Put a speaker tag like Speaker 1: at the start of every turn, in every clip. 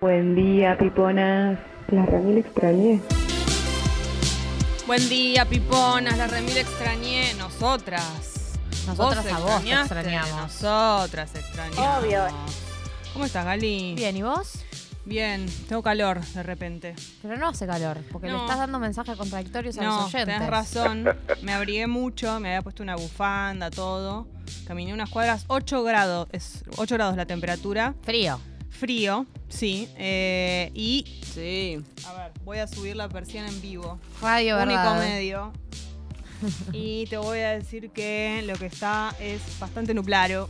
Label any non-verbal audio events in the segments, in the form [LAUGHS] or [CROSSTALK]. Speaker 1: Buen día, piponas. La Ramil extrañé.
Speaker 2: Buen día, piponas. La remil extrañé. Nosotras.
Speaker 3: Nosotras a vos te
Speaker 2: extrañaste,
Speaker 3: extrañamos.
Speaker 2: Nosotras extrañamos.
Speaker 4: Obvio.
Speaker 2: ¿Cómo estás, Gali?
Speaker 3: Bien, ¿y vos?
Speaker 2: Bien, tengo calor de repente.
Speaker 3: Pero no hace calor, porque
Speaker 2: No.
Speaker 3: le estás dando mensajes contradictorios a
Speaker 2: No,
Speaker 3: los oyentes. [LAUGHS]
Speaker 2: tenés razón. Me abrigué mucho, me había puesto una bufanda, todo. Caminé unas cuadras, 8 grados, es 8 grados la temperatura.
Speaker 3: Frío.
Speaker 2: Frío, sí. eh, y. Sí. A ver, voy a subir la persiana en vivo.
Speaker 3: Radio
Speaker 2: único
Speaker 3: verdad. eh.
Speaker 2: medio.
Speaker 3: [LAUGHS]
Speaker 2: Y te voy a decir que lo que está es bastante nublado.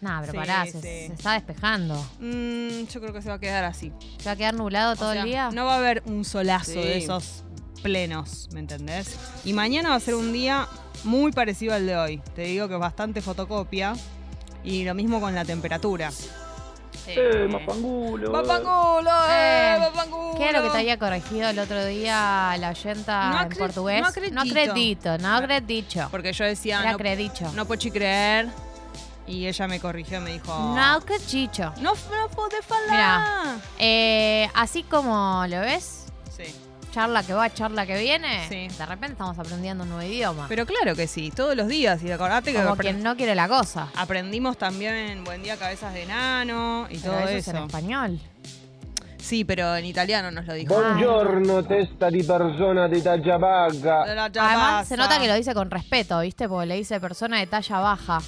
Speaker 3: No, pero
Speaker 2: Sí,
Speaker 3: pará, se,
Speaker 2: sí.
Speaker 3: se está despejando.
Speaker 2: Mm, yo creo que se va a quedar así.
Speaker 3: ¿Se va a quedar nublado
Speaker 2: O
Speaker 3: todo
Speaker 2: sea,
Speaker 3: el día?
Speaker 2: No va a haber un solazo
Speaker 4: Sí.
Speaker 2: de esos plenos, ¿me entendés? Y mañana va a ser un día muy parecido al de hoy. Te digo que es bastante fotocopia. Y lo mismo con la temperatura.
Speaker 5: Eh, mapangulo.
Speaker 2: ¡Papangulo!
Speaker 3: Eh,
Speaker 2: ¡Eh, papangulo!
Speaker 3: ¿Qué era lo que te había corregido el otro día la oyenta
Speaker 2: No
Speaker 3: en
Speaker 2: acre-
Speaker 3: portugués?
Speaker 2: no acredito.
Speaker 3: No acredito, no acredito.
Speaker 2: Porque yo decía,
Speaker 3: Era
Speaker 2: no,
Speaker 3: credicho.
Speaker 2: no pochi creer. Y ella me corrigió y me dijo...
Speaker 3: No acredito.
Speaker 2: No, no podés
Speaker 3: Mirá.
Speaker 2: falar.
Speaker 3: Eh, así como lo ves,
Speaker 2: Sí.
Speaker 3: charla que va, charla que viene,
Speaker 2: Sí.
Speaker 3: de repente estamos aprendiendo un nuevo idioma.
Speaker 2: Pero claro que sí, todos los días. Y acordate que
Speaker 3: como
Speaker 2: apre-
Speaker 3: quien no quiere la cosa.
Speaker 2: aprendimos también en Buen Día Cabezas de Nano y
Speaker 3: Pero
Speaker 2: todo
Speaker 3: eso es
Speaker 2: eso.
Speaker 3: en español.
Speaker 2: Sí, pero en italiano nos lo dijo.
Speaker 5: Buongiorno, testa di persona di Tachabacca.
Speaker 3: Además, se nota que lo dice con respeto, ¿viste? Porque le dice persona de talla baja.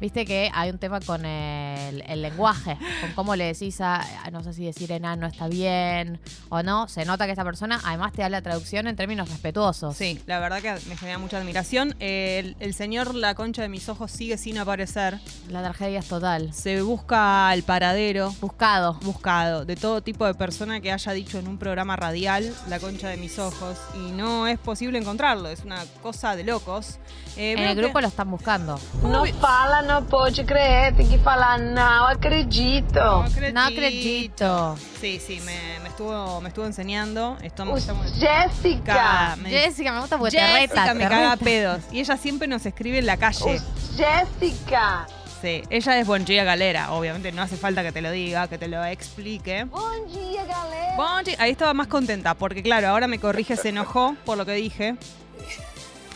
Speaker 3: Viste que hay un tema con el, el lenguaje, con cómo le decís a, a- no sé si decir enano está bien o no. Se nota que esta persona además te da la traducción en términos respetuosos.
Speaker 2: Sí, la verdad que me genera mucha admiración. El, el señor La Concha de mis ojos sigue sin aparecer.
Speaker 3: La tragedia es total.
Speaker 2: Se busca al paradero
Speaker 3: Buscado.
Speaker 2: buscado de todo tipo de persona que haya dicho en un programa radial La Concha de mis ojos y no es posible encontrarlo. Es una cosa de locos. Eh,
Speaker 3: En
Speaker 2: veo
Speaker 3: el
Speaker 2: que-
Speaker 3: grupo lo están buscando.
Speaker 4: Não fala, não pode crer, tem que falar, não acredito.
Speaker 3: No acredito.
Speaker 2: Sí, sí, me, me estuvo, me estuvo enseñando.
Speaker 4: O
Speaker 2: Estamos, estamos
Speaker 4: Jéssica!
Speaker 2: Cada- me-
Speaker 3: Jessica, me gusta porque Pues te
Speaker 2: Jessica
Speaker 3: reta.
Speaker 2: me
Speaker 3: te
Speaker 2: caga a
Speaker 3: reta.
Speaker 2: pedos. Y ella siempre nos escribe en la calle.
Speaker 4: Jéssica!
Speaker 2: Sí, ella es Buen Día Galera. Obviamente no hace falta que te lo diga, que te lo explique.
Speaker 4: Bom dia, galera!
Speaker 2: Buen día- Ahí estaba más contenta, porque claro, ahora me corrige, se enojó por lo que dije.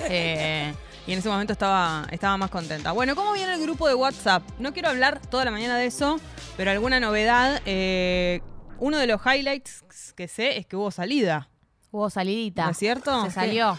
Speaker 2: Eh, y en ese momento estaba, estaba más contenta. Bueno, ¿cómo viene el grupo de WhatsApp? No quiero hablar toda la mañana de eso, pero alguna novedad. eh, uno de los highlights que sé es que hubo salida.
Speaker 3: Hubo salidita.
Speaker 2: ¿No es cierto?
Speaker 3: Se salió.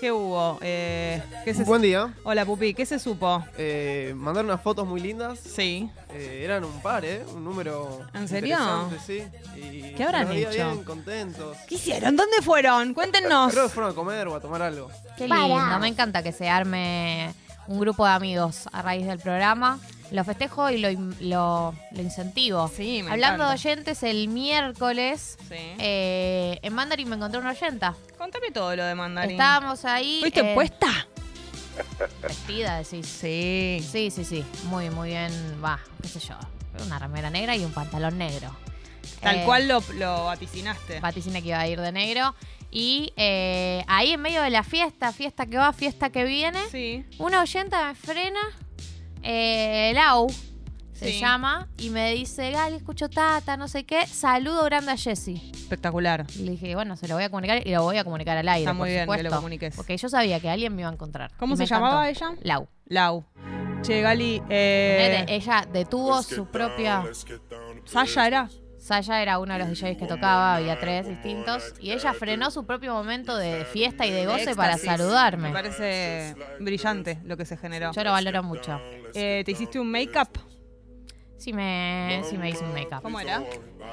Speaker 2: ¿Qué hubo? Eh, ¿qué se-
Speaker 6: Buen día.
Speaker 2: Hola, Pupi, ¿qué se supo?
Speaker 6: Eh, mandaron unas fotos muy lindas.
Speaker 2: Sí.
Speaker 6: Eh, eran un par, ¿eh? Un número.
Speaker 2: ¿En serio?
Speaker 6: interesante, Sí. Y
Speaker 2: ¿Qué habrán
Speaker 6: nos veía
Speaker 2: hecho?
Speaker 6: Bien, contentos.
Speaker 2: ¿Qué hicieron? ¿Dónde fueron? Cuéntenos.
Speaker 6: Creo que fueron a comer o a tomar algo.
Speaker 3: Qué lindo, me encanta que se arme un grupo de amigos a raíz del programa. Lo festejo y lo, in- lo- lo incentivo.
Speaker 2: Sí, me
Speaker 3: Hablando
Speaker 2: encanta.
Speaker 3: de oyentes, el miércoles
Speaker 2: Sí.
Speaker 3: eh, en Mandarin me encontré una oyenta.
Speaker 2: Contame todo lo de Mandarín.
Speaker 3: Estábamos ahí.
Speaker 2: ¿Fuiste
Speaker 3: eh,
Speaker 2: puesta?
Speaker 3: Vestida, decís.
Speaker 2: Sí.
Speaker 3: Sí, sí, sí. Muy, muy bien. Va, qué sé yo. Una remera negra y un pantalón negro.
Speaker 2: Tal
Speaker 3: Eh,
Speaker 2: cual lo, lo vaticinaste.
Speaker 3: vaticina que iba a ir de negro. Y eh, ahí en medio de la fiesta, fiesta que va, fiesta que viene,
Speaker 2: Sí.
Speaker 3: Una oyenta me frena, eh, Lau se
Speaker 2: Sí.
Speaker 3: llama, y me dice, Gali, escucho Tata, no sé qué, saludo grande a Jessy.
Speaker 2: Espectacular.
Speaker 3: Y le dije, bueno, se lo voy a comunicar y lo voy a comunicar al aire,
Speaker 2: Está muy
Speaker 3: por
Speaker 2: bien que lo
Speaker 3: supuesto,
Speaker 2: comuniques.
Speaker 3: Porque yo sabía que alguien me iba a encontrar.
Speaker 2: ¿Cómo
Speaker 3: Y
Speaker 2: se
Speaker 3: me
Speaker 2: llamaba
Speaker 3: encantó.
Speaker 2: ella?
Speaker 3: Lau.
Speaker 2: Lau. Che, Gali, eh,
Speaker 3: Fíjate, Ella detuvo su propia...
Speaker 2: ¿Saya era?
Speaker 3: Saya era uno de los DJs que tocaba, había tres distintos, y ella frenó su propio momento de fiesta y de goce para
Speaker 2: Éxtasis.
Speaker 3: saludarme.
Speaker 2: Me parece brillante lo que se generó.
Speaker 3: Yo lo valoro mucho.
Speaker 2: Eh, ¿Te hiciste un make-up?
Speaker 3: Sí me, sí me hice un make-up.
Speaker 2: ¿Cómo era?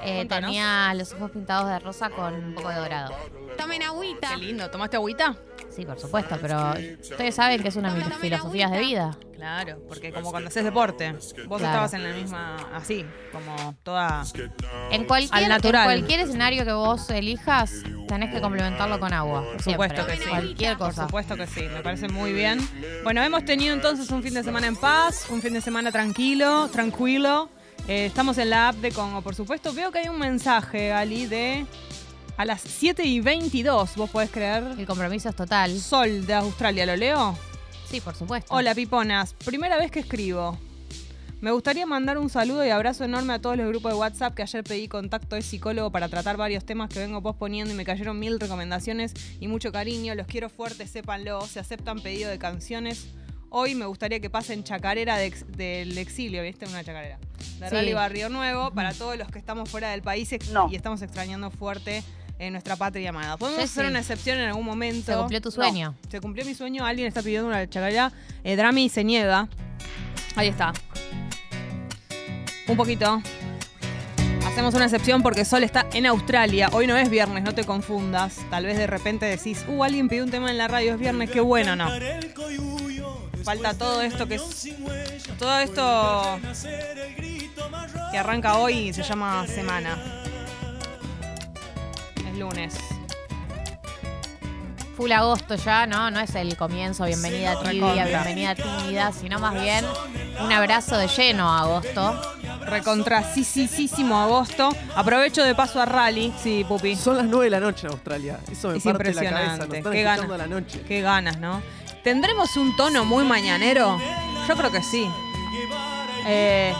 Speaker 3: Eh,
Speaker 2: Contanos.
Speaker 3: tenía los ojos pintados de rosa con un poco de dorado.
Speaker 7: Tomen agüita.
Speaker 2: Qué lindo. ¿Tomaste agüita?
Speaker 3: Sí, por supuesto, pero ustedes saben que es una de mis filosofías de vida.
Speaker 2: Claro, porque como cuando haces deporte, vos
Speaker 3: Claro.
Speaker 2: estabas en la misma, así, como toda...
Speaker 3: En cualquier,
Speaker 2: Al natural.
Speaker 3: en cualquier escenario que vos elijas, tenés que complementarlo con agua. Por
Speaker 2: supuesto que sí.
Speaker 3: Cualquier
Speaker 2: Por
Speaker 3: cosa.
Speaker 2: supuesto que sí, me parece muy bien. Bueno, hemos tenido entonces un fin de semana en paz, un fin de semana tranquilo, tranquilo. Eh, estamos en la app de Congo, por supuesto. Veo que hay un mensaje, Ali, de a las 7 y 22, vos podés creer.
Speaker 3: El compromiso es total.
Speaker 2: Sol de Australia, ¿lo leo?
Speaker 3: Sí, por supuesto.
Speaker 2: Hola, piponas. Primera vez que escribo. Me gustaría mandar un saludo y abrazo enorme a todos los grupos de WhatsApp que ayer pedí contacto de psicólogo para tratar varios temas que vengo posponiendo y me cayeron mil recomendaciones y mucho cariño. Los quiero fuertes, sépanlo. Se aceptan pedido de canciones. Hoy me gustaría que pasen chacarera de ex- del exilio, ¿viste? Una chacarera. De
Speaker 3: Sí.
Speaker 2: Rally Barrio Nuevo para todos los que estamos fuera del país ex-
Speaker 7: No.
Speaker 2: y estamos extrañando fuerte en nuestra patria amada. Podemos
Speaker 3: Sí,
Speaker 2: hacer
Speaker 3: sí.
Speaker 2: una excepción en algún momento.
Speaker 3: Se cumplió tu sueño.
Speaker 2: Se cumplió mi sueño, alguien está pidiendo una chacarera. Eh, Drami se niega. Ahí está. Un poquito. Hacemos una excepción porque Sol está en Australia. Hoy no es viernes, no te confundas. Tal vez de repente decís, uh, alguien pidió un tema en la radio, es viernes, qué bueno, no. Falta todo esto que es. Todo esto que arranca hoy y se llama semana. Es lunes.
Speaker 3: Full agosto ya, ¿no? No es el comienzo, bienvenida tibia,
Speaker 2: recontra.
Speaker 3: bienvenida tímida, sino más bien un abrazo de lleno a agosto.
Speaker 2: Recontra sí, sí, sí, sísimo agosto. Aprovecho de paso a rally. Sí, Pupi.
Speaker 6: Son las 9 de la noche en Australia. Eso me
Speaker 2: Es
Speaker 6: parte la cabeza. Nos
Speaker 2: impresionante.
Speaker 6: están
Speaker 2: Qué
Speaker 6: escuchando
Speaker 2: ganas.
Speaker 6: a la noche.
Speaker 2: Qué ganas, ¿no? ¿Tendremos un tono muy mañanero? Yo creo que sí. Eh,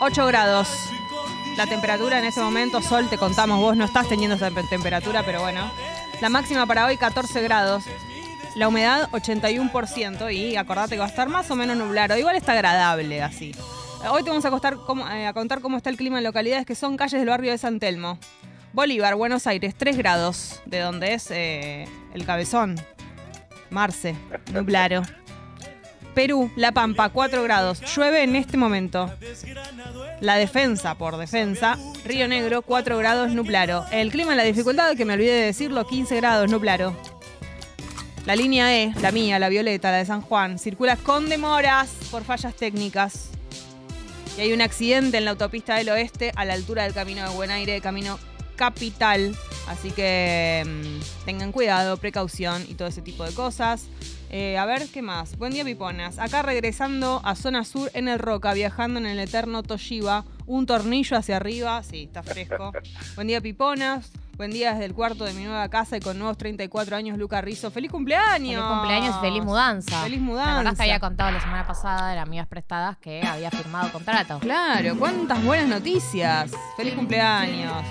Speaker 2: 8 grados. La temperatura en ese momento, Sol, te contamos, vos no estás teniendo esa pe- temperatura, pero bueno. La máxima para hoy, 14 grados. La humedad, 81%. Y acordate que va a estar más o menos nublado. Igual está agradable así. Eh, Hoy te vamos a, costar cómo- eh, a contar cómo está el clima en localidades que son calles del barrio de San Telmo. Bolívar, Buenos Aires, 3 grados, de donde es eh, el cabezón. Marce, nublaro. Perú, La Pampa, 4 grados. Llueve en este momento. La defensa, por defensa. Río Negro, 4 grados, nublaro. El clima en la dificultad, que me olvidé de decirlo, 15 grados, nublaro. La línea E, la mía, la violeta, la de San Juan, circula con demoras por fallas técnicas. Y hay un accidente en la autopista del oeste a la altura del camino de Buen Aire, camino capital. Así que mm, tengan cuidado, precaución y todo ese tipo de cosas. Eh, a ver, ¿qué más? Buen día, Piponas. Acá regresando a zona sur en el Roca, viajando en el eterno Toshiba. Un tornillo hacia arriba, sí, está fresco. Buen día, Piponas. Buen día desde el cuarto de mi nueva casa y con nuevos 34 años, Luca Rizzo. ¡Feliz cumpleaños!
Speaker 3: Feliz cumpleaños y feliz mudanza.
Speaker 2: ¡Feliz
Speaker 3: ¿Te
Speaker 2: mudanza!
Speaker 3: acordás que había contado la semana pasada de las amigas prestadas que había firmado contrato?
Speaker 2: Claro, cuántas buenas noticias. Feliz cumpleaños.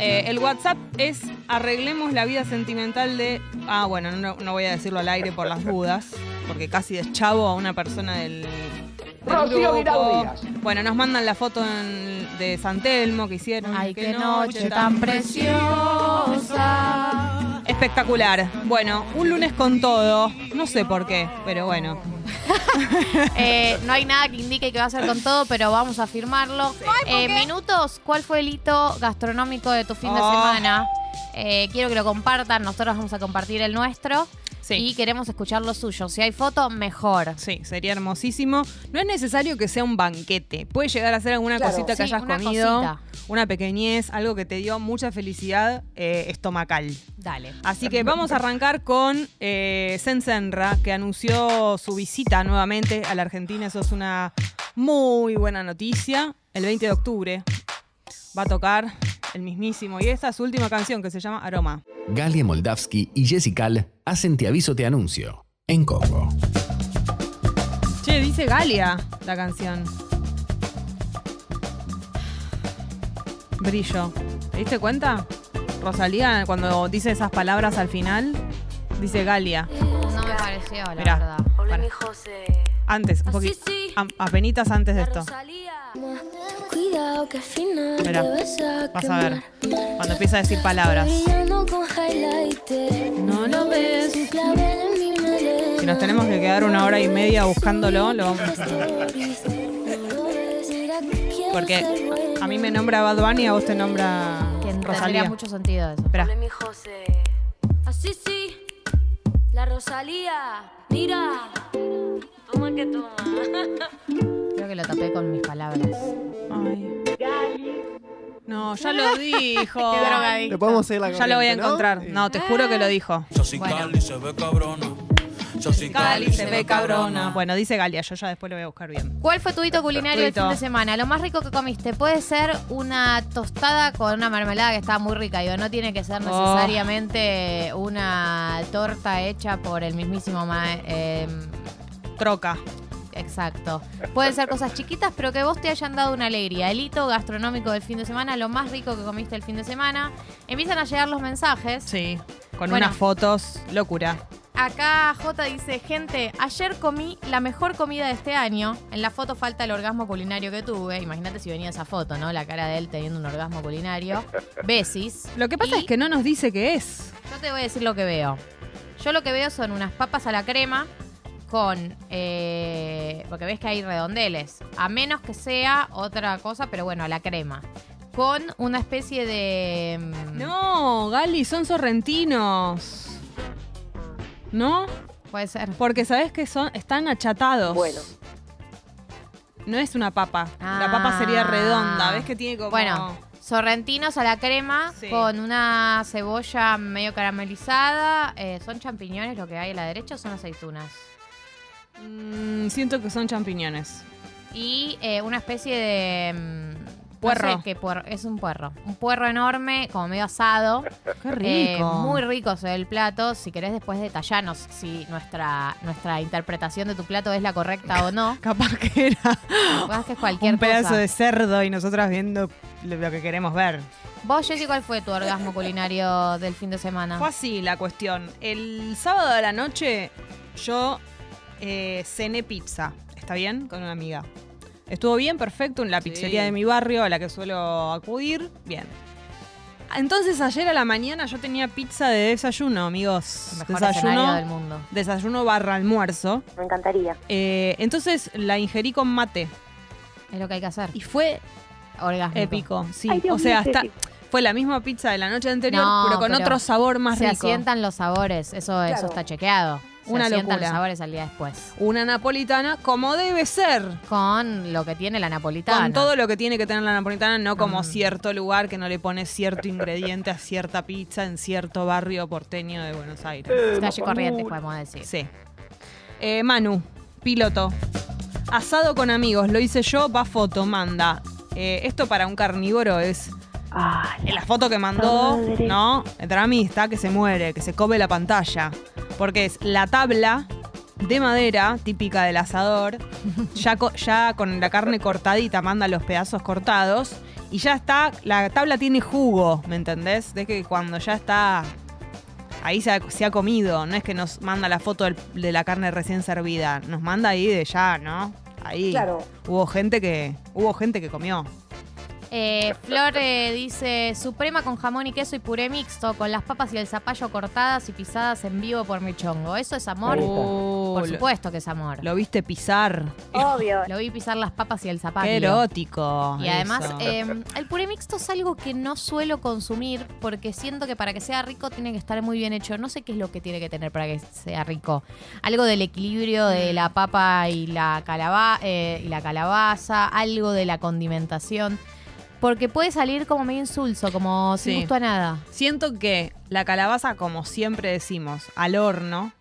Speaker 2: Eh, el WhatsApp es arreglemos la vida sentimental de... Ah, bueno, no, no voy a decirlo al aire por las dudas, porque casi deschavo a una persona del... del
Speaker 5: Rocío
Speaker 2: grupo.
Speaker 5: Guirao Díaz.
Speaker 2: Bueno, nos mandan la foto en- de San Telmo que hicieron.
Speaker 3: Ay,
Speaker 2: Qué
Speaker 3: qué noche tan preciosa.
Speaker 2: Espectacular. Bueno, un lunes con todo. No sé por qué, pero bueno.
Speaker 3: Eh, no hay nada que indique que va a ser con todo, pero vamos a firmarlo. Eh, minutos, ¿cuál fue el hito gastronómico de tu fin de
Speaker 2: Oh.
Speaker 3: semana? Eh, quiero que lo compartan, nosotros vamos a compartir el nuestro y
Speaker 2: Sí.
Speaker 3: queremos escuchar lo suyo. Si hay foto, mejor.
Speaker 2: Sí, sería hermosísimo. No es necesario que sea un banquete. Puede llegar a ser alguna
Speaker 7: Claro.
Speaker 2: cosita que
Speaker 3: Sí,
Speaker 2: hayas
Speaker 3: una
Speaker 2: comido.
Speaker 3: cosita.
Speaker 2: una pequeñez, algo que te dio mucha felicidad eh, estomacal.
Speaker 3: Dale.
Speaker 2: Así que vamos a arrancar con eh, Sensenra, que anunció su visita nuevamente a la Argentina. Eso es una muy buena noticia. El 20 de octubre va a tocar el mismísimo. Y esta es su última canción, que se llama Aroma.
Speaker 8: Galia Moldavsky y Jessical hacen Te aviso, te anuncio en Coco.
Speaker 2: Che, dice Galia la canción. Brillo. ¿Te diste cuenta? Rosalía, cuando dice esas palabras al final, dice Galia.
Speaker 3: No me pareció, la
Speaker 2: Mirá.
Speaker 3: verdad.
Speaker 2: Pará. Antes,
Speaker 3: Ah,
Speaker 2: un poquito. A- Apenitas antes de esto.
Speaker 9: Cuidado que al final
Speaker 2: Espera,
Speaker 9: te vas a
Speaker 2: Vas a ver.
Speaker 9: quemar.
Speaker 2: Cuando empieza a decir palabras.
Speaker 9: Brillando con highlighter.
Speaker 2: No lo ves.
Speaker 9: Un clavel en mi melena.
Speaker 2: Si nos tenemos que quedar una hora y media buscándolo, lo vamos a hacer.
Speaker 9: Stories. No lo ves. Mira que quiero
Speaker 2: Porque
Speaker 9: ser buena.
Speaker 2: a- a mí me nombra Bad Bunny y a vos te nombra
Speaker 3: Que tendría
Speaker 2: Rosalía.
Speaker 3: mucho sentido eso.
Speaker 2: Espera.
Speaker 10: mi José. Así Ah, sí, la Rosalía. Mira, toma que toma.
Speaker 3: [LAUGHS] Creo que lo tapé con mis palabras.
Speaker 2: Ay. No, ya lo [LAUGHS] dijo.
Speaker 6: Le podemos seguir la
Speaker 2: Ya lo voy a
Speaker 6: corriente, ¿no?
Speaker 2: encontrar.
Speaker 6: Sí.
Speaker 2: No, te juro que lo dijo.
Speaker 3: Bueno,
Speaker 2: Cali se ve cabrona. Bueno, dice Galia, yo ya después lo voy a buscar bien.
Speaker 3: ¿Cuál fue tu hito culinario
Speaker 2: Hito.
Speaker 3: el fin de semana? Lo más rico que comiste puede ser una tostada con una mermelada que estaba muy rica. Digo, no tiene que ser
Speaker 10: Oh.
Speaker 3: necesariamente una torta hecha por el mismísimo ma- eh,
Speaker 2: Troca.
Speaker 3: exacto. Pueden ser cosas chiquitas, pero que vos te hayan dado una alegría. El hito gastronómico del fin de semana, lo más rico que comiste el fin de semana. Empiezan a llegar los mensajes.
Speaker 2: Sí, con
Speaker 3: Bueno.
Speaker 2: unas fotos, locura.
Speaker 3: Acá J dice, gente, ayer comí la mejor comida de este año. En la foto falta el orgasmo culinario que tuve. Imagínate si venía esa foto, ¿no? La cara de él teniendo un orgasmo culinario. Besis.
Speaker 2: Lo que pasa
Speaker 3: Y
Speaker 2: es que no nos dice qué es.
Speaker 3: Yo te voy a decir lo que veo. Yo lo que veo son unas papas a la crema con... eh, porque ves que hay redondeles. A menos que sea otra cosa, pero bueno, a la crema. Con una especie de... mm,
Speaker 2: No, Gali, son sorrentinos. ¿No?
Speaker 3: Puede ser.
Speaker 2: Porque sabes que son, están achatados.
Speaker 4: Bueno.
Speaker 2: No es una papa.
Speaker 3: Ah.
Speaker 2: La papa sería redonda. ¿Ves que tiene como.
Speaker 3: Bueno, sorrentinos a la crema
Speaker 2: Sí.
Speaker 3: con una cebolla medio caramelizada. Eh, ¿Son champiñones lo que hay a la derecha o son aceitunas?
Speaker 2: Mm, siento que son champiñones.
Speaker 3: Y eh, una especie de... mm, no
Speaker 2: Puerro.
Speaker 3: sé qué puerro. Es un puerro. Un puerro enorme, como medio asado.
Speaker 2: Qué rico.
Speaker 3: Eh, muy rico se ve el plato. Si querés después detallanos si nuestra, nuestra interpretación de tu plato es la correcta o
Speaker 2: [COUGHS]
Speaker 3: no.
Speaker 2: Capaz que era
Speaker 3: Capaz que es cualquier
Speaker 2: un pedazo
Speaker 3: cosa.
Speaker 2: de cerdo y nosotras viendo lo lo que queremos ver.
Speaker 3: Vos, Jessy, ¿cuál fue tu orgasmo culinario del fin de semana?
Speaker 2: Fue así la cuestión. El sábado de la noche yo eh, cené pizza. ¿Está bien? Con una amiga. Estuvo bien, perfecto, en la pizzería de mi barrio a la que suelo acudir. Bien. Entonces ayer a la mañana yo tenía pizza de desayuno, amigos.
Speaker 3: El mejor escenario del
Speaker 2: desayuno.
Speaker 3: mundo.
Speaker 2: Desayuno barra almuerzo.
Speaker 4: Me encantaría.
Speaker 2: Eh, entonces la ingerí con mate.
Speaker 3: Es lo que hay que hacer.
Speaker 2: Y fue
Speaker 3: Orgasmo.
Speaker 2: épico. Sí.
Speaker 1: Ay, Dios
Speaker 2: o sea,
Speaker 1: mío,
Speaker 2: hasta,
Speaker 1: Ceci.
Speaker 2: fue la misma pizza de la noche anterior,
Speaker 3: No,
Speaker 2: pero con
Speaker 3: pero
Speaker 2: otro sabor más
Speaker 3: Se
Speaker 2: rico.
Speaker 3: asientan los sabores, eso, eso está chequeado. Se
Speaker 2: Una
Speaker 3: asientan
Speaker 2: locura.
Speaker 3: los sabores al día después.
Speaker 2: Una napolitana como debe ser.
Speaker 3: Con lo que tiene la napolitana.
Speaker 2: Con todo lo que tiene que tener la napolitana, no como
Speaker 3: Mm.
Speaker 2: cierto lugar que no le pone cierto ingrediente a cierta pizza en cierto barrio porteño de Buenos
Speaker 1: Eh.
Speaker 2: Aires.
Speaker 3: Calle corriente, podemos decir.
Speaker 2: Sí. Eh, Manu, piloto. Asado con amigos, lo hice yo, va foto, manda. Eh, esto para un carnívoro es
Speaker 1: Ay,
Speaker 2: eh, la foto que mandó,
Speaker 1: Madre.
Speaker 2: ¿no? Dramista que se muere, que se come la pantalla. Porque es la tabla de madera, típica del asador, ya, co- ya con la carne cortadita, manda los pedazos cortados. Y ya está, la tabla tiene jugo, ¿me entendés? De que cuando ya está. Ahí se ha, se ha comido, no es que nos manda la foto del- de la carne recién servida, nos manda ahí de ya, ¿no? Ahí
Speaker 4: Claro.
Speaker 2: hubo gente que hubo gente que comió.
Speaker 3: Eh, Flor eh, dice: Suprema con jamón y queso y puré mixto, con las papas y el zapallo cortadas y pisadas en vivo por mi chongo. ¿Eso es amor? por
Speaker 2: Uh, lo-
Speaker 3: supuesto que es amor. Lo,
Speaker 2: Lo viste pisar.
Speaker 4: Obvio.
Speaker 3: vi pisar las papas y el zapallo.
Speaker 2: Qué erótico.
Speaker 3: Oh, Y además,
Speaker 2: eso.
Speaker 3: eh, el puré mixto es algo que no suelo consumir porque siento que para que sea rico tiene que estar muy bien hecho. No sé qué es lo que tiene que tener para que sea rico. Algo del equilibrio
Speaker 2: Mm.
Speaker 3: de la papa y la, calaba- eh, y la calabaza, algo de la condimentación. Porque puede salir como medio insulso, como sin
Speaker 2: Sí.
Speaker 3: gusto a nada.
Speaker 2: siento que la calabaza, como siempre decimos, al horno,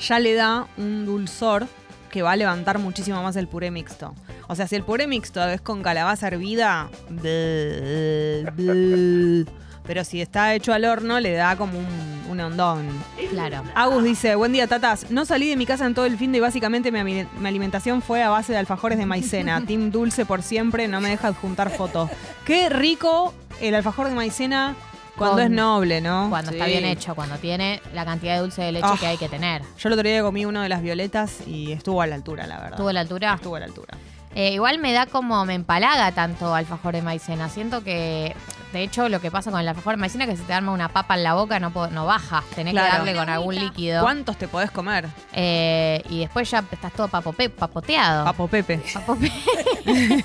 Speaker 2: ya le da un dulzor que va a levantar muchísimo más el puré mixto. O sea, si el puré mixto es con calabaza hervida, bleh, bleh. pero si está hecho al horno, le da como un, un hondón.
Speaker 3: Claro.
Speaker 2: Agus dice, buen día, tatas. No salí de mi casa en todo el fin de y básicamente mi, ami- mi alimentación fue a base de alfajores de
Speaker 3: [LAUGHS]
Speaker 2: maicena. Team dulce por siempre, no me deja adjuntar foto. Qué rico el alfajor de maicena cuando
Speaker 3: Con-
Speaker 2: es noble, ¿no?
Speaker 3: Cuando está
Speaker 2: Sí.
Speaker 3: bien hecho, cuando tiene la cantidad de dulce de leche
Speaker 2: Ah.
Speaker 3: que hay que tener.
Speaker 2: Yo el otro día comí uno de las violetas y estuvo a la altura, la verdad.
Speaker 3: ¿Tuvo la altura?
Speaker 2: Estuvo a la altura.
Speaker 3: Eh, igual me da como, me empalaga tanto alfajor de maicena. Siento que, de hecho, lo que pasa con el alfajor de maicena es que se te arma una papa en la boca, no, po- no baja. Tenés
Speaker 2: Claro.
Speaker 3: que darle con algún líquido.
Speaker 2: ¿Cuántos te podés comer?
Speaker 3: Eh, y después ya estás todo papope- papoteado. [LAUGHS]
Speaker 2: Papo Pepe.
Speaker 3: Papope.
Speaker 2: [LAUGHS]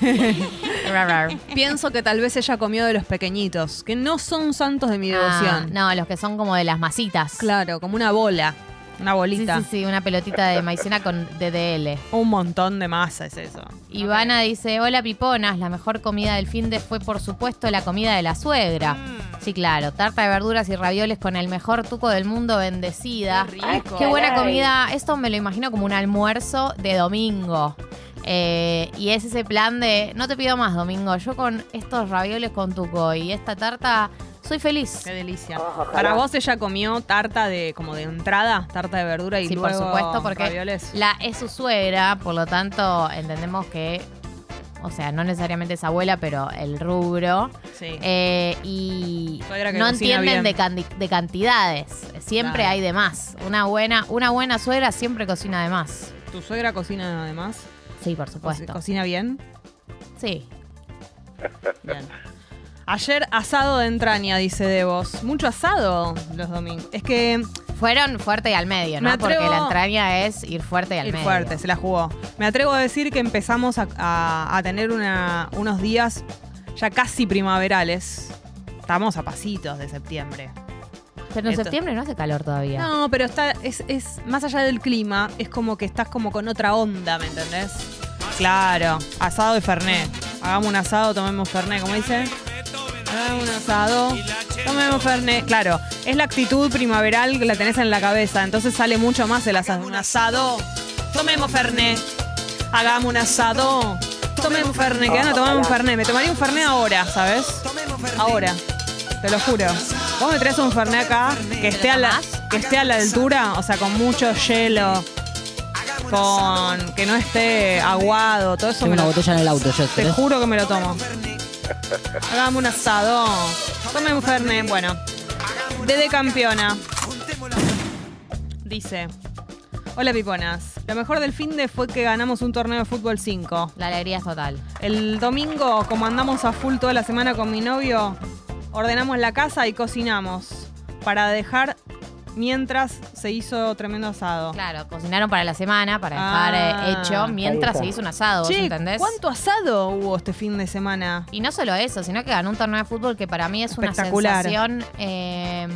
Speaker 3: Rar, rar.
Speaker 2: Pienso que tal vez ella comió de los pequeñitos, que no son santos de mi
Speaker 3: Ah,
Speaker 2: devoción.
Speaker 3: no, los que son como de las masitas.
Speaker 2: Claro, como una bola, una
Speaker 3: Sí,
Speaker 2: bolita.
Speaker 3: sí, sí, una pelotita de maicena con DDL.
Speaker 2: Un montón de masa es eso.
Speaker 3: Ivana dice, hola piponas, la mejor comida del fin de fue por supuesto la comida de la suegra.
Speaker 2: Mm,
Speaker 3: Sí, claro, tarta de verduras y ravioles con el mejor tuco del mundo, bendecida.
Speaker 2: rico.
Speaker 3: Qué buena
Speaker 4: Caray.
Speaker 3: comida. Esto me lo imagino como un almuerzo de domingo. Eh, y es ese plan de, no te pido más domingo, yo con estos ravioles con tuco y esta tarta Soy feliz.
Speaker 2: Qué delicia. Para vos ella comió tarta de como de entrada, tarta de verdura y
Speaker 3: Sí, por
Speaker 2: luego
Speaker 3: supuesto, porque
Speaker 2: ravioles.
Speaker 3: la es su suegra, por lo tanto entendemos que, o sea, no necesariamente es abuela, pero el rubro.
Speaker 2: Sí.
Speaker 3: Eh, y
Speaker 2: Suegra que
Speaker 3: no
Speaker 2: cocina
Speaker 3: entienden de,
Speaker 2: bien.
Speaker 3: candi- de cantidades. Siempre
Speaker 2: Claro.
Speaker 3: hay de más. Una buena, una buena suegra siempre cocina de más.
Speaker 2: ¿Tu suegra cocina además?
Speaker 3: Sí, por
Speaker 2: Co-
Speaker 3: supuesto.
Speaker 2: ¿Cocina bien?
Speaker 3: Sí.
Speaker 2: Bien. Ayer asado de entraña, dice Devos. Mucho asado los domingos. Es que
Speaker 3: Fueron fuerte y al medio, ¿no?
Speaker 2: Me atrevo-
Speaker 3: Porque la entraña es ir fuerte y al
Speaker 2: ir
Speaker 3: medio.
Speaker 2: fuerte, se la jugó. Me atrevo a decir que empezamos a, a- a tener una- unos días ya casi primaverales. Estamos a pasitos de septiembre.
Speaker 3: Pero en
Speaker 2: Esto-
Speaker 3: septiembre no hace calor todavía.
Speaker 2: No, pero está, es, es más allá del clima, es como que estás como con otra onda, ¿me entendés? Claro, asado y fernet. Hagamos un asado, tomemos fernet, como dice. Hagamos un asado, tomemos fernet. Claro, es la actitud primaveral que la tenés en la cabeza, entonces sale mucho más el asado. Un asado, tomemos fernet. Hagamos un asado, tomemos fernet. Que van a tomar un fernet. Me tomaría un fernet ahora, ¿sabes? Ahora. Te lo juro. Vos me traes un Fernet acá que esté, a la, que esté a la altura, o sea, con mucho hielo, con que no esté aguado, todo eso
Speaker 7: Tengo
Speaker 2: me
Speaker 7: una
Speaker 2: lo,
Speaker 7: botella en el auto, yo
Speaker 2: Te
Speaker 7: ¿querés?
Speaker 2: juro que me lo tomo. Hagamos un asado. Tome un Fernet. Bueno, Dede Campeona. Dice: Hola, piponas. Lo mejor del fin de fue que ganamos un torneo de fútbol 5.
Speaker 3: La alegría es total.
Speaker 2: El domingo, como andamos a full toda la semana con mi novio, ordenamos la casa y cocinamos para dejar mientras se hizo tremendo asado.
Speaker 3: Claro, cocinaron para la semana, para
Speaker 2: Oh. Ah.
Speaker 3: dejar eh, hecho, mientras se hizo un asado, ¿vos
Speaker 2: Che,
Speaker 3: ¿entendés?
Speaker 2: ¿cuánto asado hubo este fin de semana?
Speaker 3: Y no solo eso, sino que ganó un torneo de fútbol que para mí es una
Speaker 2: Espectacular.
Speaker 3: sensación eh,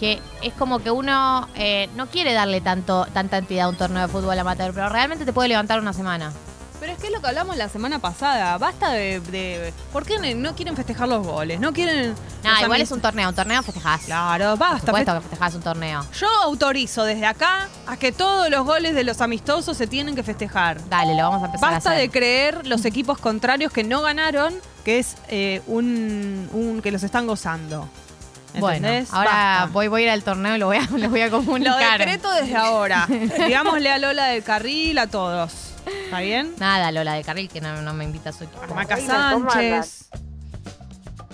Speaker 3: que es como que uno eh, no quiere darle tanto tanta entidad a un torneo de fútbol amateur, pero realmente te puede levantar una semana.
Speaker 2: Pero es que es lo que hablamos la semana pasada. Basta de... de- ¿Por qué ne- no quieren festejar los goles? No quieren...
Speaker 3: Nada,
Speaker 2: los
Speaker 3: igual
Speaker 2: amist-
Speaker 3: es un torneo, un torneo festejás.
Speaker 2: Claro,
Speaker 3: Por
Speaker 2: basta.
Speaker 3: supuesto que festejás un torneo.
Speaker 2: feste- Yo autorizo desde acá a que todos los goles de los amistosos se tienen que festejar.
Speaker 3: Dale, lo vamos a empezar
Speaker 2: Basta
Speaker 3: a
Speaker 2: de
Speaker 3: hacer.
Speaker 2: creer los equipos contrarios que no ganaron, que es eh, un, un- que los están gozando.
Speaker 3: bueno,
Speaker 2: ¿Entendés?
Speaker 3: ahora
Speaker 2: Basta.
Speaker 3: voy, voy a ir al torneo y lo voy a, [LAUGHS] lo voy a
Speaker 2: Lo
Speaker 3: comunicar.
Speaker 2: decreto desde
Speaker 3: [LAUGHS]
Speaker 2: ahora. Digámosle a Lola del Carril a todos. ¿Está bien?
Speaker 3: Nada, Lola de Carril, que no, no me invita a su equipo.
Speaker 2: A Maca Sánchez.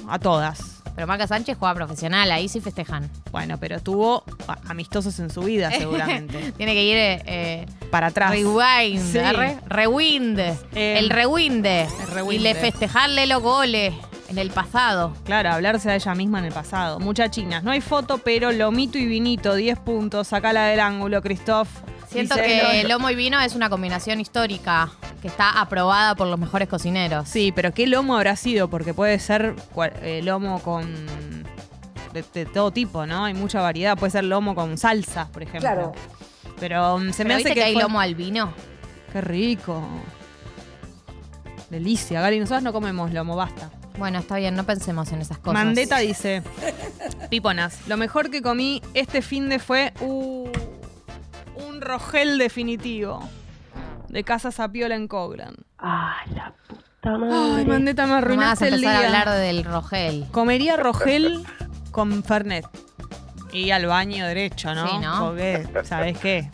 Speaker 2: A todas.
Speaker 3: Pero Maca Sánchez juega profesional, ahí sí festejan.
Speaker 2: Bueno, pero tuvo a- amistosos en su
Speaker 3: [LAUGHS]
Speaker 2: vida, seguramente.
Speaker 3: Tiene que ir eh, eh, [LAUGHS]
Speaker 2: Para atrás.
Speaker 3: rewind,
Speaker 2: Sí. Eh,
Speaker 3: arre, rewind, el rewind,
Speaker 2: rewind.
Speaker 3: y le festejarle los goles en el pasado.
Speaker 2: Claro, hablarse a ella misma en el pasado. Muchachinas, no hay foto, pero Lomito y Vinito, 10 puntos. Sacala del ángulo, Christoph.
Speaker 3: Siento
Speaker 2: Dice-
Speaker 3: que el lomo y vino es una combinación histórica que está aprobada por los mejores cocineros.
Speaker 2: Sí, pero ¿qué lomo habrá sido? Porque puede ser cua- eh, lomo con. De, de todo tipo, ¿no? Hay mucha variedad. Puede ser lomo con salsas, por ejemplo. Claro. Pero mm, se
Speaker 3: Pero
Speaker 2: me
Speaker 3: viste que,
Speaker 2: hace que.
Speaker 3: hay
Speaker 2: fue-
Speaker 3: lomo al vino.
Speaker 2: Qué rico. Delicia, Gali. Nosotros no comemos lomo, basta.
Speaker 3: Bueno, está bien, no pensemos en esas cosas.
Speaker 2: Mandeta dice: Piponas, lo mejor que comí este fin de fue uh, un rogel definitivo de Casa Sapiola en Coglan.
Speaker 1: Ah, la puta
Speaker 2: Ay,
Speaker 1: madre.
Speaker 2: Mandeta,
Speaker 3: No
Speaker 2: me
Speaker 3: me hagas
Speaker 2: arruinaste el
Speaker 3: empezar
Speaker 2: día.
Speaker 3: a hablar del Rogel.
Speaker 2: Comería Rogel con Fernet. Y al baño derecho, ¿no?
Speaker 3: Sí, ¿no?
Speaker 2: Porque, ¿sabes qué?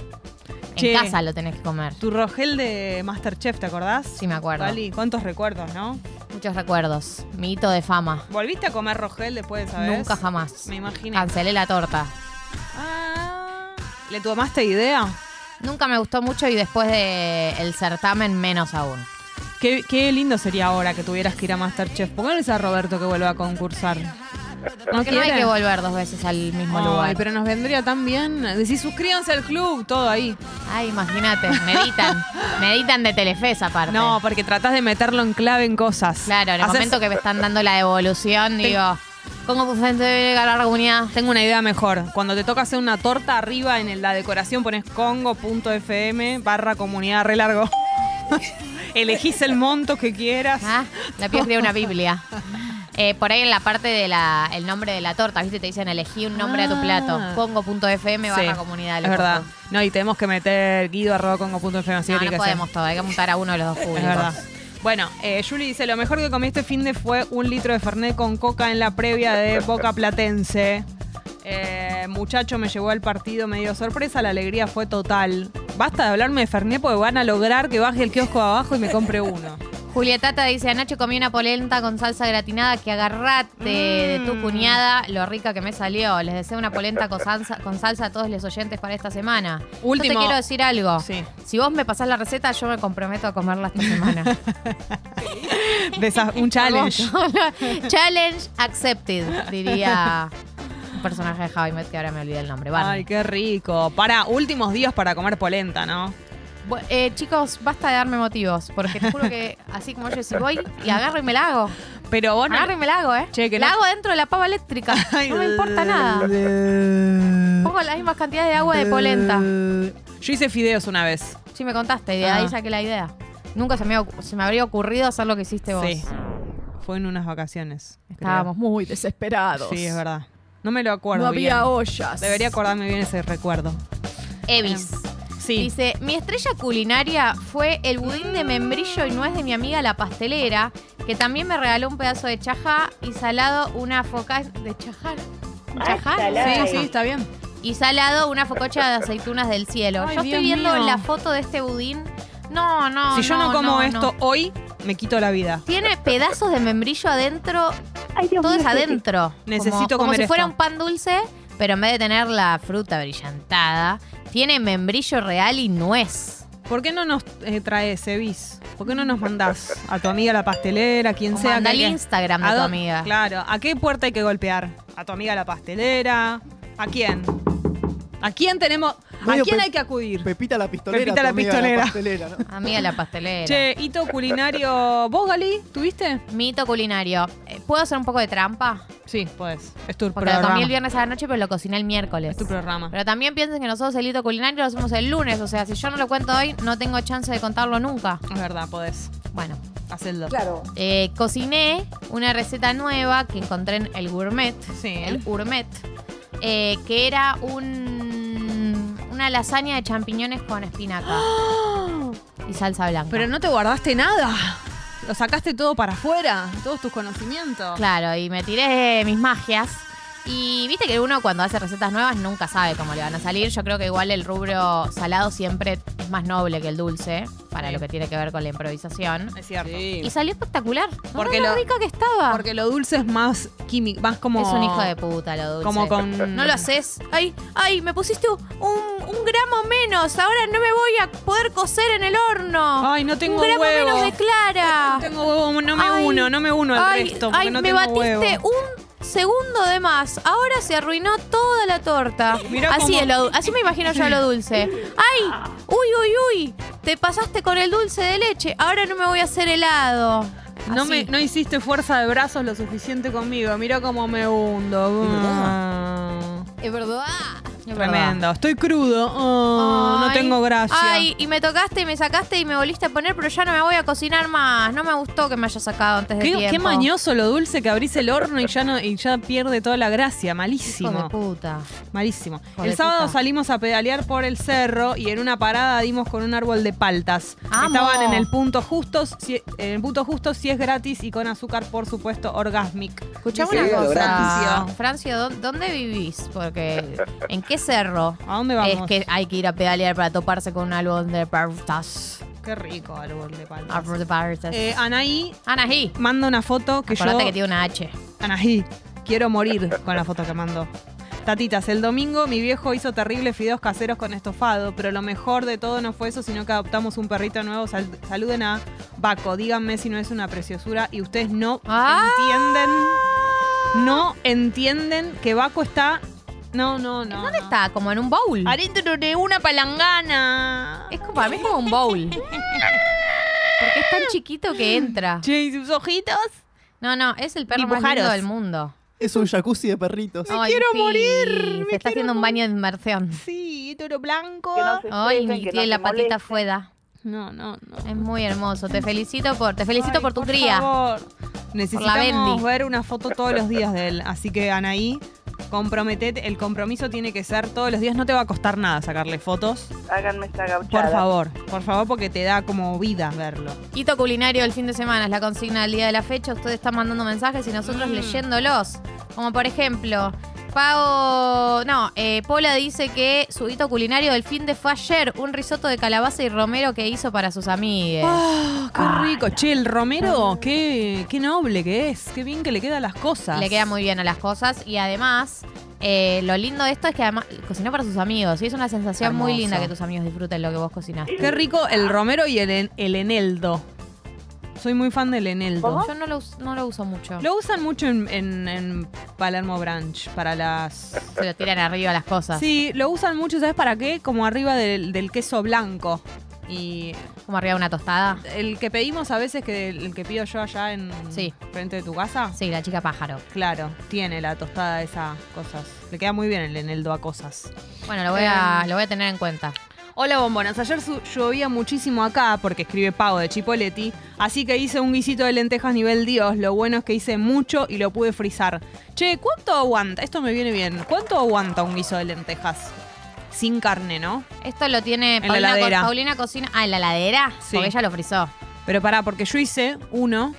Speaker 2: Che.
Speaker 3: En casa lo tenés que comer.
Speaker 2: Tu Rogel de Masterchef, ¿te acordás?
Speaker 3: Sí, me acuerdo.
Speaker 2: Gali, ¿cuántos recuerdos, no?
Speaker 3: Muchos recuerdos. Mi hito de fama.
Speaker 2: ¿Volviste a comer Rogel después de saber?
Speaker 3: Nunca jamás.
Speaker 2: Me imaginé.
Speaker 3: Cancelé la torta.
Speaker 2: Ah, ¿Le tomaste idea?
Speaker 3: Nunca me gustó mucho y después de el certamen menos aún.
Speaker 2: Qué, qué lindo sería ahora que tuvieras que ir a Masterchef. Pónganles a Roberto que vuelva a concursar. No
Speaker 3: Porque no hay
Speaker 2: quiere?
Speaker 3: que volver dos veces al mismo
Speaker 2: Ay,
Speaker 3: lugar.
Speaker 2: pero nos vendría tan bien. Decís, suscríbanse al club, todo ahí.
Speaker 3: Ay, imagínate,
Speaker 2: [LAUGHS]
Speaker 3: meditan. meditan de Telefes aparte.
Speaker 2: No, porque tratás de meterlo en clave en cosas.
Speaker 3: claro, en el
Speaker 2: Hacés-
Speaker 3: momento que me están dando la evolución, digo, ¿cómo se debe ganar la comunidad?
Speaker 2: Tengo una idea mejor. Cuando te toca hacer una torta arriba en el- la decoración pones congo.fm barra comunidad re largo. [LAUGHS] Elegís el monto que quieras.
Speaker 3: Ah, La piel crea una
Speaker 2: [LAUGHS]
Speaker 3: Biblia. Eh, por ahí en la parte del el nombre de la torta, ¿viste? Te dicen elegí un nombre a tu plato.
Speaker 2: Ah.
Speaker 3: Congo.fm barra
Speaker 2: Sí,
Speaker 3: comunidad.
Speaker 2: Es
Speaker 3: loco.
Speaker 2: verdad. No, y tenemos que meter guido arroba congo.fm. así
Speaker 3: No,
Speaker 2: tiene
Speaker 3: no
Speaker 2: que ser.
Speaker 3: podemos todo. Hay que montar a uno de los dos
Speaker 2: Es
Speaker 3: públicos.
Speaker 2: verdad. Bueno, eh, Juli dice, lo mejor que comí este fin de fue un litro de Fernet con coca en la previa de Boca Platense. Eh, muchacho me llevó al partido medio sorpresa, la alegría fue total. Basta de hablarme de Fernet porque van a lograr que baje el kiosco de abajo y me compre uno.
Speaker 3: Julietata dice, anoche comí una polenta con salsa gratinada que agarrate de
Speaker 2: Mm.
Speaker 3: tu cuñada, lo rica que me salió. Les deseo una polenta con salsa, con salsa a todos los oyentes para esta semana.
Speaker 2: Último.
Speaker 3: Yo te quiero decir algo.
Speaker 2: Sí.
Speaker 3: Si vos me pasás la receta, yo me comprometo a comerla esta
Speaker 2: [LAUGHS]
Speaker 3: semana. [LAUGHS]
Speaker 2: De esas- un challenge.
Speaker 3: Challenge accepted, diría un personaje de Javi Met que ahora me olvidé el nombre. Barney.
Speaker 2: Ay, qué rico. Para, últimos días para comer polenta, ¿no?
Speaker 3: Bu- eh, chicos, basta de darme motivos, porque te juro que así como yo, si voy y agarro y me la hago.
Speaker 2: Pero vos no-
Speaker 3: Agarro y me la hago, ¿eh?
Speaker 2: Che, que
Speaker 3: la
Speaker 2: no-
Speaker 3: hago dentro de la pava eléctrica.
Speaker 2: [LAUGHS] Ay,
Speaker 3: No me importa nada. Pongo las mismas cantidades de agua de polenta.
Speaker 2: Yo hice fideos una vez.
Speaker 3: Sí, me contaste, y de ahí
Speaker 2: Ah.
Speaker 3: saqué la idea. Nunca se me, ocu- se me habría ocurrido hacer lo que hiciste vos.
Speaker 2: Sí. Fue en unas vacaciones. creo.
Speaker 3: Estábamos muy desesperados.
Speaker 2: Sí, es verdad. No me lo acuerdo.
Speaker 3: No había
Speaker 2: bien.
Speaker 3: ollas.
Speaker 2: Debería acordarme bien ese recuerdo.
Speaker 3: Evis.
Speaker 2: Sí.
Speaker 3: Em, Dice, mi estrella culinaria fue el budín de membrillo y nuez de mi amiga la pastelera, que también me regaló un pedazo de chajá y salado una foca de chajar. ¿Chajá?
Speaker 2: sí,
Speaker 3: Chajá.
Speaker 2: sí, está bien.
Speaker 3: Y salado una fococha de aceitunas del cielo.
Speaker 2: Ay,
Speaker 3: Yo
Speaker 2: Dios
Speaker 3: estoy viendo
Speaker 2: mío.
Speaker 3: la foto de este budín. No, no.
Speaker 2: si yo no, como
Speaker 3: no.
Speaker 2: esto hoy, me quito la vida.
Speaker 3: Tiene pedazos de membrillo adentro,
Speaker 1: Ay, Dios
Speaker 3: todo
Speaker 1: mío,
Speaker 3: es adentro.
Speaker 2: Necesito
Speaker 3: como, como
Speaker 2: comer
Speaker 3: si fuera
Speaker 2: esto.
Speaker 3: un pan dulce, pero en vez de tener la fruta brillantada, tiene membrillo real y nuez.
Speaker 2: ¿Por qué no nos eh, traes, Evis? ¿Por qué no nos mandás a tu amiga la pastelera, a quien
Speaker 3: O
Speaker 2: sea?
Speaker 3: manda al
Speaker 2: que hay que-
Speaker 3: Instagram de
Speaker 2: ¿A
Speaker 3: tu
Speaker 2: dó-
Speaker 3: amiga.
Speaker 2: Claro. ¿A qué puerta hay que golpear? ¿A tu amiga la pastelera? ¿A quién? ¿A quién tenemos? ¿A
Speaker 6: Medio
Speaker 2: quién
Speaker 6: pe-
Speaker 2: hay que acudir?
Speaker 6: Pepita la pistolera.
Speaker 2: Pepita la
Speaker 6: tu amiga
Speaker 2: pistolera.
Speaker 6: pastelera, ¿no?
Speaker 3: Amiga la pastelera.
Speaker 2: Che, hito culinario. ¿Vos, Gali, tuviste?
Speaker 3: Mito culinario. Eh, ¿Puedo hacer un poco de trampa?
Speaker 2: Sí, podés. Es tu
Speaker 3: Porque lo
Speaker 2: programa.
Speaker 3: comí el viernes a la noche, pero lo cociné el miércoles.
Speaker 2: Es tu programa.
Speaker 3: Pero también piensen que nosotros el hito culinario lo hacemos el lunes. O sea, si yo no lo cuento hoy, no tengo chance de contarlo nunca.
Speaker 2: Es verdad, podés.
Speaker 3: Bueno,
Speaker 2: Hacedlo.
Speaker 3: eh, cociné una receta nueva que encontré en el gourmet.
Speaker 2: Sí.
Speaker 3: El gourmet. eh, que era un, una lasaña de champiñones con espinaca. y salsa blanca.
Speaker 2: Pero no te guardaste nada. Lo sacaste todo para afuera, todos tus conocimientos.
Speaker 3: Claro, y me tiré mis magias. Y viste que uno cuando hace recetas nuevas nunca sabe cómo le van a salir. Yo creo que igual el rubro salado siempre es más noble que el dulce, para
Speaker 2: Sí.
Speaker 3: lo que tiene que ver con la improvisación.
Speaker 2: Es cierto.
Speaker 3: Y salió espectacular.
Speaker 2: Porque
Speaker 3: Porque lo
Speaker 2: lo-
Speaker 3: rica que estaba.
Speaker 2: Porque lo dulce es más químico, más como.
Speaker 3: Es un hijo de puta lo dulce.
Speaker 2: Como con.
Speaker 3: No lo haces. Ay, ay, me pusiste un, un gramo menos. Ahora no me voy a poder cocer en el horno.
Speaker 2: Ay, no tengo
Speaker 3: un gramo
Speaker 2: huevo.
Speaker 3: menos de clara.
Speaker 2: [LAUGHS] No tengo huevo, no me
Speaker 3: Ay,
Speaker 2: uno, no me uno al
Speaker 3: ay,
Speaker 2: resto. Porque
Speaker 3: ay,
Speaker 2: no
Speaker 3: me
Speaker 2: tengo
Speaker 3: batiste
Speaker 2: huevo.
Speaker 3: un segundo de más. Ahora se arruinó toda la torta.
Speaker 2: Mirá
Speaker 3: así,
Speaker 2: cómo-
Speaker 3: es lo- así me imagino yo lo dulce. ¡Ay! ¡Uy, uy, uy! Te pasaste con el dulce de leche. Ahora no me voy a hacer helado.
Speaker 2: No,
Speaker 3: Así.
Speaker 2: me, no hiciste fuerza de brazos lo suficiente conmigo. Mira cómo me hundo. Ah,
Speaker 3: Es verdad. Es verdad.
Speaker 2: Tremendo. Estoy crudo. Ah, no
Speaker 3: Ay,
Speaker 2: tengo gracia.
Speaker 3: Ay, y me tocaste y me sacaste y me volviste a poner, pero ya no me voy a cocinar más. No me gustó que me hayas sacado antes de
Speaker 2: Qué,
Speaker 3: tiempo.
Speaker 2: qué mañoso lo dulce que abrís el horno y ya no y ya pierde toda la gracia,
Speaker 3: Hijo de
Speaker 2: malísimo.
Speaker 3: puta.
Speaker 2: Malísimo.
Speaker 3: Hijo
Speaker 2: el
Speaker 3: de
Speaker 2: sábado
Speaker 3: puta.
Speaker 2: salimos a pedalear por el cerro y en una parada dimos con un árbol de paltas.
Speaker 3: ¡Amo!
Speaker 2: Estaban en el punto justo, si, en el punto justo si es gratis y con azúcar, por supuesto, orgasmic.
Speaker 3: Escuchame
Speaker 2: Dice,
Speaker 3: una cosa, Francio,
Speaker 2: Francio.
Speaker 3: ¿dó- ¿dónde vivís? Porque ¿en qué cerro?
Speaker 2: ¿A dónde vamos?
Speaker 3: Es que hay que ir a pedalear para toparse con un álbum de partas.
Speaker 2: Qué rico árbol de paltas.
Speaker 3: Álbum de partas.
Speaker 2: Eh, Anaí
Speaker 3: Anaí,
Speaker 2: manda una foto que
Speaker 3: acordate
Speaker 2: yo.
Speaker 3: que tiene una H.
Speaker 2: Anaí, quiero morir con la foto que mandó. Tatitas, el domingo mi viejo hizo terribles fideos caseros con estofado, pero lo mejor de todo no fue eso, sino que adoptamos un perrito nuevo. Sal- saluden a Baco, díganme si no es una preciosura y ustedes no
Speaker 3: Ah.
Speaker 2: entienden, no entienden que Baco está... No, no, no.
Speaker 3: ¿Dónde
Speaker 2: no.
Speaker 3: está? Como en un bowl.
Speaker 2: Adentro de una palangana.
Speaker 3: Es como, para mí es como un bowl. Porque es tan chiquito que entra.
Speaker 2: Che, ¿y sus ojitos?
Speaker 3: No, no, es el perro más
Speaker 2: Dibujaros.
Speaker 3: lindo del mundo.
Speaker 6: Es un jacuzzi de perritos.
Speaker 3: Ay,
Speaker 2: quiero
Speaker 3: sí, Se
Speaker 2: morir, me
Speaker 3: está
Speaker 2: quiero
Speaker 3: haciendo un baño de
Speaker 2: [LAUGHS]
Speaker 3: inmersión.
Speaker 2: Sí, toro blanco.
Speaker 1: que no se
Speaker 3: Ay,
Speaker 1: estresen, que
Speaker 3: tiene
Speaker 1: no
Speaker 3: la
Speaker 1: se
Speaker 3: patita
Speaker 1: molesten.
Speaker 3: fuera.
Speaker 2: No, no, no.
Speaker 3: Es muy hermoso. Te felicito por, te felicito
Speaker 2: Ay,
Speaker 3: por tu cría.
Speaker 2: favor.
Speaker 3: Bendy.
Speaker 2: Necesitamos ver una foto todos los días de él. Así que Anaí, comprometete, el compromiso tiene que ser todos los días, no te va a costar nada sacarle fotos.
Speaker 11: Ah,
Speaker 7: Háganme esta gauchada.
Speaker 2: Por favor, por favor, porque te da como vida verlo.
Speaker 3: Hito culinario el fin de semana es la consigna del día de la fecha. Ustedes están mandando mensajes y nosotros
Speaker 2: Mm.
Speaker 3: leyéndolos. Como por ejemplo, Pau. No, eh, Pola dice que su hito culinario del fin de fue ayer. Un risotto de calabaza y romero que hizo para sus amigues.
Speaker 2: [GASPS] Ah, qué rico. Che, el Romero, qué, qué noble que es. Qué bien que le quedan las cosas.
Speaker 3: Le queda muy bien a las cosas. Y además, eh, lo lindo de esto es que además cocinó para sus amigos. Y es una sensación muy
Speaker 2: Hermoso.
Speaker 3: linda que tus amigos disfruten lo que vos cocinaste.
Speaker 2: Qué rico el Romero y el, en- el Eneldo. Soy muy fan del Eneldo.
Speaker 3: Yo no lo, us- no lo uso mucho.
Speaker 2: Lo usan mucho en, en- en Palermo Branch para las.
Speaker 3: Se lo tiran arriba las cosas.
Speaker 2: Sí, lo usan mucho, ¿sabes para qué? Como arriba del, del queso blanco. Y
Speaker 3: Como arriba de una tostada.
Speaker 2: el que pedimos a veces, que el que pido yo allá en
Speaker 3: Sí.
Speaker 2: frente de tu casa,
Speaker 3: Sí, la chica pájaro.
Speaker 2: claro, tiene la tostada de esas cosas. Le queda muy bien el Eneldo a cosas.
Speaker 3: Bueno, lo voy a,
Speaker 2: Em.
Speaker 3: lo voy a tener en cuenta.
Speaker 2: Hola bombonas, ayer su- llovía muchísimo acá porque escribe Pavo de Chipoletti, así que hice un guisito de lentejas nivel Dios, lo bueno es que hice mucho y lo pude frizar. Che, ¿cuánto aguanta? Esto me viene bien. ¿Cuánto aguanta un guiso de lentejas? Sin carne, ¿no?
Speaker 3: Esto lo tiene
Speaker 2: En la
Speaker 3: Paulina, Co-
Speaker 2: heladera.
Speaker 3: Paulina Cocina. Ah, en la ladera.
Speaker 2: Sí.
Speaker 3: Porque ella lo frizó.
Speaker 2: Pero pará, porque yo hice uno,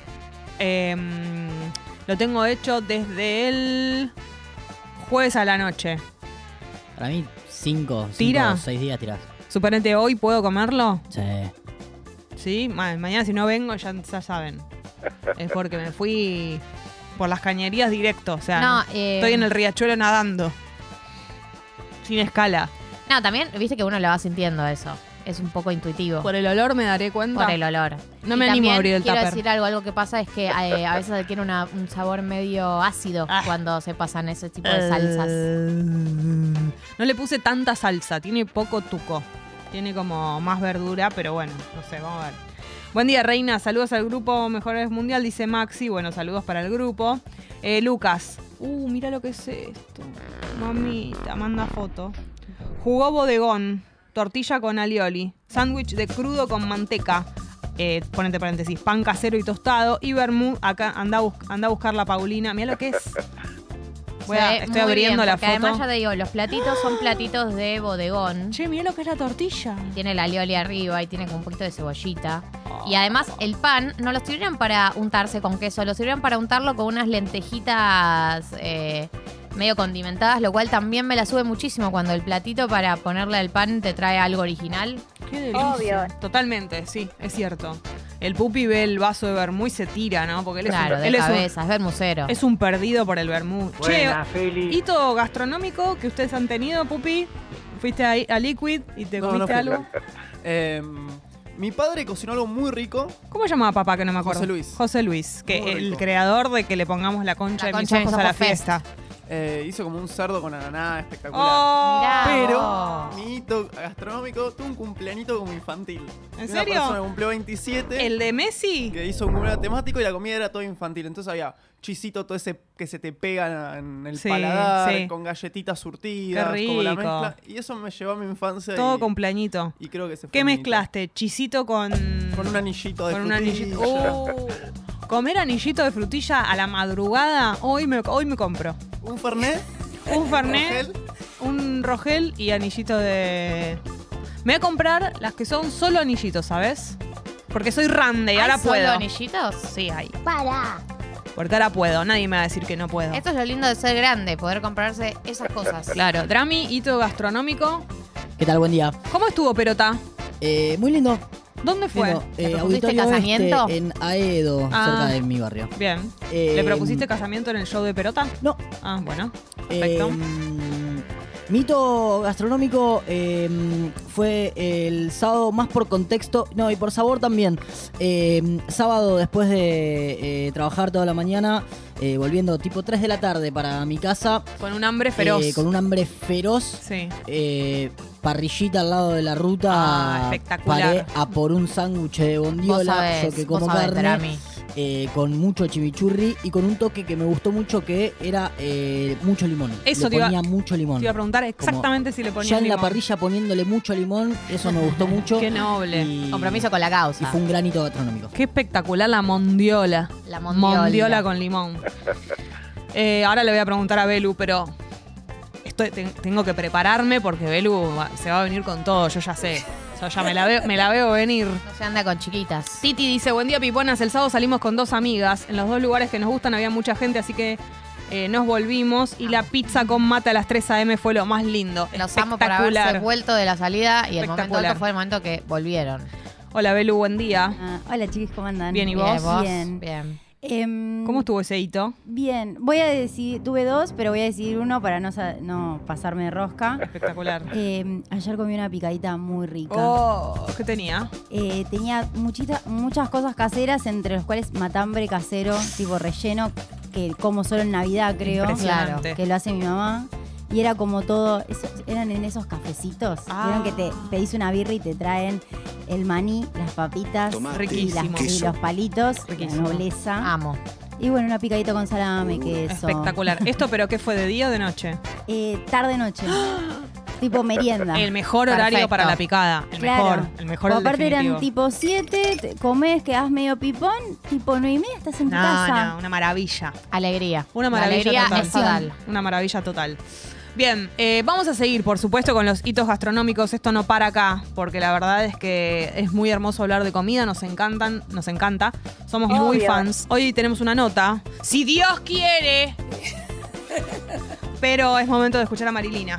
Speaker 2: em, lo tengo hecho desde el jueves a la noche.
Speaker 12: Para mí, cinco, cinco
Speaker 2: ¿Tira?
Speaker 12: o seis días tirás.
Speaker 2: Suponete, ¿hoy puedo comerlo?
Speaker 12: Sí.
Speaker 2: Sí, ma- mañana si no vengo ya, ya saben. Es porque me fui por las cañerías directo, o sea,
Speaker 3: No,
Speaker 2: no-
Speaker 3: eh,
Speaker 2: estoy en el riachuelo nadando. Sin escala.
Speaker 3: No, también, viste que uno lo va sintiendo eso. Es un poco intuitivo.
Speaker 2: Por el olor me daré cuenta.
Speaker 3: Por el olor.
Speaker 2: No
Speaker 3: Y
Speaker 2: me animo
Speaker 3: también
Speaker 2: a abrir el
Speaker 3: Quiero
Speaker 2: tupper.
Speaker 3: decir algo, algo que pasa es que eh, a veces adquiere una- un sabor medio ácido
Speaker 2: Ah. Eh,
Speaker 3: cuando se pasan ese tipo de salsas.
Speaker 2: No le puse tanta salsa, tiene poco tuco. Tiene como más verdura, pero bueno, no sé, vamos a ver. Buen día, Reina. Saludos al grupo Mejores Mundial, dice Maxi. Bueno, saludos para el grupo. Eh, Lucas. Uh, mira lo que es esto. Mamita, manda foto. Jugó bodegón, tortilla con alioli, sándwich de crudo con manteca. Eh, ponete paréntesis, pan casero y tostado. Y vermú, acá anda a, bus- anda a buscar la Paulina. Mira lo que es. Voy
Speaker 3: Se
Speaker 2: a-
Speaker 3: ve
Speaker 2: estoy
Speaker 3: muy
Speaker 2: abriendo
Speaker 3: bien,
Speaker 2: la
Speaker 3: porque
Speaker 2: foto.
Speaker 3: Además, ya te digo, los platitos son platitos de bodegón.
Speaker 2: Che, mirá lo que es la tortilla.
Speaker 3: Tiene la alioli arriba y tiene como un poquito de cebollita.
Speaker 2: Ah.
Speaker 3: Y además el pan no lo sirvieron para untarse con queso, lo sirvieron para untarlo con unas lentejitas eh, medio condimentadas, lo cual también me la sube muchísimo cuando el platito para ponerle al pan te trae algo original.
Speaker 2: Qué delicia. Totalmente, sí, es cierto. El pupi ve el vaso de vermú y se tira, ¿no? Porque él es,
Speaker 3: claro,
Speaker 2: un,
Speaker 3: de
Speaker 2: él es un-
Speaker 3: cabeza, es vermucero.
Speaker 2: es un perdido por el vermú. Che,
Speaker 5: Buena, Feli.
Speaker 2: hito gastronómico que ustedes han tenido, pupi. Fuiste ahí a Liquid y te
Speaker 6: No, no
Speaker 2: comiste
Speaker 6: fui.
Speaker 2: algo.
Speaker 6: Em, mi padre cocinó algo muy rico.
Speaker 2: ¿Cómo llamaba papá que no me acuerdo?
Speaker 6: José Luis.
Speaker 2: José Luis, que
Speaker 6: Muy
Speaker 2: el
Speaker 6: rico.
Speaker 2: creador de que le pongamos la concha
Speaker 3: La
Speaker 2: de mis
Speaker 3: concha de
Speaker 2: ojos
Speaker 3: mis
Speaker 2: a la
Speaker 3: ojos fest.
Speaker 2: fiesta.
Speaker 6: Eh, hizo como un cerdo con ananá espectacular.
Speaker 2: Oh,
Speaker 3: Mirá.
Speaker 6: Pero
Speaker 3: Oh.
Speaker 6: mi hito gastronómico tuvo un cumpleanito como infantil.
Speaker 2: ¿En
Speaker 6: Una
Speaker 2: serio?
Speaker 6: persona que cumplió 27.
Speaker 2: el de Messi.
Speaker 6: que hizo un cumpleaños temático y la comida era todo infantil. Entonces había chisito todo ese que se te pega en el
Speaker 2: Sí,
Speaker 6: paladar,
Speaker 2: sí.
Speaker 6: con galletitas surtidas,
Speaker 2: Qué
Speaker 6: como la
Speaker 2: rico.
Speaker 6: mezcla. Y eso me llevó a mi infancia.
Speaker 2: Todo
Speaker 6: y,
Speaker 2: cumpleañito.
Speaker 6: y creo que se fue.
Speaker 2: ¿Qué
Speaker 6: mi
Speaker 2: mezclaste? Chisito con.
Speaker 6: hito. Con un anillito de
Speaker 2: Con un
Speaker 6: frutilla.
Speaker 2: anillito. Oh. Comer anillito de frutilla a la madrugada, hoy me, hoy me compro.
Speaker 6: Un fernet.
Speaker 2: Un
Speaker 6: rogel.
Speaker 2: fernet, un rogel y anillito de... Me voy a comprar las que son solo anillitos, ¿sabes? Porque soy rande y
Speaker 3: ¿Hay
Speaker 2: ahora
Speaker 3: solo
Speaker 2: puedo.
Speaker 3: anillitos?
Speaker 2: Sí, ahí.
Speaker 9: Para.
Speaker 2: Porque ahora puedo, nadie me va a decir que no puedo.
Speaker 3: Esto es lo lindo de ser grande, poder comprarse esas
Speaker 2: [LAUGHS]
Speaker 3: cosas.
Speaker 2: Claro, Drami, hito gastronómico.
Speaker 12: ¿Qué tal? Buen día.
Speaker 2: ¿Cómo estuvo Perota?
Speaker 12: Eh, muy lindo.
Speaker 2: ¿Dónde fue?
Speaker 12: Lindo. Eh,
Speaker 3: propusiste
Speaker 12: auditorio
Speaker 3: casamiento?
Speaker 12: Oeste, en Aedo,
Speaker 2: Ah.
Speaker 12: cerca de mi barrio.
Speaker 2: Bien.
Speaker 12: Eh,
Speaker 2: ¿Le propusiste casamiento en el show de Perota?
Speaker 12: No.
Speaker 2: Ah, bueno.
Speaker 12: Eh,
Speaker 2: Perfecto.
Speaker 12: mito gastronómico eh, fue el sábado más por contexto, no, y por sabor también. Eh, sábado después de eh, trabajar toda la mañana, eh, volviendo tipo 3 de la tarde para mi casa,
Speaker 2: Con un hambre feroz.
Speaker 12: eh, con un hambre feroz.
Speaker 2: Sí.
Speaker 12: eh, parrillita al lado de la ruta.
Speaker 2: Ah, espectacular.
Speaker 12: Paré a por un sándwich de
Speaker 3: Vos
Speaker 12: bondiola,
Speaker 3: sabés,
Speaker 12: yo que
Speaker 3: vos
Speaker 12: como
Speaker 3: sabés,
Speaker 12: carne
Speaker 3: Drami.
Speaker 12: eh, con mucho chimichurri y con un toque que me gustó mucho que era eh, mucho limón.
Speaker 2: Eso
Speaker 12: Le
Speaker 2: te iba-
Speaker 12: ponía mucho limón.
Speaker 2: Te iba a preguntar exactamente si le ponía
Speaker 12: ya en la
Speaker 2: limón.
Speaker 12: parrilla poniéndole mucho limón, eso me
Speaker 2: [LAUGHS]
Speaker 12: gustó mucho.
Speaker 2: Qué noble.
Speaker 12: Y-
Speaker 3: Compromiso con la
Speaker 12: Y
Speaker 3: causa.
Speaker 12: fue un granito gastronómico.
Speaker 2: Qué espectacular la mondiola.
Speaker 3: La
Speaker 12: [LAUGHS]
Speaker 3: mondiola.
Speaker 2: con limón. Eh, ahora le voy a preguntar a Belu, pero estoy- te- tengo que prepararme porque Belu va- se va a venir con todo, yo ya sé. O sea, ya me la veo, me la veo venir.
Speaker 3: No se anda con chiquitas.
Speaker 2: Titi dice, buen día Piponas, el sábado salimos con dos amigas. En los dos lugares que nos gustan había mucha gente, así que eh, nos volvimos. Y la pizza con mate a las 3 a.m. fue lo más lindo.
Speaker 3: Los amo por haberse
Speaker 2: Espectacular.
Speaker 3: vuelto de la salida y el momento
Speaker 2: Espectacular.
Speaker 3: alto fue el momento que volvieron.
Speaker 2: Hola Belu, buen día.
Speaker 7: Ah, hola chiquis, ¿cómo andan?
Speaker 2: Bien, ¿y vos?
Speaker 7: Bien.
Speaker 3: Bien.
Speaker 7: Em,
Speaker 2: ¿Cómo estuvo ese hito?
Speaker 7: Bien, voy a decir, tuve dos, pero voy a decidir uno para no, sa- no pasarme de
Speaker 2: [LAUGHS]
Speaker 7: rosca.
Speaker 2: Espectacular.
Speaker 7: Em, ayer comí una picadita muy rica.
Speaker 2: Oh, ¿qué tenía?
Speaker 7: Eh, tenía muchita- muchas cosas caseras, entre las cuales matambre casero, tipo relleno, que como solo en Navidad, creo.
Speaker 2: Impresionante.
Speaker 7: Claro, Que lo hace mi mamá. Y era como todo, esos- eran en esos cafecitos.
Speaker 2: Ah.
Speaker 7: Vieron que te pedís una birra y te traen el maní, las papitas,
Speaker 2: Tomate,
Speaker 7: y, las-
Speaker 2: Riquísimo.
Speaker 7: y los palitos,
Speaker 2: Riquísimo.
Speaker 7: la
Speaker 2: Ah.
Speaker 7: nobleza.
Speaker 3: Amo.
Speaker 7: Y bueno, una picadita con salame, queso.
Speaker 2: Espectacular. ¿Esto pero qué fue de día o de noche?
Speaker 7: Eh,
Speaker 2: [GASPS]
Speaker 7: tarde-noche. tipo merienda.
Speaker 2: El mejor horario
Speaker 7: Perfecto.
Speaker 2: para la picada. El
Speaker 7: Claro.
Speaker 2: mejor. El mejor.
Speaker 7: O
Speaker 2: el
Speaker 7: aparte eran
Speaker 2: definitivo.
Speaker 7: tipo 7, comés, quedás medio pipón, tipo 9 y media estás en tu
Speaker 2: No,
Speaker 7: casa.
Speaker 2: no, una maravilla.
Speaker 3: Alegría.
Speaker 2: Una maravilla
Speaker 3: La
Speaker 2: total.
Speaker 3: alegría es total.
Speaker 2: Una maravilla total. Bien, eh, vamos a seguir, por supuesto, con los hitos gastronómicos. Esto no para acá, porque la verdad es que es muy hermoso hablar de comida, nos encantan, nos encanta. Somos muy
Speaker 11: Obvio.
Speaker 2: fans. Hoy tenemos una nota. Si Dios quiere. Pero es momento de escuchar a Marilina.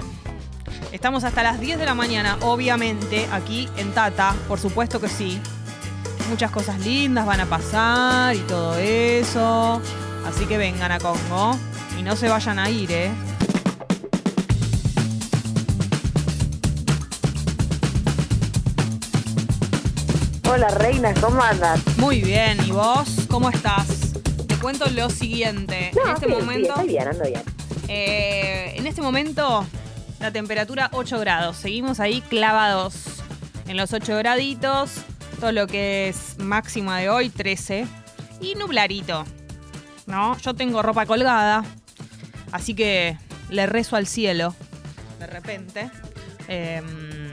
Speaker 2: Estamos hasta las 10 de la mañana, obviamente, aquí en Tata, por supuesto que sí. Muchas cosas lindas van a pasar y todo eso. Así que vengan a Congo y no se vayan a ir, ¿eh?
Speaker 11: Hola, reinas, ¿cómo andas?
Speaker 2: Muy bien, ¿y vos cómo estás? Te cuento lo siguiente. en este
Speaker 11: sí, sí,
Speaker 2: momento.
Speaker 11: estoy bien, ando bien.
Speaker 2: Eh, en este momento, la temperatura 8 grados. Seguimos ahí clavados en los 8 graditos. Todo lo que es máxima de hoy, 13. Y nublarito. ¿No? Yo tengo ropa colgada. Así que le rezo al cielo. De repente. Em,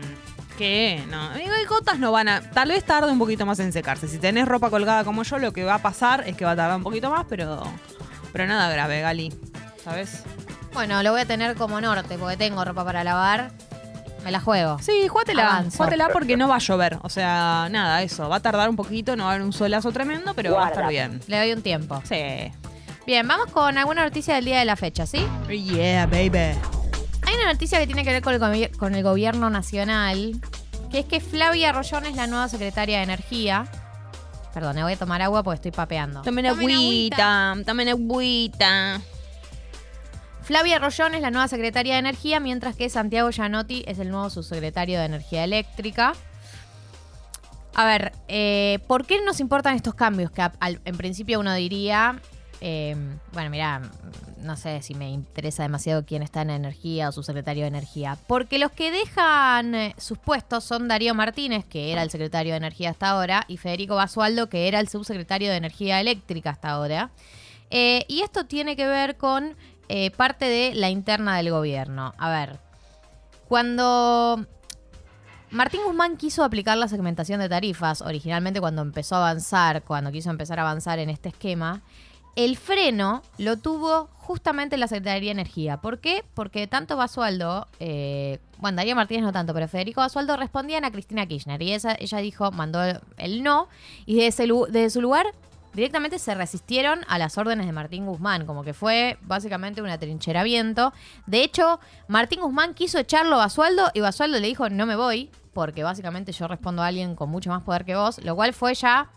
Speaker 2: que no. Digo, hay gotas no van a. Tal vez tarde un poquito más en secarse. Si tenés ropa colgada como yo, lo que va a pasar es que va a tardar un poquito más, pero. Pero nada grave, Gali. ¿Sabes?
Speaker 3: Bueno, lo voy a tener como norte porque tengo ropa para lavar. Me la juego.
Speaker 2: Sí, jugátela.
Speaker 3: Avanzo.
Speaker 2: Jugátela porque no va a llover. O sea, nada, eso. Va a tardar un poquito, no va a haber un solazo tremendo, pero va a estar bien.
Speaker 3: Le doy un tiempo.
Speaker 2: Sí.
Speaker 3: Bien, vamos con alguna noticia del día de la fecha, ¿sí?
Speaker 2: Yeah, baby.
Speaker 3: Hay una noticia que tiene que ver con el, gobi- con el gobierno nacional, que es que Flavia Rollón es la nueva secretaria de Energía. Perdón, me voy a tomar agua porque estoy papeando.
Speaker 2: Tomen agüita, tomen agüita.
Speaker 3: Flavia Rollón es la nueva secretaria de Energía, mientras que Santiago Gianotti es el nuevo subsecretario de Energía Eléctrica. A ver, eh, ¿por qué nos importan estos cambios? Que a- al- en principio uno diría, eh, bueno, mira, no sé si me interesa demasiado quién está en Energía o subsecretario de Energía. Porque los que dejan eh, sus puestos son Darío Martínez, que era el secretario de Energía hasta ahora, y Federico Basualdo, que era el subsecretario de Energía Eléctrica hasta ahora. Eh, y esto tiene que ver con eh, parte de la interna del gobierno. A ver, cuando Martín Guzmán quiso aplicar la segmentación de tarifas, originalmente cuando empezó a avanzar, cuando quiso empezar a avanzar en este esquema, el freno lo tuvo justamente la Secretaría de Energía. ¿Por qué? Porque tanto Basualdo, eh, bueno, Darío Martínez no tanto, pero Federico Basualdo respondían a Cristina Kirchner. Y esa- ella dijo, mandó el no, y desde, ese lu- desde su lugar directamente se resistieron a las órdenes de Martín Guzmán, como que fue básicamente un atrincheramiento. De hecho, Martín Guzmán quiso echarlo a Basualdo y Basualdo le dijo, no me voy, porque básicamente yo respondo a alguien con mucho más poder que vos, lo cual fue ya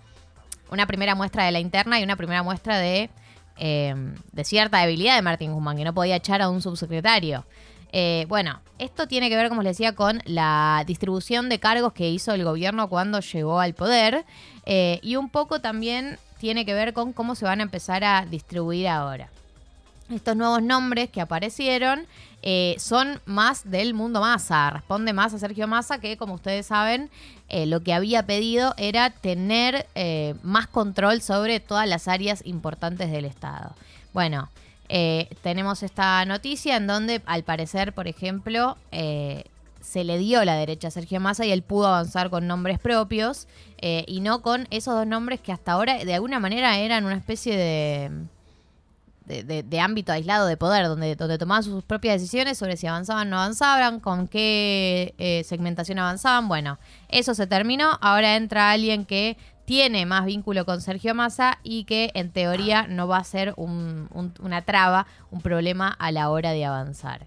Speaker 3: una primera muestra de la interna y una primera muestra de, eh, de cierta debilidad de Martín Guzmán, que no podía echar a un subsecretario. Eh, bueno, esto tiene que ver, como les decía, con la distribución de cargos que hizo el gobierno cuando llegó al poder eh, y un poco también tiene que ver con cómo se van a empezar a distribuir ahora estos nuevos nombres que aparecieron eh, son más del mundo Massa. Responde más a Sergio Massa, que como ustedes saben, eh, lo que había pedido era tener eh, más control sobre todas las áreas importantes del Estado. Bueno, eh, tenemos esta noticia en donde, al parecer, por ejemplo, eh, se le dio la derecha a Sergio Massa y él pudo avanzar con nombres propios eh, y no con esos dos nombres que hasta ahora de alguna manera eran una especie de de, de- de ámbito aislado de poder, donde, donde tomaban sus propias decisiones sobre si avanzaban o no avanzaban, con qué eh, segmentación avanzaban. Bueno, eso se terminó. Ahora entra alguien que tiene más vínculo con Sergio Massa y que en teoría no va a ser un- un- una traba, un problema a la hora de avanzar.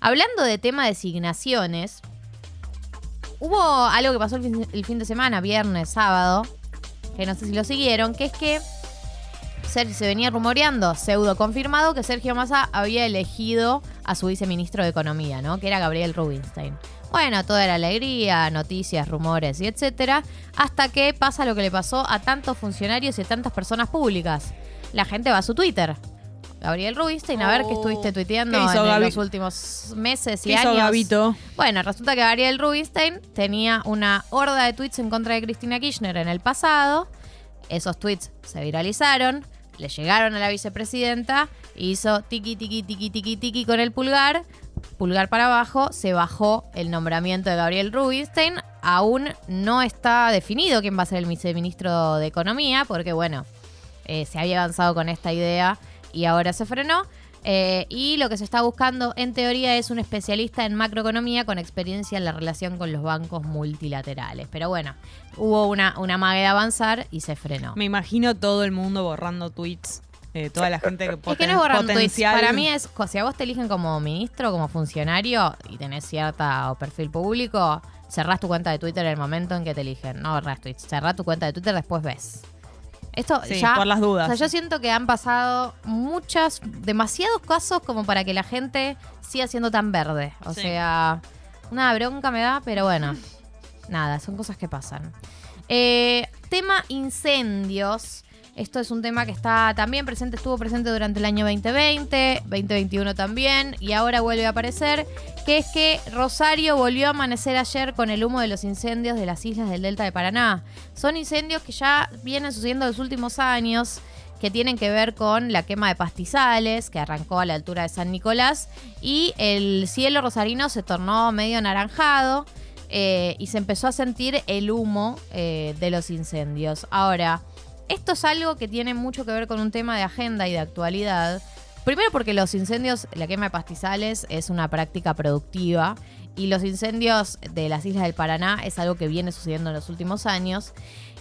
Speaker 3: Hablando de tema designaciones, hubo algo que pasó el fin, el fin de semana, viernes, sábado, que no sé si lo siguieron, que es que Ser- se venía rumoreando, pseudo confirmado, que Sergio Massa había elegido a su viceministro de Economía, ¿no? Que era Gabriel Rubinstein. Bueno, toda era alegría, noticias, rumores y etcétera, hasta que pasa lo que le pasó a tantos funcionarios y a tantas personas públicas. La gente va a su Twitter. Gabriel Rubinstein, a ver qué
Speaker 2: Oh.
Speaker 3: estuviste tuiteando
Speaker 2: ¿Qué hizo
Speaker 3: en
Speaker 2: Gabi?
Speaker 3: los últimos meses y
Speaker 2: ¿Qué hizo
Speaker 3: años.
Speaker 2: Gabito?
Speaker 3: Bueno, resulta que Gabriel Rubinstein tenía una horda de tweets en contra de Cristina Kirchner en el pasado. Esos tweets se viralizaron, le llegaron a la vicepresidenta, hizo tiqui, tiqui, tiqui, tiqui, tiqui con el pulgar, pulgar para abajo, se bajó el nombramiento de Gabriel Rubinstein. Aún no está definido quién va a ser el viceministro de Economía, porque bueno, eh, se había avanzado con esta idea y ahora se frenó. Eh, y lo que se está buscando en teoría es un especialista en macroeconomía con experiencia en la relación con los bancos multilaterales. Pero bueno, hubo una, una mague de avanzar y se frenó.
Speaker 2: Me imagino todo el mundo borrando tweets. eh, toda la gente que
Speaker 3: Es que no es borrar tweets. Para mí es, co- si a vos te eligen como ministro, como funcionario y tenés cierta o perfil público, cerrás tu cuenta de Twitter en el momento en que te eligen. No borrás tweets. Cerrás tu cuenta de Twitter, después ves. Esto
Speaker 2: Sí,
Speaker 3: ya.
Speaker 2: por las
Speaker 3: o
Speaker 2: dudas.
Speaker 3: sea, yo siento que han pasado muchas, demasiados casos como para que la gente siga siendo tan verde. O
Speaker 2: Sí.
Speaker 3: sea, una bronca me da, pero bueno. Nada, son cosas que pasan. Eh, tema incendios. Esto es un tema que está también presente, estuvo presente durante el año 2020, 2021 también, y ahora vuelve a aparecer, que es que Rosario volvió a amanecer ayer con el humo de los incendios de las islas del Delta de Paraná. Son incendios que ya vienen sucediendo en los últimos años, que tienen que ver con la quema de pastizales, que arrancó a la altura de San Nicolás, y el cielo rosarino se tornó medio anaranjado eh, y se empezó a sentir el humo eh, de los incendios. Ahora, esto es algo que tiene mucho que ver con un tema de agenda y de actualidad. Primero porque los incendios, la quema de pastizales es una práctica productiva y los incendios de las islas del Paraná es algo que viene sucediendo en los últimos años.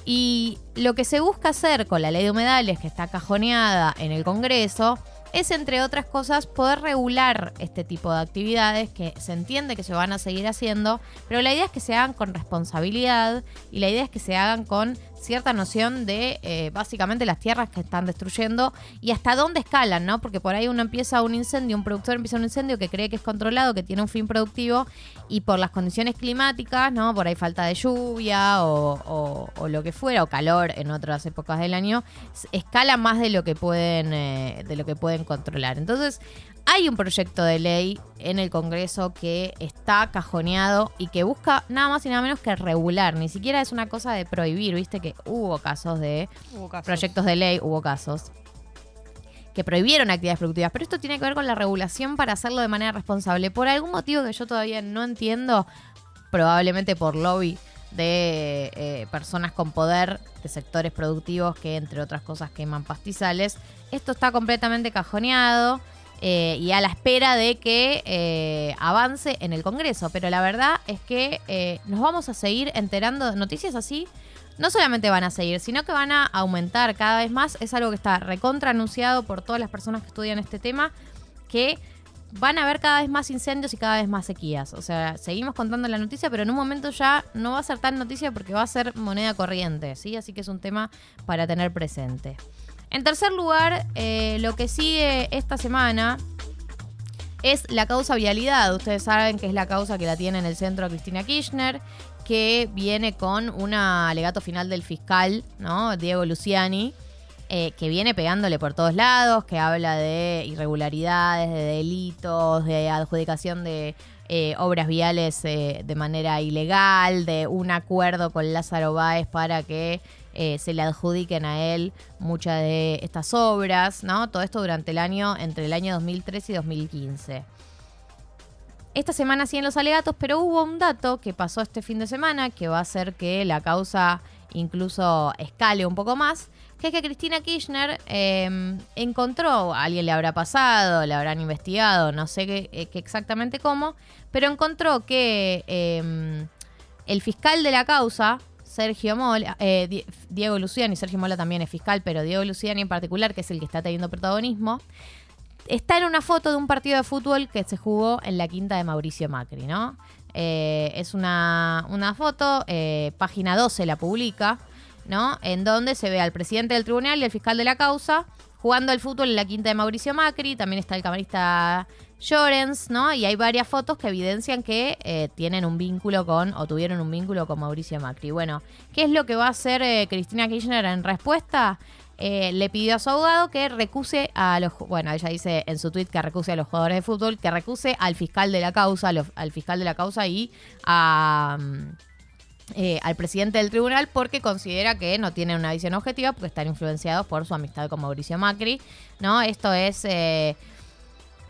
Speaker 3: Y lo que se busca hacer con la ley de humedales que está cajoneada en el Congreso es, entre otras cosas, poder regular este tipo de actividades que se entiende que se van a seguir haciendo, pero la idea es que se hagan con responsabilidad y la idea es que se hagan con cierta noción de eh, básicamente las tierras que están destruyendo y hasta dónde escalan, ¿no? Porque por ahí uno empieza un incendio, un productor empieza un incendio que cree que es controlado, que tiene un fin productivo y por las condiciones climáticas, ¿no? Por ahí falta de lluvia o, o- o lo que fuera, o calor en otras épocas del año, s- escala más de lo que pueden, eh, de lo que pueden controlar. Entonces, hay un proyecto de ley en el Congreso que está cajoneado y que busca nada más y nada menos que regular. Ni siquiera es una cosa de prohibir, viste que hubo casos de
Speaker 2: Hubo casos.
Speaker 3: proyectos de ley, hubo casos que prohibieron actividades productivas. Pero esto tiene que ver con la regulación para hacerlo de manera responsable. Por algún motivo que yo todavía no entiendo, probablemente por lobby de eh, personas con poder, de sectores productivos que, entre otras cosas, queman pastizales. Esto está completamente cajoneado eh, y a la espera de que eh, avance en el Congreso. Pero la verdad es que eh, nos vamos a seguir enterando de noticias así no solamente van a seguir, sino que van a aumentar cada vez más. Es algo que está recontra anunciado por todas las personas que estudian este tema, que van a haber cada vez más incendios y cada vez más sequías. O sea, seguimos contando la noticia, pero en un momento ya no va a ser tan noticia porque va a ser moneda corriente, ¿sí? Así que es un tema para tener presente. En tercer lugar, eh, lo que sigue esta semana es la causa vialidad. Ustedes saben que es la causa que la tiene en el centro Cristina Kirchner, que viene con un alegato final del fiscal, ¿no? Diego Luciani, eh, que viene pegándole por todos lados, que habla de irregularidades, de delitos, de adjudicación de eh, obras viales eh, de manera ilegal, de un acuerdo con Lázaro Báez para que eh, se le adjudiquen a él muchas de estas obras, ¿no? Todo esto durante el año, entre el año 2003 y 2015. Esta semana siguen los alegatos, pero hubo un dato que pasó este fin de semana que va a hacer que la causa incluso escale un poco más, que es que Cristina Kirchner eh, encontró, a alguien le habrá pasado, le habrán investigado, no sé qué, eh, qué exactamente cómo, pero encontró que eh, el fiscal de la causa, Sergio Mola, eh, Di- Diego Luciani, Sergio Mola también es fiscal, pero Diego Luciani en particular, que es el que está teniendo protagonismo, está en una foto de un partido de fútbol que se jugó en la quinta de Mauricio Macri, ¿no? Eh, es una, una foto, eh, página 12 la publica, ¿no? En donde se ve al presidente del tribunal y al fiscal de la causa jugando al fútbol en la quinta de Mauricio Macri, también está el camarista Llorens, ¿no? Y hay varias fotos que evidencian que eh, tienen un vínculo con, o tuvieron un vínculo con Mauricio Macri. Bueno, ¿qué es lo que va a hacer eh, Cristina Kirchner en respuesta? Eh, le pidió a su abogado que recuse a los. ju- Bueno, ella dice en su tweet que recuse a los jugadores de fútbol, que recuse al fiscal de la causa, a los- al fiscal de la causa y a. mm, eh, al presidente del tribunal porque considera que no tienen una visión objetiva porque están influenciados por su amistad con Mauricio Macri, ¿no? Esto es... eh,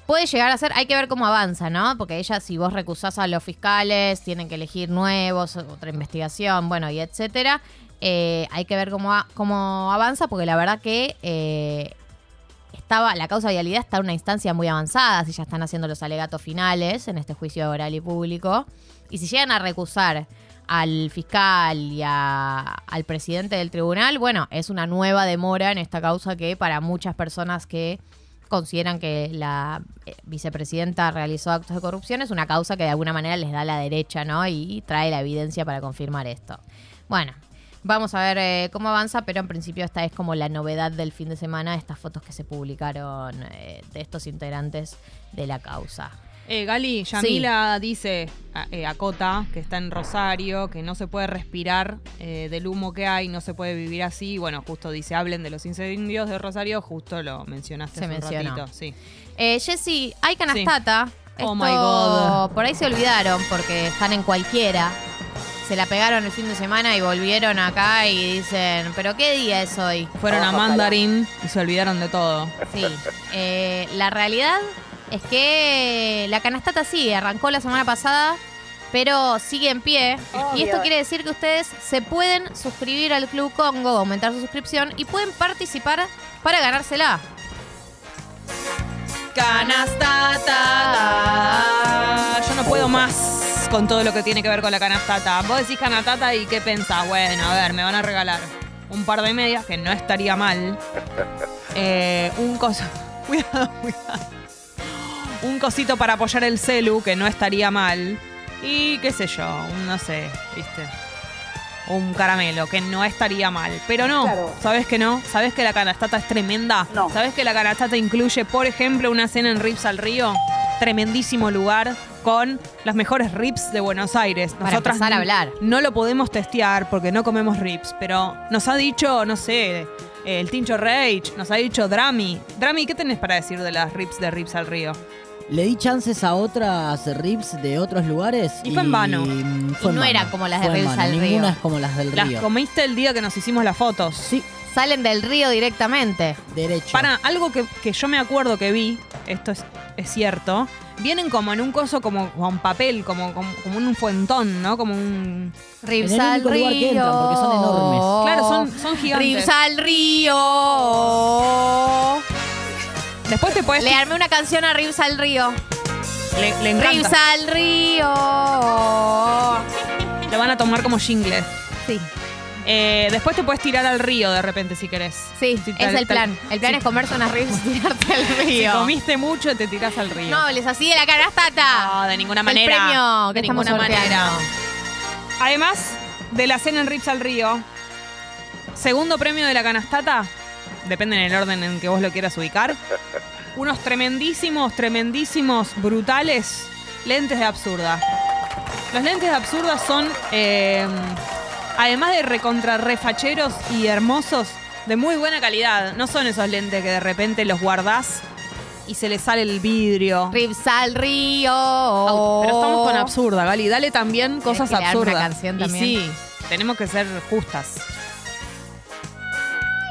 Speaker 3: Puede llegar a ser, hay que ver cómo avanza, ¿no? Porque ella, si vos recusás a los fiscales, tienen que elegir nuevos, otra investigación, bueno, y etcétera. Eh, hay que ver cómo, a- cómo avanza, porque la verdad que eh, estaba, la causa de vialidad está en una instancia muy avanzada, si ya están haciendo los alegatos finales en este juicio oral y público. Y si llegan a recusar al fiscal y a- al presidente del tribunal, bueno, es una nueva demora en esta causa que para muchas personas que consideran que la eh, vicepresidenta realizó actos de corrupción es una causa que de alguna manera les da la derecha, ¿no? Y trae la evidencia para confirmar esto. Bueno, vamos a ver eh, cómo avanza, pero en principio esta es como la novedad del fin de semana, estas fotos que se publicaron eh, de estos integrantes de la causa.
Speaker 2: Eh, Gali, Yamila dice, a- eh, acota, que está en Rosario, que no se puede respirar eh, del humo que hay, no se puede vivir así. Bueno, justo dice, hablen de los incendios de Rosario, justo lo mencionaste
Speaker 3: Se
Speaker 2: hace
Speaker 3: mencionó.
Speaker 2: un ratito. Sí.
Speaker 3: Eh, Jessy, hay canastata.
Speaker 2: Oh
Speaker 3: Esto,
Speaker 2: my God.
Speaker 3: Por ahí se olvidaron porque están en cualquiera. Se la pegaron el fin de semana y volvieron acá y dicen, ¿pero qué día es hoy?
Speaker 2: Fueron a Mandarin y se olvidaron de todo.
Speaker 3: Sí. Eh, la realidad es que la canastata sí, arrancó la semana pasada, pero sigue en pie. Y
Speaker 10: Obvio.
Speaker 3: esto quiere decir que ustedes se pueden suscribir al Club Congo, aumentar su suscripción y pueden participar para ganársela.
Speaker 2: Canastata. Yo no puedo más con todo lo que tiene que ver con la canastata. Vos decís canastata y qué pensás. Bueno, a ver, me van a regalar un par de medias, que no estaría mal. Eh, un coso. [LAUGHS] Cuidado, cuidado. Un cosito para apoyar el celu, que no estaría mal. Y qué sé yo, un, no sé, viste. Un caramelo, que no estaría mal. Pero no,
Speaker 13: Claro.
Speaker 2: ¿sabes que no? ¿Sabes que la canastata es tremenda? No. ¿Sabes que la canastata incluye, por ejemplo, una cena en Rips al Río? Tremendísimo lugar con las mejores rips de Buenos Aires.
Speaker 3: Para empezar a hablar.
Speaker 2: No lo podemos testear porque no comemos rips, pero nos ha dicho, no sé, eh, el Tincho Rage, nos ha dicho Drami. Drami, ¿qué tenés para decir de las rips de Rips al Río?
Speaker 12: Le di chances a otras rips de otros lugares.
Speaker 2: Y fue en vano.
Speaker 12: mm,
Speaker 2: Y
Speaker 12: en
Speaker 2: no
Speaker 12: vano,
Speaker 2: era como las de
Speaker 12: fue en
Speaker 2: Rips
Speaker 12: vano.
Speaker 2: al
Speaker 12: Ninguna
Speaker 2: Río.
Speaker 12: es como las del
Speaker 2: Las
Speaker 12: río.
Speaker 2: comiste el día que nos hicimos las fotos.
Speaker 12: Sí.
Speaker 3: Salen del río directamente.
Speaker 12: Derecho.
Speaker 2: Para, algo que, que yo me acuerdo que vi, esto es, es cierto, vienen como en un coso, como con papel, como, como, como en un fuentón, ¿no? Como un...
Speaker 3: Rips al río.
Speaker 2: Claro, son, son gigantes.
Speaker 3: Rips al río.
Speaker 2: Después te puedes.
Speaker 3: Le armé una canción a Rips al río.
Speaker 2: Le, le encanta.
Speaker 3: Rips al río.
Speaker 2: Lo van a tomar como jingle. Eh,
Speaker 3: Sí.
Speaker 2: después te puedes tirar al río de repente si querés.
Speaker 3: Sí,
Speaker 2: Si
Speaker 3: es
Speaker 2: tal-
Speaker 3: el
Speaker 2: tal-
Speaker 3: plan. El plan
Speaker 2: si-
Speaker 3: es comerse unas Rips y tirarte al
Speaker 2: Si
Speaker 3: río.
Speaker 2: comiste mucho, te tirás al río.
Speaker 3: No hables así de la canastata.
Speaker 2: No, de ninguna
Speaker 3: El
Speaker 2: manera.
Speaker 3: premio que
Speaker 2: de
Speaker 3: estamos
Speaker 2: ninguna
Speaker 3: sorteando.
Speaker 2: manera. Además de la cena en Rips al Río, segundo premio de la canastata, depende en el orden en que vos lo quieras ubicar, unos tremendísimos, tremendísimos, brutales lentes de absurda. Los lentes de absurda son, eh, además de recontra refacheros y hermosos, de muy buena calidad. No son esos lentes que de repente los guardás y se les sale el vidrio.
Speaker 3: Rips al río.
Speaker 2: Au, Pero estamos con absurda, Gali. Dale también cosas
Speaker 3: Oh. que le arme una
Speaker 2: absurdas.
Speaker 3: canción
Speaker 2: Y
Speaker 3: también.
Speaker 2: sí, tenemos que ser justas.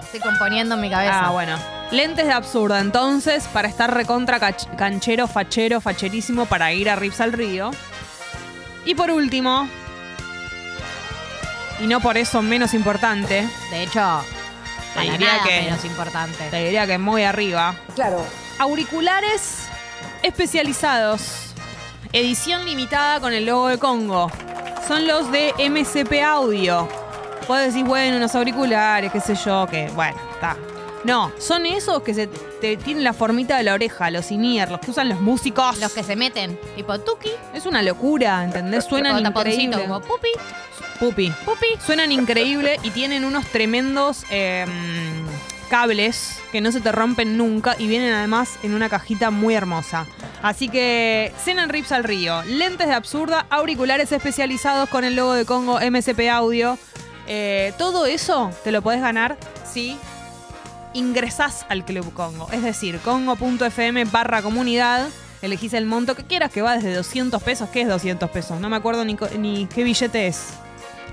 Speaker 3: Estoy componiendo en mi cabeza.
Speaker 2: Ah, bueno. Lentes de absurda, entonces, para estar recontra cach- canchero, fachero, facherísimo, para ir a Rips al Río. Y por último, y no por eso menos importante.
Speaker 3: De hecho,
Speaker 2: te
Speaker 3: para
Speaker 2: diría
Speaker 3: nada
Speaker 2: que
Speaker 3: menos importante.
Speaker 2: te diría que muy arriba.
Speaker 11: Claro.
Speaker 2: Auriculares especializados. Edición limitada con el logo de Congo. Son los de MCP Audio. Vos decís, bueno, unos auriculares, qué sé yo, que bueno, está. No, son esos que se te tienen la formita de la oreja, los in-ear, los que usan los músicos.
Speaker 3: Los que se meten, tipo tuki,
Speaker 2: Es una locura, ¿entendés? Suenan
Speaker 3: con taponcito,
Speaker 2: increíble.
Speaker 3: como pupi.
Speaker 2: Pupi. Suenan increíble y tienen unos tremendos eh, cables que no se te rompen nunca y vienen además en una cajita muy hermosa. Así que cenan rips al río, lentes de absurda, auriculares especializados con el logo de Congo MSP Audio. Eh, todo eso te lo podés ganar si ingresás al Club Congo. Es decir, congo.fm barra comunidad. Elegís el monto que quieras, que va desde 200 pesos. ¿Qué es 200 pesos? No me acuerdo ni, co- ni qué billete es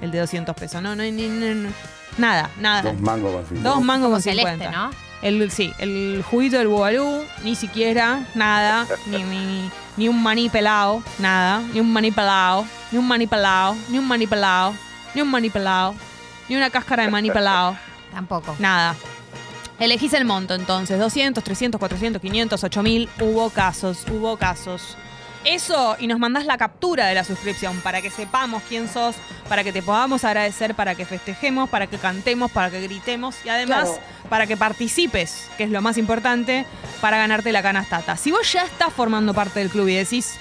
Speaker 2: el de 200 pesos. No, no, hay ni, ni- ni- nada, nada.
Speaker 13: Dos mangos con cincuenta.
Speaker 2: Dos mangos con
Speaker 3: celeste,
Speaker 2: 50.
Speaker 3: ¿no?
Speaker 2: El, sí, el juguito del bubalú, ni siquiera, nada, ni, ni, ni un maní pelado, nada, ni un maní pelado, ni un maní pelado, ni un maní pelado, ni un maní pelado, ni una cáscara de maní pelado.
Speaker 3: Tampoco.
Speaker 2: Nada. Elegís el monto entonces, 200, 300, 400, 500, 8000, hubo casos, hubo casos. Eso y nos mandás la captura de la suscripción para que sepamos quién sos, para que te podamos agradecer, para que festejemos, para que cantemos, para que gritemos y además para que participes, que es lo más importante, para ganarte la canastata. Si vos ya estás formando parte del club y decís,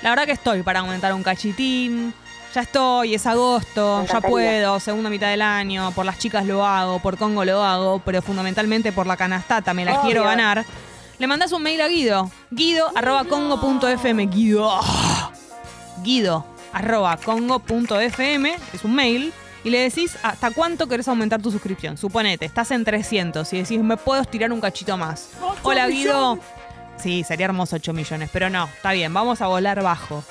Speaker 2: la verdad que estoy para aumentar un cachitín, ya estoy, es agosto, ya
Speaker 3: encantaría.
Speaker 2: puedo, segunda mitad del año, por las chicas lo hago, por Congo lo hago, pero fundamentalmente por la canastata, me la
Speaker 3: Obvio.
Speaker 2: quiero ganar. Le mandás un mail a Guido, guido arroba congo.fm, guido, guido arroba congo.fm, es un mail, y le decís hasta cuánto querés aumentar tu suscripción. Suponete, estás en 300 y decís, me puedo estirar un cachito más. Hola Guido. Sí, sería hermoso 8 millones, pero no, está bien, vamos a volar bajo.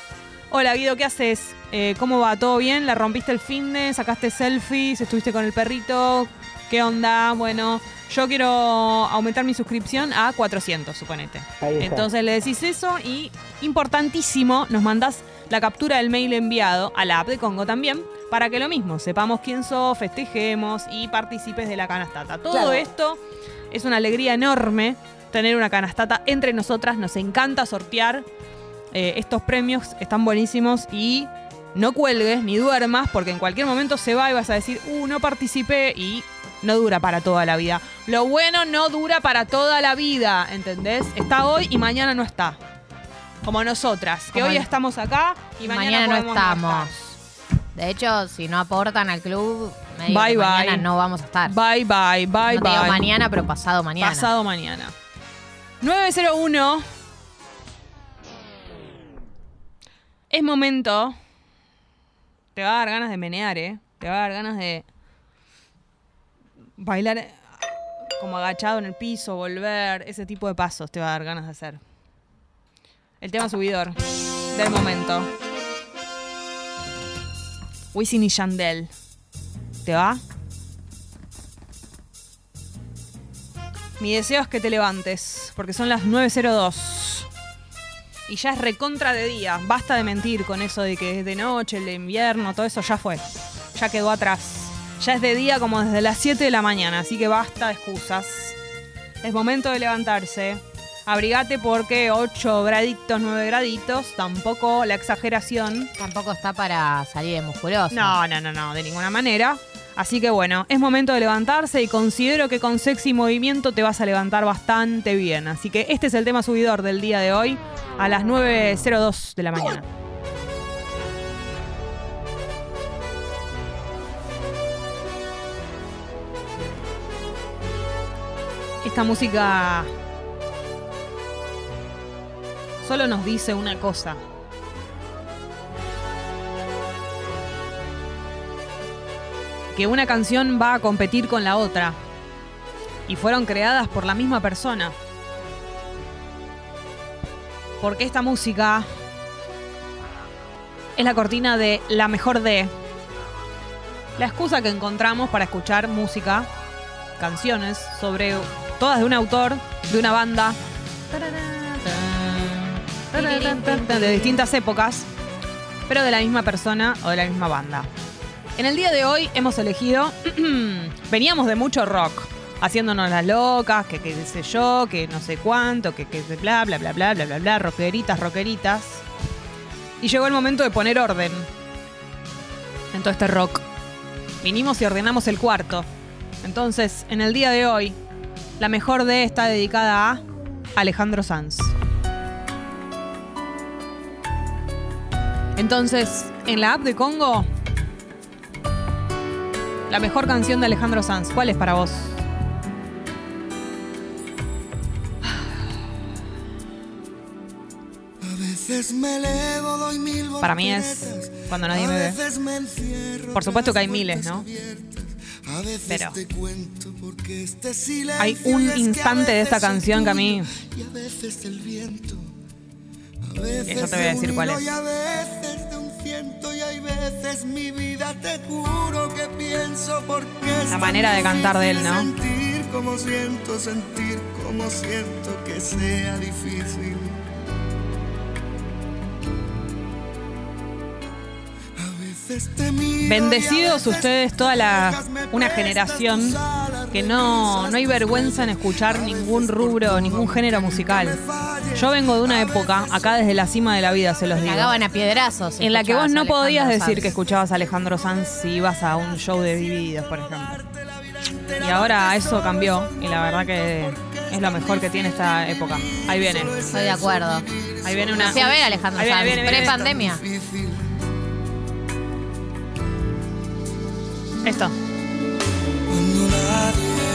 Speaker 2: Hola Guido, ¿qué haces? Eh, ¿Cómo va? ¿Todo bien? ¿La rompiste el fin de? ¿Sacaste selfies? ¿Estuviste con el perrito? ¿Qué onda? Bueno, yo quiero aumentar mi suscripción a 400, suponete.
Speaker 14: Ahí está.
Speaker 2: Entonces le decís eso y, importantísimo, nos mandás la captura del mail enviado a la app de Congo también para que lo mismo, sepamos quién sos, festejemos y participes de la canastata. Todo
Speaker 3: Claro.
Speaker 2: esto es una alegría enorme tener una canastata entre nosotras, nos encanta sortear. Eh, estos premios están buenísimos y no cuelgues ni duermas porque en cualquier momento se va y vas a decir, uh, no participé y no dura para toda la vida. Lo bueno no dura para toda la vida, ¿entendés? Está hoy y mañana no está. Como nosotras, que
Speaker 3: Como
Speaker 2: hoy
Speaker 3: el-
Speaker 2: estamos acá y
Speaker 3: Mañana
Speaker 2: mañana,
Speaker 3: no
Speaker 2: podemos estar.
Speaker 3: De hecho, si no aportan al club, me digo
Speaker 2: Bye,
Speaker 3: que
Speaker 2: bye.
Speaker 3: mañana no vamos a estar.
Speaker 2: Bye, bye, bye,
Speaker 3: no te digo
Speaker 2: bye.
Speaker 3: mañana, pero pasado mañana.
Speaker 2: Pasado mañana. 901. Es momento. Te va a dar ganas de menear, ¿eh? Te va a dar ganas de bailar eh, como agachado en el piso, volver. Ese tipo de pasos te va a dar ganas de hacer. El tema subidor del momento. Wisin y Yandel. ¿Te va? Mi deseo es que te levantes, porque son las 9.02. Y ya es recontra de día. Basta de mentir con eso de que es de noche, el de invierno, todo eso ya fue. Ya quedó atrás. Ya es de día como desde las 7 de la mañana, así que basta de excusas. Es momento de levantarse. Abrigate porque 8 graditos, 9 graditos, tampoco la exageración.
Speaker 3: Tampoco está para salir de musculoso.
Speaker 2: No, no, no, no, de ninguna manera. Así que bueno, es momento de levantarse y considero que con sexy movimiento te vas a levantar bastante bien. Así que este es el tema subidor del día de hoy a las 9.02 de la mañana. Esta música solo nos dice una cosa. que una canción va a competir con la otra. Y fueron creadas por la misma persona. Porque esta música es la cortina de La Mejor de. La excusa que encontramos para escuchar música, canciones, sobre todas de un autor, de una banda, de distintas épocas, pero de la misma persona o de la misma banda. En el día de hoy hemos elegido. [CLEARS THROAT] veníamos de mucho rock, haciéndonos las locas, que qué sé yo, que no sé cuánto, que, que bla, bla, bla, bla, bla, bla, bla, rockeritas, rockeritas. Y llegó el momento de poner orden en todo este rock. Vinimos y ordenamos el cuarto. Entonces, en el día de hoy, la mejor de está dedicada a Alejandro Sanz. Entonces, en la app de Congo, la mejor canción de Alejandro Sanz, ¿cuál es para vos? Para mí es cuando nadie me ve. Por supuesto que hay miles, ¿no? Pero
Speaker 13: este
Speaker 2: hay un instante de esta canción que a mí
Speaker 13: Eso
Speaker 2: Yo te voy a decir cuál es.
Speaker 13: Y a veces de un ciento y hay veces mi vida te juro que pienso porque es
Speaker 2: La
Speaker 13: tan
Speaker 2: manera de cantar de él, ¿no?
Speaker 13: difícil Sentir como siento, sentir como siento que sea difícil.
Speaker 2: Bendecidos ustedes, toda la una generación que no, no hay vergüenza en escuchar ningún rubro, ningún género musical. Yo vengo de una época, acá desde la cima de la vida se los digo.
Speaker 3: Cagaban a piedrazos. si
Speaker 2: En la que vos
Speaker 3: escuchabas
Speaker 2: no
Speaker 3: Alejandro
Speaker 2: podías decir
Speaker 3: Sanz.
Speaker 2: que escuchabas a Alejandro Sanz si ibas a un show de Divididos, por ejemplo. Y ahora eso cambió y la verdad que es lo mejor que tiene esta época. Ahí viene.
Speaker 3: Estoy de acuerdo.
Speaker 2: Ahí viene una.
Speaker 3: Sí, a ver, Alejandro
Speaker 2: Ahí viene,
Speaker 3: Sanz,
Speaker 2: viene, viene.
Speaker 3: pre-pandemia.
Speaker 2: Esto.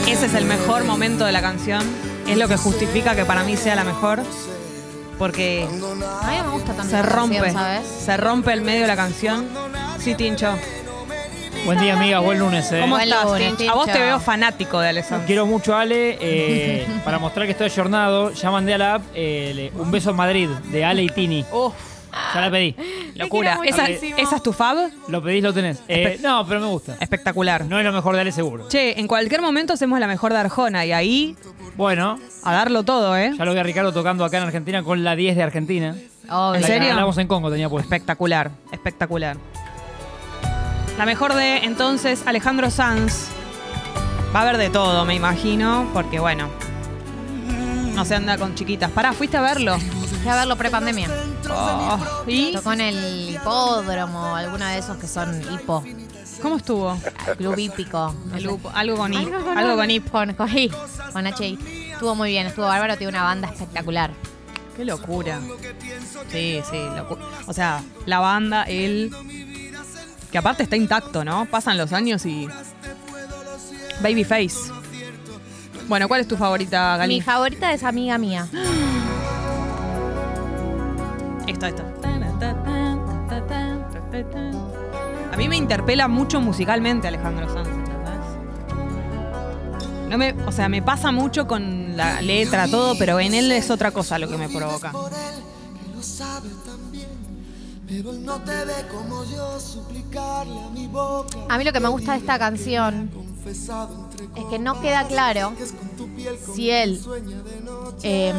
Speaker 2: Ese es el mejor momento de la canción. Es lo que justifica que para mí sea la mejor. Porque
Speaker 3: A mí no me gusta tanto.
Speaker 2: se
Speaker 3: esa canción,
Speaker 2: rompe.
Speaker 3: ¿sabes?
Speaker 2: Se rompe el medio de la canción. Sí, Tincho.
Speaker 14: Buen día, amiga. Buen lunes, eh.
Speaker 2: ¿Cómo estás,
Speaker 3: lunes,
Speaker 2: Tincho? A vos te
Speaker 3: Tincho.
Speaker 2: veo fanático de Alessandro.
Speaker 14: Quiero mucho a Ale.
Speaker 6: [LAUGHS]
Speaker 14: eh, para mostrar que estoy ayornado, ya mandé a la app eh, le- Un beso en Madrid de Ale y Tini.
Speaker 2: Uf.
Speaker 14: Ya la pedí.
Speaker 2: Locura. ¿Esa, esa es tu fab?
Speaker 14: Lo pedís, lo tenés. Eh,
Speaker 2: Espe-
Speaker 14: no, pero me gusta.
Speaker 2: Espectacular.
Speaker 14: No es lo mejor de Ale, seguro.
Speaker 2: Che, en cualquier momento hacemos la mejor de Arjona y ahí.
Speaker 14: Bueno.
Speaker 2: A darlo todo, ¿eh?
Speaker 14: Ya lo vi a Ricardo tocando acá en Argentina con la 10 de Argentina.
Speaker 3: Obvio.
Speaker 2: ¿En
Speaker 14: La que
Speaker 2: serio?
Speaker 14: hablamos en Congo, tenía puesto.
Speaker 2: Espectacular, espectacular. La mejor de entonces Alejandro Sanz. Va a haber de todo, me imagino, porque bueno. No se anda con chiquitas. Pará, fuiste a verlo.
Speaker 3: Fui a verlo pre-pandemia.
Speaker 2: Oh, ¿Y?
Speaker 3: Tocó en el hipódromo, alguno de esos que son hipo.
Speaker 2: ¿Cómo estuvo?
Speaker 3: Club hípico. no sé.
Speaker 2: Lupo, algo con I.
Speaker 3: Algo con
Speaker 2: Algo
Speaker 3: I.
Speaker 2: con I.
Speaker 3: Con, con I, con HI. Estuvo muy bien, estuvo bárbaro, tiene una banda espectacular.
Speaker 2: Qué locura. Sí, sí, locu- O sea, la banda, él. Que aparte está intacto, ¿no? Pasan los años y. Babyface. Bueno, ¿cuál es tu favorita, Galí?
Speaker 3: Mi favorita es amiga mía.
Speaker 2: Esto, esto. A mí me interpela mucho musicalmente Alejandro Sanz, ¿entendés? No me, o sea, me pasa mucho con la letra, todo, pero en él es otra cosa lo que me provoca.
Speaker 13: que lo sabe también. Pero él no te ve como yo suplicarle a mi boca.
Speaker 3: A mí lo que me gusta de esta canción es que no queda claro si él eh,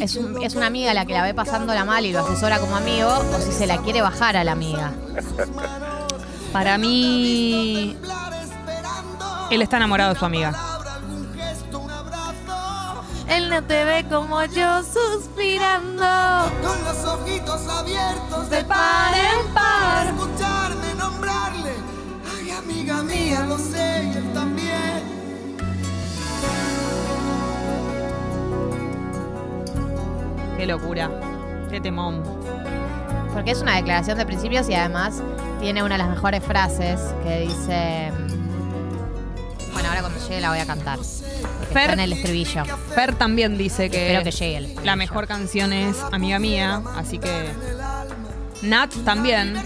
Speaker 3: es, un- es una amiga la que la ve pasándola mal y lo asesora como amigo o si se la quiere bajar a la amiga.
Speaker 2: Para mí, él está enamorado de su amiga.
Speaker 3: Él no te ve como yo suspirando.
Speaker 13: Con los ojitos abiertos
Speaker 3: De par en par.
Speaker 13: Escucharme nombrarle. Ay, amiga mía, lo sé, y él también.
Speaker 2: Qué locura. Qué temón.
Speaker 3: Porque es una declaración de principios y además tiene una de las mejores frases que dice. mm, Bueno, ahora cuando llegue la voy a cantar. porque
Speaker 2: Fer-
Speaker 3: está en el estribillo.
Speaker 2: Fer también dice que,
Speaker 3: Espero que llegue el estribillo.
Speaker 2: la mejor canción es Amiga Mía, así que Nat también.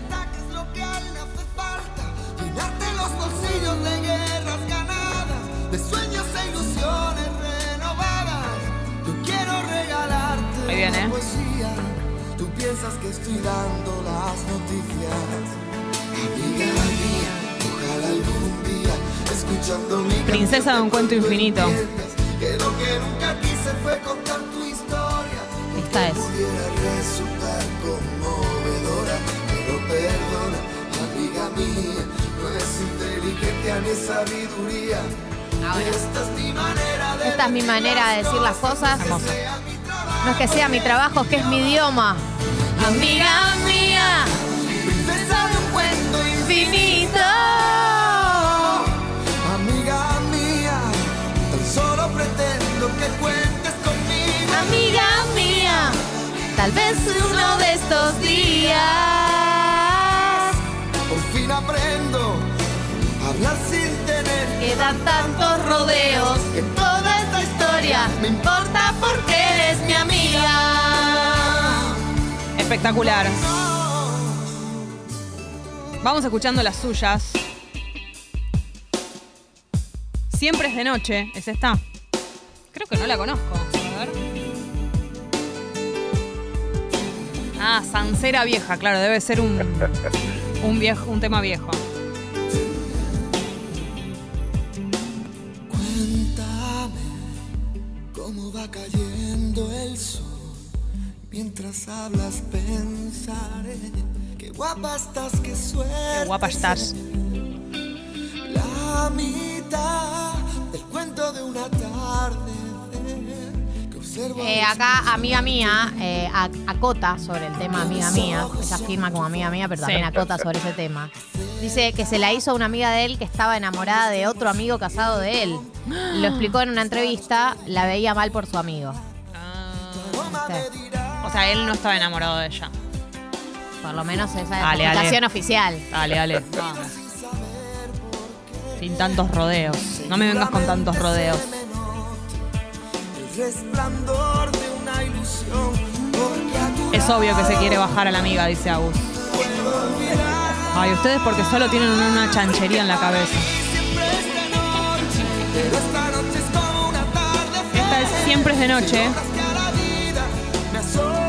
Speaker 13: Llenarte los bolsillos de guerras ganadas, de sueños e ilusiones renovadas. Yo quiero regalarte
Speaker 2: Ahí viene.
Speaker 13: una poesía. Tú piensas que estoy dando las noticias. Amiga mía, ojalá algún día escuchando mi
Speaker 2: Princesa de un cuento infinito.
Speaker 13: Que lo que nunca quise fue contar tu historia.
Speaker 3: Esta es.
Speaker 13: Pudiera resultar conmovedora, pero perdona, amiga mía, no No eres inteligencia ni sabiduría. Esta es mi manera de
Speaker 3: Esta es mi manera de decir las cosas. No es que sea mi trabajo, es que es mi idioma. Amiga mía,
Speaker 13: princesa de un cuento
Speaker 3: infinito.
Speaker 13: Amiga mía, tan solo pretendo que cuentes conmigo.
Speaker 3: amiga mía, tal vez uno de estos días
Speaker 13: Por fin aprendo a hablar sin tener
Speaker 3: quedan tantos rodeos en toda esta historia. No importa porque eres mi amiga.
Speaker 2: Espectacular. Vamos escuchando las suyas. Siempre es de noche, es esta. Creo que no la conozco. A ver. Ah, Sancera Vieja, claro, debe ser un, un, viejo, un tema viejo.
Speaker 13: Cuéntame cómo va cayendo el sol. Mientras hablas pensaré qué guapa estás, qué suerte.
Speaker 2: Qué guapa estás.
Speaker 13: La mitad del cuento de una tarde que observo.
Speaker 3: Eh, acá, amiga mía, eh, ac- acota sobre el tema amiga mía. Ella firma como amiga mía, pero también
Speaker 7: Sí.
Speaker 3: acota sobre ese tema. Dice que se la hizo a una amiga de él que estaba enamorada de otro amigo casado de él. Lo explicó en una entrevista, la veía mal por su amigo. ¿Viste?
Speaker 2: Ah. O sea, él no estaba enamorado de ella.
Speaker 3: Por lo menos esa es
Speaker 2: Dale,
Speaker 3: la
Speaker 2: dale.
Speaker 3: explicación oficial.
Speaker 2: Dale, dale. Vamos. Sin tantos rodeos. No me vengas con tantos rodeos.
Speaker 13: El resplandor de una ilusión. Porque a tu
Speaker 2: Es obvio que se quiere bajar a la amiga, dice Agus. Ay, ustedes porque solo tienen una chanchería en la cabeza.
Speaker 13: Pero esta noche es como una tarde
Speaker 2: Esta es siempre es de noche
Speaker 13: me asome.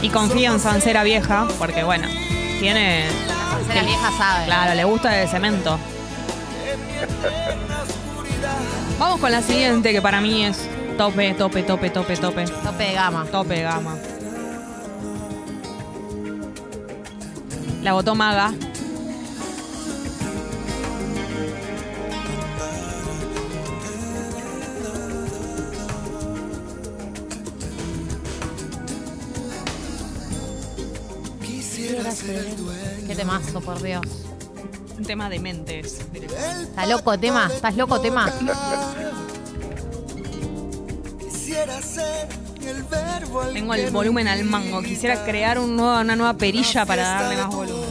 Speaker 2: y confía en Sancera Vieja, porque bueno, tiene.
Speaker 3: Sancera Vieja sabe.
Speaker 2: Claro, le gusta de cemento. Vamos con la siguiente, que para mí es tope, tope, tope, tope, tope.
Speaker 3: Tope de gama.
Speaker 2: Tope de gama. La votó Maga.
Speaker 13: Quisiera ser el dueño
Speaker 3: Qué temazo, por Dios.
Speaker 2: Un tema de mentes.
Speaker 3: Está loco tema, estás loco tema.
Speaker 13: Quisiera ser el verbo al
Speaker 2: Tengo
Speaker 13: que
Speaker 2: el
Speaker 13: no
Speaker 2: volumen al mango. Quisiera crear un nuevo- una nueva perilla para darle más volumen.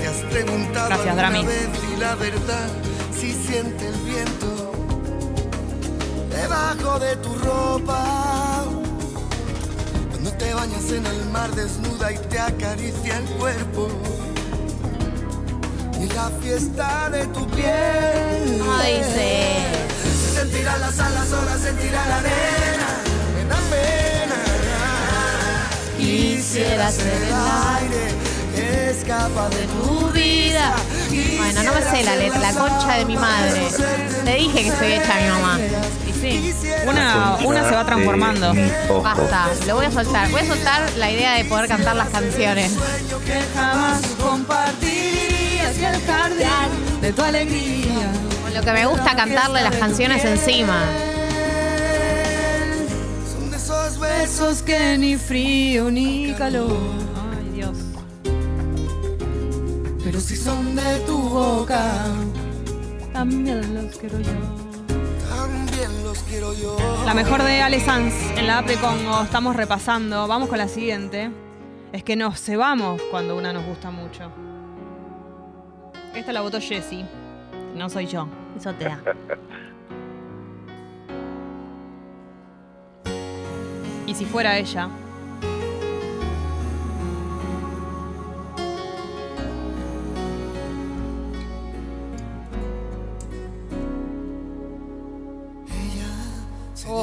Speaker 13: Te has preguntado
Speaker 2: Gracias,
Speaker 13: alguna
Speaker 2: Drami.
Speaker 13: vez si la verdad si siente el viento debajo de tu ropa. Cuando te bañas en el mar desnuda y te acaricia el cuerpo. Y la fiesta de tu piel.
Speaker 3: Ay,
Speaker 13: Se sentirá las alas, ahora sentirá la arena. Pena, pena.
Speaker 3: Quisiera ser el
Speaker 13: aire que escapa de
Speaker 3: Tu vida. Bueno, no me sé la letra, la concha de mi madre. Te dije que estoy hecha mi mamá.
Speaker 2: Y sí, una, una se va transformando.
Speaker 3: Basta, lo voy a soltar. Voy a soltar la idea de poder cantar las canciones.
Speaker 13: que jamás compartirías y el jardín de tu alegría.
Speaker 3: Con lo que me gusta cantarle las canciones encima.
Speaker 13: Son de esos besos que ni frío ni calor.
Speaker 2: Ay, Dios.
Speaker 13: Pero si son de tu boca,
Speaker 2: También los quiero yo.
Speaker 13: también los quiero yo.
Speaker 2: La mejor de Ale Sanz en la app de Congo. Estamos repasando. Vamos con la siguiente. Es que nos cebamos cuando una nos gusta mucho. Esta la votó Jessie. No soy yo. Eso te da. Y si fuera ella.
Speaker 13: Se
Speaker 2: Oh.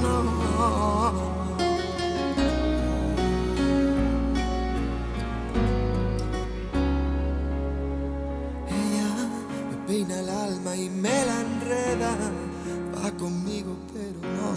Speaker 13: No. Ella me peina el alma y me la enreda, va conmigo pero no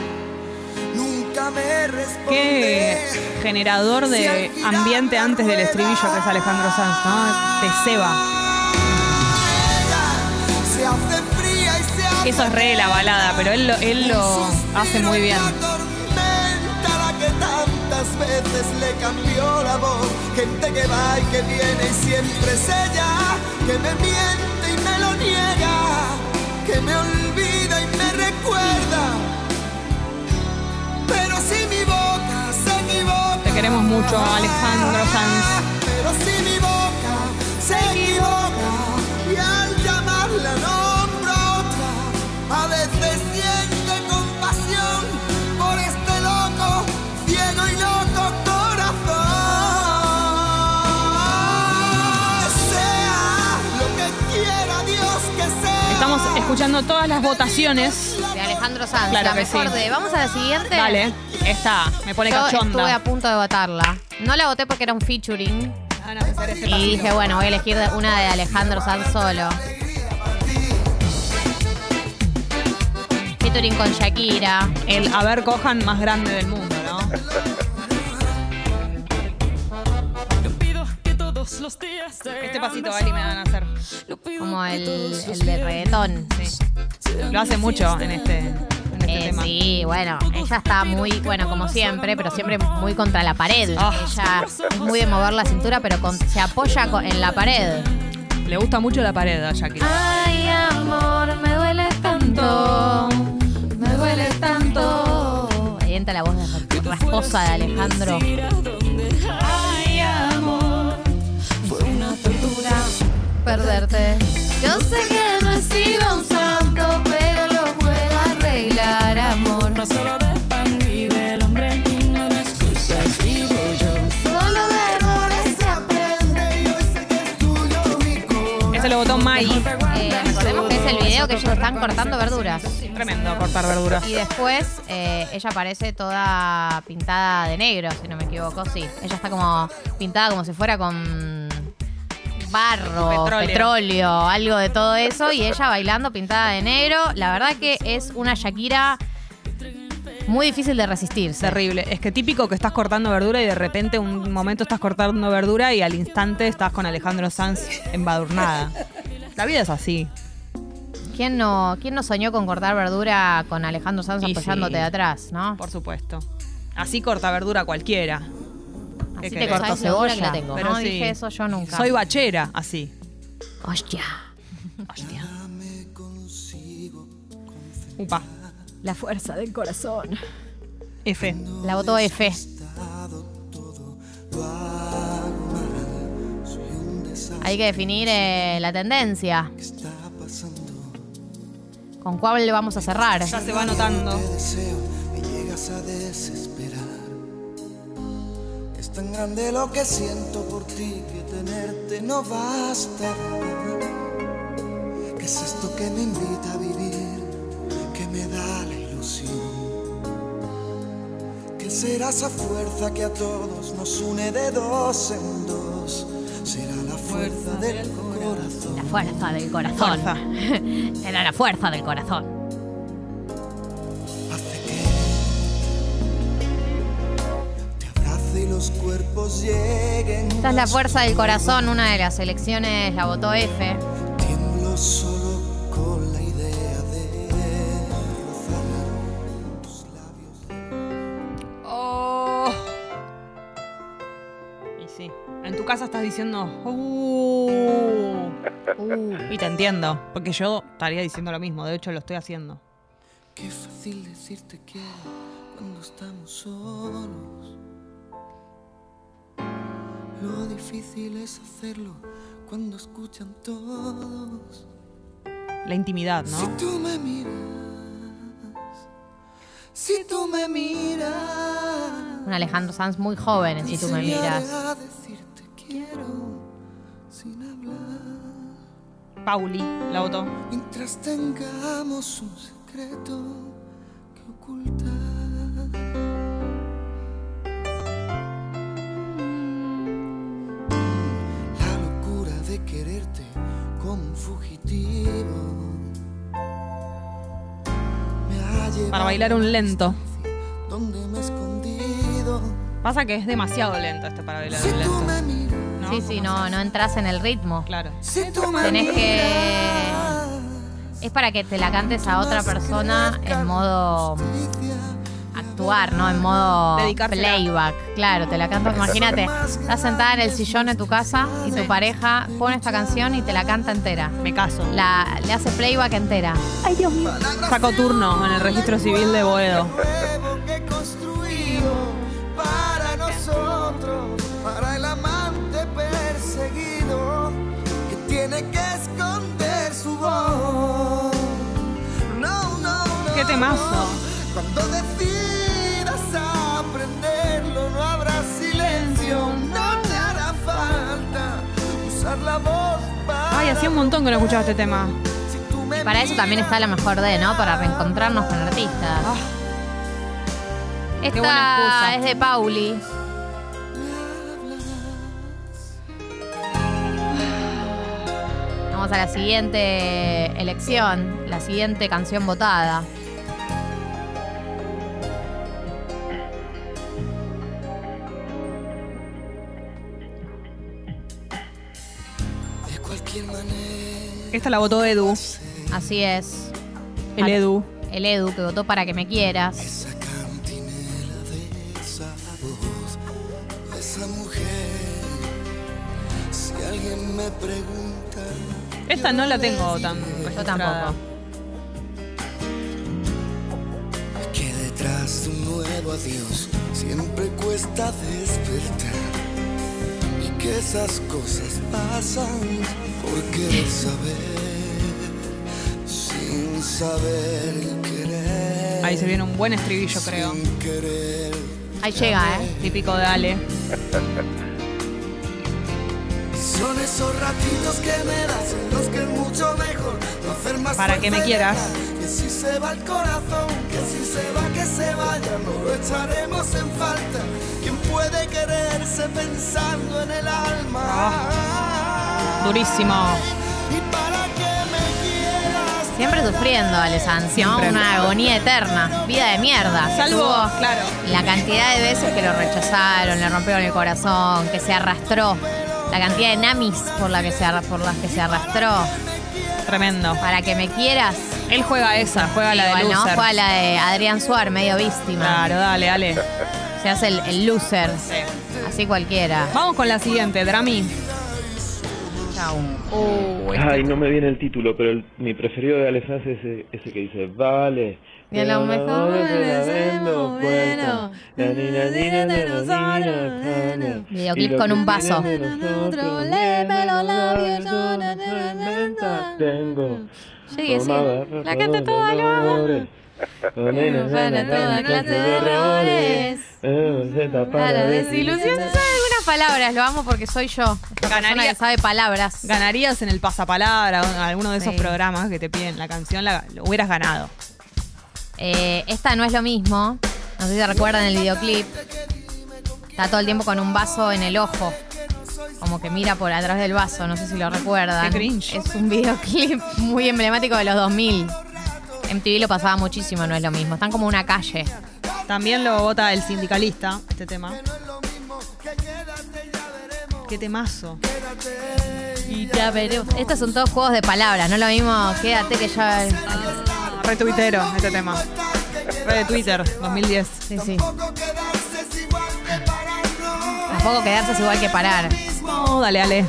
Speaker 13: Nunca me responde.
Speaker 2: Qué generador de ambiente antes del estribillo que es Alejandro Sanz, ¿no? Te ceba.
Speaker 13: Se hace fría y se hace
Speaker 2: Eso es re de la balada, pero él lo, él lo hace muy bien.
Speaker 13: tormenta la que tantas veces le cambió la voz. Gente que va y que viene y siempre es ella que me miente y me lo niega, que me olvida y me recuerda. Pero si mi boca se equivoca,
Speaker 2: Te queremos mucho, Alejandro Sanz.
Speaker 13: pero si mi boca se equivoca y al llamarla nombro a otra, a veces siente compasión por este loco, ciego y loco corazón. Sea lo que quiera Dios que sea.
Speaker 2: Estamos escuchando todas las votaciones.
Speaker 3: De Alejandro Sanz,
Speaker 2: Claro
Speaker 3: la
Speaker 2: que
Speaker 3: mejor
Speaker 2: sí.
Speaker 3: de. Vamos a la siguiente.
Speaker 2: Dale, está, me pone
Speaker 3: Yo estuve
Speaker 2: cachonda.
Speaker 3: a punto de votarla. No la voté porque era un featuring.
Speaker 2: este
Speaker 3: Y dije, bueno, voy a elegir de- una de Alejandro Sanz solo. Featuring con Shakira.
Speaker 2: El a ver cojan más grande del mundo, ¿no? Este pasito Bali me van a hacer.
Speaker 3: Como el, el de reggaetón.
Speaker 2: Lo hace mucho en este, en este
Speaker 3: Eh,
Speaker 2: tema.
Speaker 3: sí, bueno, ella está muy, bueno, como siempre, pero siempre muy contra la pared. Ella es muy de mover la cintura, pero con- se apoya co- en la pared.
Speaker 2: Le gusta mucho la pared a Shakira.
Speaker 3: Ay, amor, me duele tanto. Me duele tanto. Ahí entra la voz de rasposa de Alejandro.
Speaker 10: Ay, amor, fue una tortura.
Speaker 3: Perderte.
Speaker 10: Yo sé que no he sido un santo, pero lo puedo arreglar, amor. No solo de pan y del hombre, y no me excusas, vivo yo. Solo de errores se aprende, yo sé que es tuyo mi corazón.
Speaker 2: Ese lo votó Mai.
Speaker 3: Eh, recordemos que es el video que ellos están cortando verduras.
Speaker 2: Tremendo cortar verduras.
Speaker 3: Y después eh, ella aparece toda pintada de negro, si no me equivoco, sí. Ella está como pintada como si fuera con barro,
Speaker 2: Petróleo.
Speaker 3: petróleo. algo de todo eso. Y ella bailando pintada de negro. La verdad que es una Shakira muy difícil de resistirse.
Speaker 2: Terrible. Es que típico que estás cortando verdura y de repente un momento estás cortando verdura y al instante estás con Alejandro Sanz embadurnada. La vida es así.
Speaker 3: ¿Quién no, ¿Quién no soñó con cortar verdura con Alejandro Sanz
Speaker 2: Y
Speaker 3: apoyándote
Speaker 2: sí.
Speaker 3: de atrás, no?
Speaker 2: Por supuesto. Así corta verdura cualquiera. ¿Qué
Speaker 3: Así te
Speaker 2: querés?
Speaker 3: corto cebolla. Que la tengo.
Speaker 2: Pero
Speaker 3: no
Speaker 2: sí.
Speaker 3: dije eso yo nunca.
Speaker 2: Soy bachera, así.
Speaker 3: Hostia.
Speaker 2: Upa.
Speaker 3: La fuerza del corazón.
Speaker 2: F.
Speaker 3: La votó F. Hay que definir eh, la tendencia. ¿Con cuál le vamos a cerrar?
Speaker 2: Ya se va notando.
Speaker 13: Te deseo, me llegas a desesperar. Es tan grande lo que siento por ti que tenerte no basta. ¿Qué es esto que me invita a vivir? Que me da la ilusión. ¿Qué será esa fuerza que a todos nos une de dos en dos? Será la fuerza del corazón.
Speaker 3: La fuerza del corazón.
Speaker 13: Fuerza.
Speaker 3: [LAUGHS] Era la fuerza del corazón.
Speaker 13: Hace los cuerpos lleguen.
Speaker 3: Esta es la fuerza del corazón, una de las elecciones la votó F.
Speaker 13: Tiemblo solo con la idea de rozar.
Speaker 2: Oh. Y sí. En tu casa estás diciendo. "Uh". Y te entiendo, porque yo estaría diciendo lo mismo, de hecho lo estoy haciendo.
Speaker 13: Qué fácil decir te quiero cuando estamos solos. Lo difícil es hacerlo cuando escuchan todos.
Speaker 2: La intimidad,
Speaker 13: Si
Speaker 2: ¿no?
Speaker 13: tú me miras, si tú me miras,
Speaker 3: Un Alejandro Sanz muy joven, en si tú me miras.
Speaker 13: a decirte quiero sin hablar.
Speaker 2: Pauli, la votó.
Speaker 13: Mientras tengamos un secreto que ocultar. La locura de quererte como un fugitivo. Me ha llevado
Speaker 2: Para bailar un lento.
Speaker 13: donde me he escondido.
Speaker 2: Pasa que es demasiado lento este para bailar un
Speaker 13: Tú
Speaker 2: lento.
Speaker 13: me miras,
Speaker 3: Sí, sí, no, no entras en el ritmo.
Speaker 2: Claro.
Speaker 13: si tú me
Speaker 3: Tenés que.
Speaker 13: miras,
Speaker 3: Es para que te la cantes a otra persona en modo actuar, ¿no? En modo
Speaker 2: Dedicársela.
Speaker 3: playback. Claro, te la canto. Imagínate, estás sentada en el sillón de tu casa y tu pareja pone esta canción y te la canta entera.
Speaker 2: Me caso.
Speaker 3: La, le hace playback entera.
Speaker 2: Ay, Dios mío. Sacó turno en el registro civil de Boedo.
Speaker 13: construido para nosotros, para el amante perseguido que tiene que esconder su voz. No, no, no.
Speaker 2: Qué temazo.
Speaker 13: Cuando decidas aprenderlo, no habrá silencio, no te hará falta usar la voz para.
Speaker 2: Ay, hacía un montón que no escuchaba este tema.
Speaker 3: Y para eso también está la mejor de, ¿no? Para reencontrarnos con artistas.
Speaker 2: buena
Speaker 3: Esta
Speaker 2: Ah. excusa.
Speaker 3: es de Pauli. Vamos a la siguiente elección, la siguiente canción votada.
Speaker 13: De cualquier manera.
Speaker 2: Esta la votó Edu.
Speaker 3: Así es.
Speaker 2: El Edu.
Speaker 3: El Edu que votó para que me quieras.
Speaker 13: esa voz, esa mujer. Si alguien me pregunta,
Speaker 2: Esta no la tengo tan registrada.
Speaker 13: que detrás de un nuevo adiós siempre cuesta despertar. Y que esas cosas pasan por querer saber, sin saber querer.
Speaker 2: Ahí se viene un buen estribillo, creo.
Speaker 13: Sin querer
Speaker 3: Ahí llega, ¿eh?
Speaker 2: Típico de Ale.
Speaker 13: Son esos ratitos que me das en los que es mucho mejor no hacer más
Speaker 2: Para que me
Speaker 13: fuerte
Speaker 2: quieras.
Speaker 13: nada. Que si se va el corazón, que si se va, que se vaya, no lo echaremos en falta. ¿Quién puede quererse pensando en el
Speaker 2: Ah.
Speaker 13: alma?
Speaker 2: Durísimo.
Speaker 3: Siempre sufriendo, Alessandro.
Speaker 2: Siempre.
Speaker 3: Una agonía eterna. Vida de mierda.
Speaker 2: Salvo,
Speaker 3: Tuvo
Speaker 2: claro.
Speaker 3: La cantidad de veces que lo rechazaron, le rompieron el corazón, que se arrastró. La cantidad de namis por, la que se, arra- por las que se arrastró.
Speaker 2: Tremendo.
Speaker 3: Para que me quieras.
Speaker 2: Él juega esa, juega la de
Speaker 3: Igual, ¿no?
Speaker 2: loser.
Speaker 3: Juega la de Adrián Suar, medio víctima.
Speaker 2: Claro, dale, dale.
Speaker 3: Se hace el, el loser. Así cualquiera.
Speaker 2: Vamos con la siguiente, Drami.
Speaker 3: Chau.
Speaker 15: Ay, no me viene el título, pero el- mi preferido de Alessandro es ese, ese que dice, vale.
Speaker 3: Y a
Speaker 15: pero
Speaker 3: lo mejor
Speaker 15: ahora te la
Speaker 3: nos
Speaker 15: vendo
Speaker 3: hacemos
Speaker 15: puesta. La nina, nina, nina, nina, nina, pana.
Speaker 3: Videoclip
Speaker 15: Y lo
Speaker 3: con
Speaker 15: que
Speaker 3: un vaso.
Speaker 15: tiene de nosotros, menta Tengo.
Speaker 3: Sí, sí.
Speaker 15: Formada por
Speaker 3: La canta toda la
Speaker 15: colores. Con nena, nena, nena, clase de errores. Eh, se tapa la
Speaker 3: Para
Speaker 15: desilusión.
Speaker 3: desilusión. Sabe algunas palabras, lo amo porque soy yo. Esta persona que sabe palabras.
Speaker 2: Ganarías en el pasapalabra, o en alguno de esos
Speaker 3: Sí.
Speaker 2: programas que te piden la canción, la, lo hubieras ganado.
Speaker 3: Eh, esta no es lo mismo. No sé si se recuerdan el videoclip. Está todo el tiempo con un vaso en el ojo. Como que mira por atrás del vaso, no sé si lo recuerdan.
Speaker 2: Qué cringe.
Speaker 3: Es un videoclip muy emblemático de los 2000. MTV lo pasaba muchísimo, no es lo mismo. Están como una calle.
Speaker 2: También lo vota el sindicalista, este tema. Qué temazo.
Speaker 3: Y ya veremos. Estos son todos juegos de palabras, no lo mismo. Quédate que ya.
Speaker 2: Re tuitero este tema. Re de Twitter, 2010.
Speaker 3: Sí, sí. Tampoco quedarse es igual que parar.
Speaker 2: Oh, dale, dale.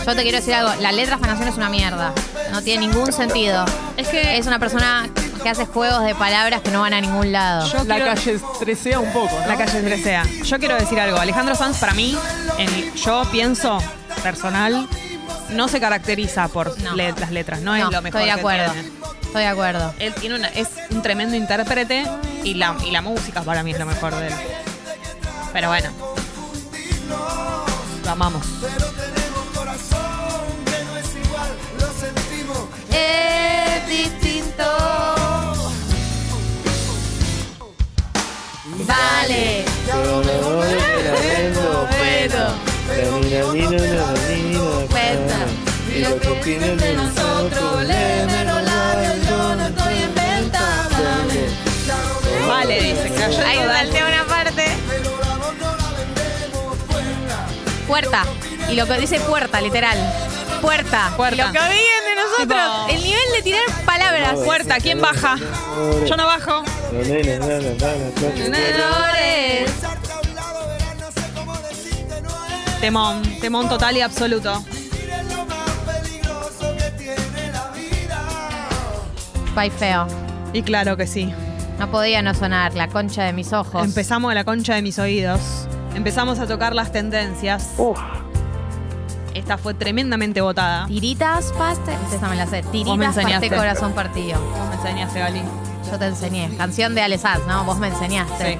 Speaker 13: será
Speaker 3: Yo te quiero decir algo, la letra de esta canción es una mierda. No tiene ningún sentido. Es que es una persona que hace juegos de palabras que no van a ningún lado.
Speaker 6: la calle estresea un poco, ¿no?
Speaker 2: La calle estresea. Yo quiero decir algo. Alejandro Sanz, para mí, en- yo pienso, personal, no se caracteriza por
Speaker 3: No.
Speaker 2: le- las letras. No,
Speaker 3: No,
Speaker 2: es lo mejor.
Speaker 3: estoy de
Speaker 2: que
Speaker 3: acuerdo.
Speaker 2: tiene.
Speaker 3: Estoy de acuerdo.
Speaker 2: Él tiene una, es un tremendo intérprete y la, y la música para mí es lo mejor de él. Pero bueno. Lo amamos.
Speaker 10: Es distinto. Vale. Puedo. Cuenta. Y lo que opinas de nosotros, léemelo labios, yo no estoy en venta. Vale.
Speaker 2: Vale, dice. Cayó
Speaker 3: Ahí
Speaker 2: todo.
Speaker 3: falté una parte. Puerta. Y lo que dice puerta, literal. Puerta. Y lo que obligan de nosotros. El nivel de tirar palabras.
Speaker 2: Puerta, ¿quién baja? Yo no bajo.
Speaker 10: Flores.
Speaker 2: Temón, temón total y absoluto.
Speaker 3: Pay feo.
Speaker 2: Y claro que sí.
Speaker 3: No podía no sonar la concha de mis ojos.
Speaker 2: Empezamos de la concha de mis oídos. Empezamos a tocar las tendencias. Esta fue tremendamente votada.
Speaker 3: Tiritas, paste. Esa me la sé.
Speaker 2: Vos me
Speaker 3: Tiritas,
Speaker 2: enseñaste.
Speaker 3: pastel, corazón partido.
Speaker 2: Vos me enseñaste, Gali.
Speaker 3: Yo te enseñé. Canción de Ale Sanz, ¿no? Vos me enseñaste.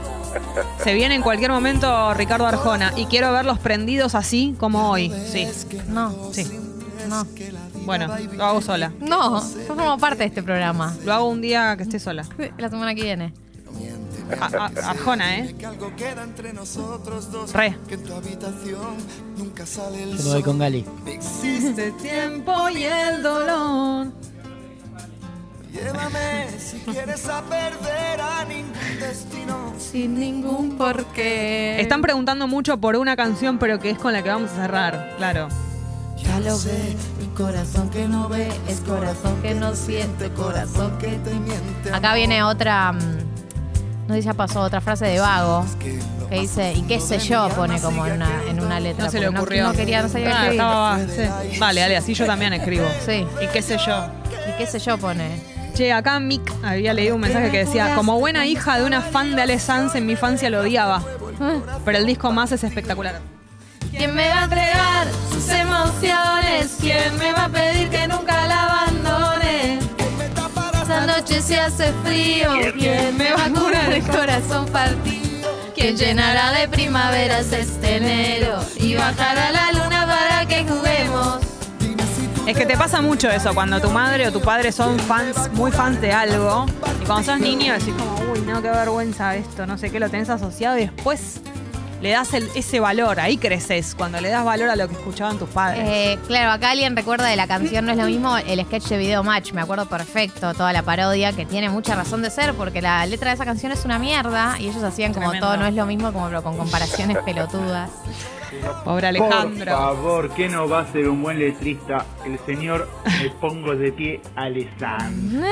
Speaker 2: Se viene en cualquier momento Ricardo Arjona y quiero verlos prendidos así como hoy. Sí.
Speaker 3: No.
Speaker 2: Sí.
Speaker 3: No.
Speaker 2: Bueno, lo hago sola.
Speaker 3: No, yo formo parte de este programa.
Speaker 2: Lo hago un día que esté sola.
Speaker 3: La semana que viene.
Speaker 2: A- a- Arjona, ¿eh? Re.
Speaker 12: Yo me voy con Gali.
Speaker 2: Existe tiempo y el dolor.
Speaker 13: Llévame si quieres a perder a ningún destino.
Speaker 2: Sin ningún porqué. Están preguntando mucho por una canción, pero que es con la que vamos a cerrar, claro.
Speaker 10: Ya lo ve, mi corazón que no ve, es corazón que no siente, corazón que te miente.
Speaker 3: Acá viene otra. mm, No sé si ya pasó otra frase de vago. Que dice, y qué sé yo, pone como en una, en una letra.
Speaker 2: No se le
Speaker 3: porque
Speaker 2: ocurrió.
Speaker 3: No, quería, no sabía
Speaker 2: Ah,
Speaker 3: escribir.
Speaker 2: estaba- sí. Vale, dale, así yo también escribo.
Speaker 3: Sí.
Speaker 2: Y qué sé yo.
Speaker 3: Y qué sé yo, pone.
Speaker 2: Che, acá Mick había leído un mensaje que decía, como buena hija de una fan de Ale Sanz, en mi infancia lo odiaba. Pero el disco más es espectacular.
Speaker 10: ¿Quién me va a entregar sus emociones? ¿Quién me va a pedir que nunca la abandone? Esta noche se hace frío. ¿Quién me va a curar el corazón partido? ¿Quién llenará de primaveras este enero? Y bajará la luna para que juguemos.
Speaker 2: Es que te pasa mucho eso, cuando tu madre o tu padre son fans, muy fans de algo, y cuando sos niño decís como, uy, no, qué vergüenza esto, no sé qué, lo tenés asociado, y después le das el- ese valor, ahí creces, cuando le das valor a lo que escuchaban tus padres.
Speaker 3: Eh, claro, acá alguien recuerda de la canción No es lo mismo el sketch de Video Match. Me acuerdo perfecto toda la parodia que tiene mucha razón de ser porque la letra de esa canción es una mierda y ellos hacían como
Speaker 2: Tremendo.
Speaker 3: todo No es lo mismo, como pero con comparaciones [LAUGHS] pelotudas.
Speaker 2: Pobre Alejandro.
Speaker 16: Por favor, que no va a ser un buen letrista el señor Me Pongo de Pie Alessandro.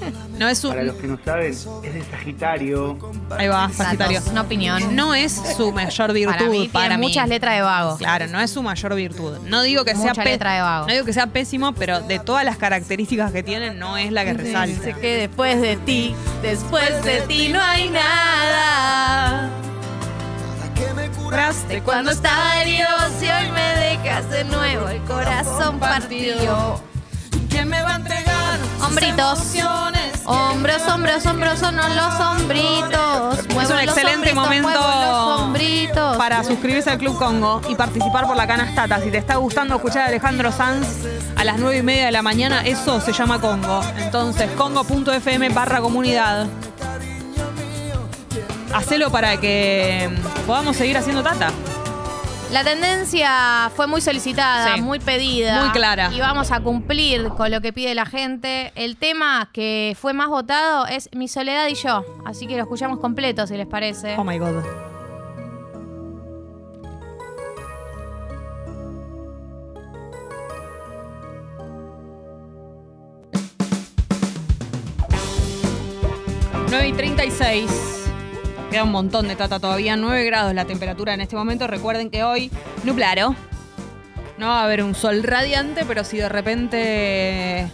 Speaker 2: [LAUGHS] No es
Speaker 16: Para los
Speaker 2: un...
Speaker 16: que no saben, es de Sagitario.
Speaker 2: Ahí va, Sagitario.
Speaker 3: Datos, una opinión.
Speaker 2: No es su mayor virtud para
Speaker 3: Para mí
Speaker 2: mí.
Speaker 3: tiene muchas letras de vago.
Speaker 2: Claro, no es su mayor virtud. No digo que sea
Speaker 3: Mucha
Speaker 2: pe-
Speaker 3: letra de vago.
Speaker 2: No digo que sea pésimo, pero de todas las características que tiene, no es la que resalta.
Speaker 10: Dice que después de ti, después de ti no hay nada.
Speaker 2: Curaste
Speaker 10: Cuando estaba Dios y hoy me dejas de nuevo el corazón partido. ¿Quién me va a entregar?
Speaker 3: Hombritos. Hombros, hombros, hombros son los hombritos.
Speaker 2: Es
Speaker 3: Muevo
Speaker 2: un
Speaker 3: los
Speaker 2: excelente
Speaker 3: hombritos, muevo los
Speaker 2: momento
Speaker 3: hombritos.
Speaker 2: para suscribirse al Club Congo y participar por la canastata. Si te está gustando escuchar a Alejandro Sanz a las 9 y media de la mañana, eso se llama Congo. Entonces, congo.fm barra comunidad. Hacelo para que podamos seguir haciendo tata.
Speaker 3: La tendencia fue muy solicitada,
Speaker 2: Sí.
Speaker 3: muy pedida.
Speaker 2: Muy clara.
Speaker 3: Y vamos a cumplir con lo que pide la gente. El tema que fue más votado es Mi soledad y yo. Así que lo escuchamos completo, si les parece.
Speaker 2: Oh my god. Nueve y 36. Queda un montón de tata todavía, 9 grados la temperatura en este momento. Recuerden que hoy nublaro. No va a haber un sol radiante, pero si de repente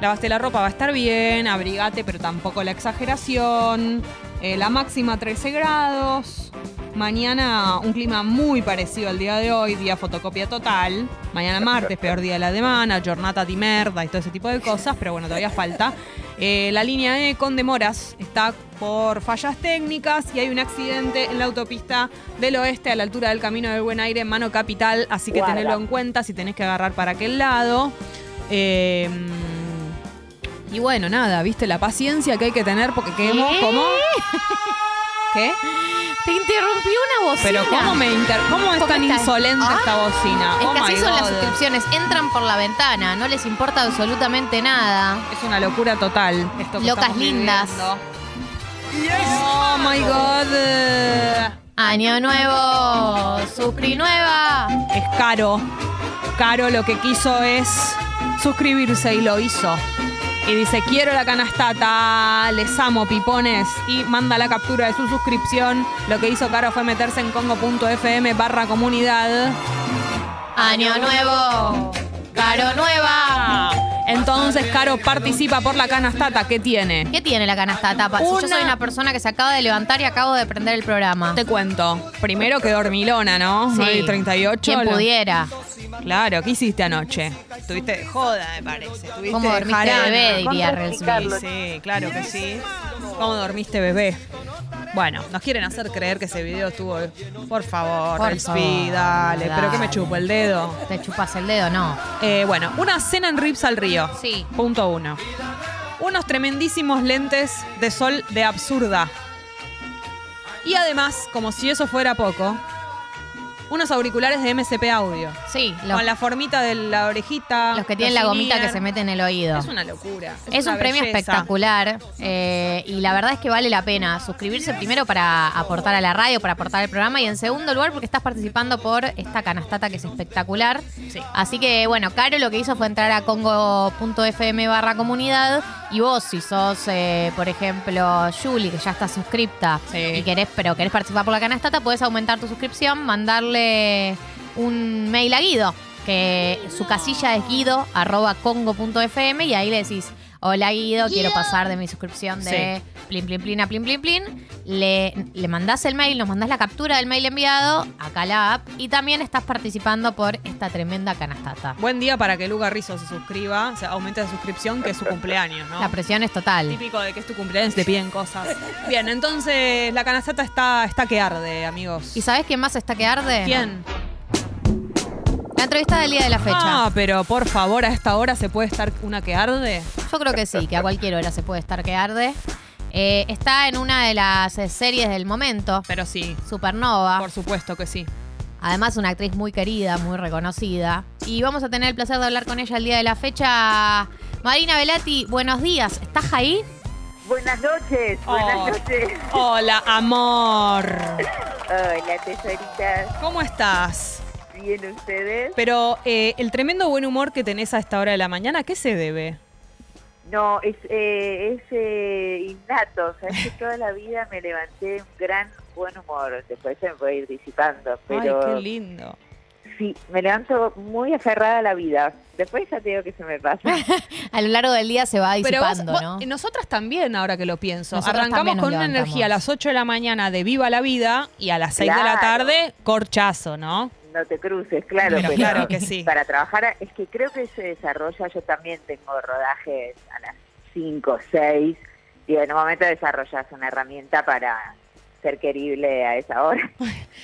Speaker 2: lavaste la ropa va a estar bien, abrigate, pero tampoco la exageración. Eh, la máxima 13 grados. Mañana un clima muy parecido al día de hoy, día fotocopia total. Mañana martes, peor día de la semana, jornata di merda y todo ese tipo de cosas, pero bueno, todavía falta. Eh, la línea E con demoras está por fallas técnicas y hay un accidente en la autopista del oeste a la altura del camino del Buen Aire en Mano Capital, así que
Speaker 11: Guarda.
Speaker 2: tenedlo en cuenta si tenés que agarrar para aquel lado. Eh, y bueno, nada, viste la paciencia que hay que tener porque quedemos como. ¿Qué?
Speaker 3: Te interrumpí una bocina.
Speaker 2: Pero ¿cómo, me inter- cómo es
Speaker 3: ¿Por qué
Speaker 2: tan
Speaker 3: está-
Speaker 2: insolente
Speaker 3: Ah,
Speaker 2: esta bocina?
Speaker 3: Es
Speaker 2: Oh
Speaker 3: que así
Speaker 2: my
Speaker 3: son las
Speaker 2: God.
Speaker 3: suscripciones. Entran por la ventana, no les importa absolutamente nada.
Speaker 2: Es una locura total. Esto que
Speaker 3: Locas
Speaker 2: estamos
Speaker 3: lindas.
Speaker 2: viviendo. Oh my god.
Speaker 3: Año nuevo, Supri nueva.
Speaker 2: Es caro. Caro lo que quiso es suscribirse y lo hizo. Y dice, quiero la canastata, les amo pipones. Y manda la captura de su suscripción. Lo que hizo Caro fue meterse en congo.fm barra comunidad.
Speaker 3: Año nuevo, Caro nueva.
Speaker 2: Entonces Caro participa por la canastata. ¿Qué tiene?
Speaker 3: ¿Qué tiene la canasta tapa? Si yo
Speaker 2: Una-
Speaker 3: soy una persona que se acaba de levantar y acabo de prender el programa.
Speaker 2: Te cuento. Primero que dormilona, ¿no?
Speaker 3: Sí.
Speaker 2: 9 y 38.
Speaker 3: Quien
Speaker 2: lo-
Speaker 3: pudiera.
Speaker 2: Claro, ¿qué hiciste anoche? Estuviste de joda, me parece. Estuviste
Speaker 3: ¿Cómo dormiste
Speaker 2: jarana.
Speaker 3: bebé, diría Real
Speaker 2: Sí,
Speaker 3: Smith?
Speaker 2: sí, claro que sí. ¿Cómo dormiste bebé? Bueno, nos quieren hacer creer que ese video estuvo. Por favor,
Speaker 3: Por
Speaker 2: Real
Speaker 3: favor,
Speaker 2: Smith, dale.
Speaker 3: dale.
Speaker 2: Pero que me chupo el dedo.
Speaker 3: Te chupas el dedo, no.
Speaker 2: Eh, bueno, una cena en Rips al Río.
Speaker 3: Sí.
Speaker 2: Punto uno. Unos tremendísimos lentes de sol de absurda. Y además, como si eso fuera poco, unos auriculares de MCP Audio.
Speaker 3: Sí, los,
Speaker 2: Con la formita de la orejita.
Speaker 3: los que tienen la gomita que se
Speaker 2: meten
Speaker 3: mete en el oído.
Speaker 2: Es una locura.
Speaker 3: Es
Speaker 2: una
Speaker 3: un premio
Speaker 2: belleza.
Speaker 3: espectacular eh, y la verdad es que vale la pena suscribirse primero para aportar a la radio, para aportar al programa y en segundo lugar porque estás participando por esta canastata que es espectacular.
Speaker 2: Sí.
Speaker 3: Así que bueno, Caro lo que hizo fue entrar a congo.fm barra comunidad y vos si sos, eh, por ejemplo, Julie, que ya está suscripta y querés, pero querés participar por la canastata, podés aumentar tu suscripción, mandarle un mail a Guido, que su casilla es guido arroba congo.fm y ahí le decís, hola Guido, quiero pasar de mi suscripción de plin plin plin a plin plin plin. Le, le mandás el mail, nos mandás la captura del mail enviado, acá la app, y también estás participando por esta tremenda canastata.
Speaker 2: Buen día para que Luca Rizzo se suscriba, o sea, aumente la suscripción, que es su cumpleaños, ¿no?
Speaker 3: La presión es total.
Speaker 2: Típico de que es tu cumpleaños, te piden cosas. Bien, entonces la canastata está, está que arde, amigos.
Speaker 3: ¿Y sabés quién más está que arde?
Speaker 2: ¿Quién?
Speaker 3: La entrevista del día de la fecha.
Speaker 2: Ah, pero por favor, a esta hora se puede estar una que arde.
Speaker 3: Yo creo que sí, que a cualquier hora se puede estar que arde. Eh, está en una de las eh, series del momento,
Speaker 2: Pero sí,
Speaker 3: Supernova.
Speaker 2: por supuesto que sí.
Speaker 3: Además, una actriz muy querida, muy reconocida. Y vamos a tener el placer de hablar con ella el día de la fecha. Marina Velati, buenos días. ¿Estás ahí?
Speaker 11: Buenas noches, buenas
Speaker 2: Oh.
Speaker 11: noches.
Speaker 2: Hola, amor.
Speaker 11: Hola, tesorita.
Speaker 2: ¿Cómo estás?
Speaker 11: ¿Bien ustedes?
Speaker 2: Pero eh, el tremendo buen humor que tenés a esta hora de la mañana, ¿a ¿qué se debe?
Speaker 11: No, es, eh, es eh, innato. O sea, es que toda la vida me levanté en gran buen humor. Después se me puede ir disipando. Pero
Speaker 2: Ay, qué lindo.
Speaker 11: sí, me levanto muy aferrada a la vida. Después ya te digo que se me pasa.
Speaker 3: A lo largo del día se va
Speaker 2: Pero vos-
Speaker 3: disipando,
Speaker 2: vos-
Speaker 3: ¿no?
Speaker 2: y nosotras también, ahora que lo pienso.
Speaker 3: Nosotras
Speaker 2: Arrancamos
Speaker 3: también nos
Speaker 2: con una
Speaker 3: levantamos.
Speaker 2: energía a las 8 de la mañana de Viva la Vida y a las 6 de la
Speaker 11: Claro.
Speaker 2: tarde, corchazo, ¿no?
Speaker 11: No te cruces, claro,
Speaker 2: Pero
Speaker 11: pero,
Speaker 2: claro
Speaker 11: [LAUGHS]
Speaker 2: que sí.
Speaker 11: para trabajar, es que creo que se desarrolla, yo también tengo rodajes a las 5, 6, y en un momento desarrollas una herramienta para ser querible a esa
Speaker 2: [LAUGHS]
Speaker 11: hora.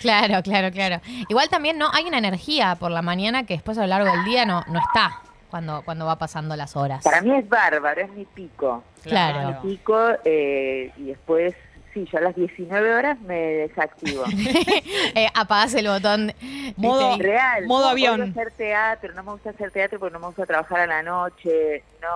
Speaker 3: Claro, claro, claro. Igual también no hay una energía por la mañana que después a lo largo del día no, no está cuando, cuando va pasando las horas.
Speaker 11: Para mí es bárbaro, es mi pico.
Speaker 3: Claro.
Speaker 11: Es Mi pico, eh, y después, sí, yo a las 19 horas me
Speaker 2: [LAUGHS]
Speaker 11: desactivo.
Speaker 3: Eh, apagás el botón.
Speaker 2: Modo-
Speaker 3: ¿viste?
Speaker 11: Real.
Speaker 2: modo
Speaker 11: no
Speaker 2: avión.
Speaker 11: No me gusta hacer teatro, no me gusta hacer teatro porque no me gusta trabajar a la noche, no,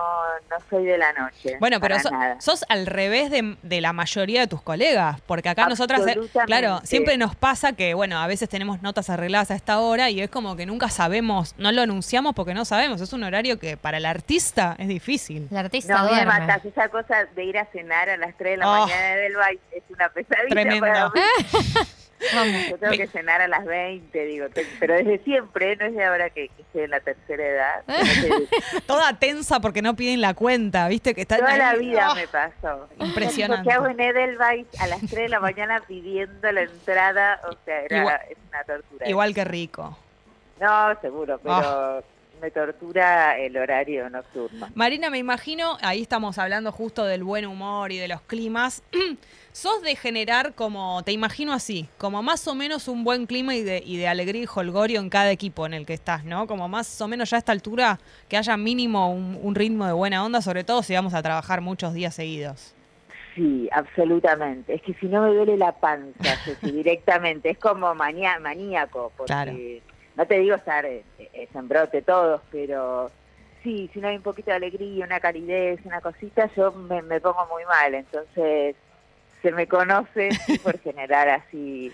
Speaker 11: no soy de la noche.
Speaker 2: Bueno, pero
Speaker 11: para
Speaker 2: so-
Speaker 11: nada.
Speaker 2: sos al revés de, de la mayoría de tus colegas, porque acá nosotras, eh,
Speaker 11: Absolutamente.
Speaker 2: claro, siempre nos pasa que, bueno, a veces tenemos notas arregladas a esta hora y es como que nunca sabemos, no lo anunciamos porque no sabemos, es un horario que para el artista es difícil. [LAUGHS]
Speaker 3: El artista
Speaker 11: No, me
Speaker 3: duerme.
Speaker 11: matas. Esa cosa de ir a cenar a las 3 de la
Speaker 2: Oh.
Speaker 11: mañana del baile es una pesadilla
Speaker 2: [LAUGHS] Tremendo.
Speaker 11: para mí. Yo tengo que cenar a las 20, digo, te- pero desde siempre, no es de ahora que, que estoy en la tercera edad.
Speaker 2: [LAUGHS] Toda tensa porque no piden la cuenta, ¿viste? Que está ah,
Speaker 11: Toda la vida me pasó.
Speaker 2: Impresionante.
Speaker 11: Lo que hago en Edelweiss a las 3 de la mañana pidiendo la entrada, o sea, era,
Speaker 2: Igual-
Speaker 11: es una tortura.
Speaker 2: Igual que rico.
Speaker 11: No, seguro, pero
Speaker 2: Ah.
Speaker 11: me tortura el horario nocturno.
Speaker 2: Marina, me imagino, ahí estamos hablando justo del buen humor y de los climas. [CLEARS THROAT] Sos de generar como, te imagino así, como más o menos un buen clima y de, y de alegría y holgorio en cada equipo en el que estás, ¿no? Como más o menos ya a esta altura que haya mínimo un, un ritmo de buena onda, sobre todo si vamos a trabajar muchos días seguidos.
Speaker 11: Sí, absolutamente. Es que si no me duele la panza,
Speaker 2: [LAUGHS]
Speaker 11: Ceci, directamente. Es como manía, maníaco, porque
Speaker 2: Claro.
Speaker 11: no te digo estar eh, eh, en brote todos, pero sí, si no hay un poquito de alegría, una calidez, una cosita, yo me, me pongo muy mal. Entonces, se me
Speaker 2: [LAUGHS]
Speaker 11: conoce sí, por generar así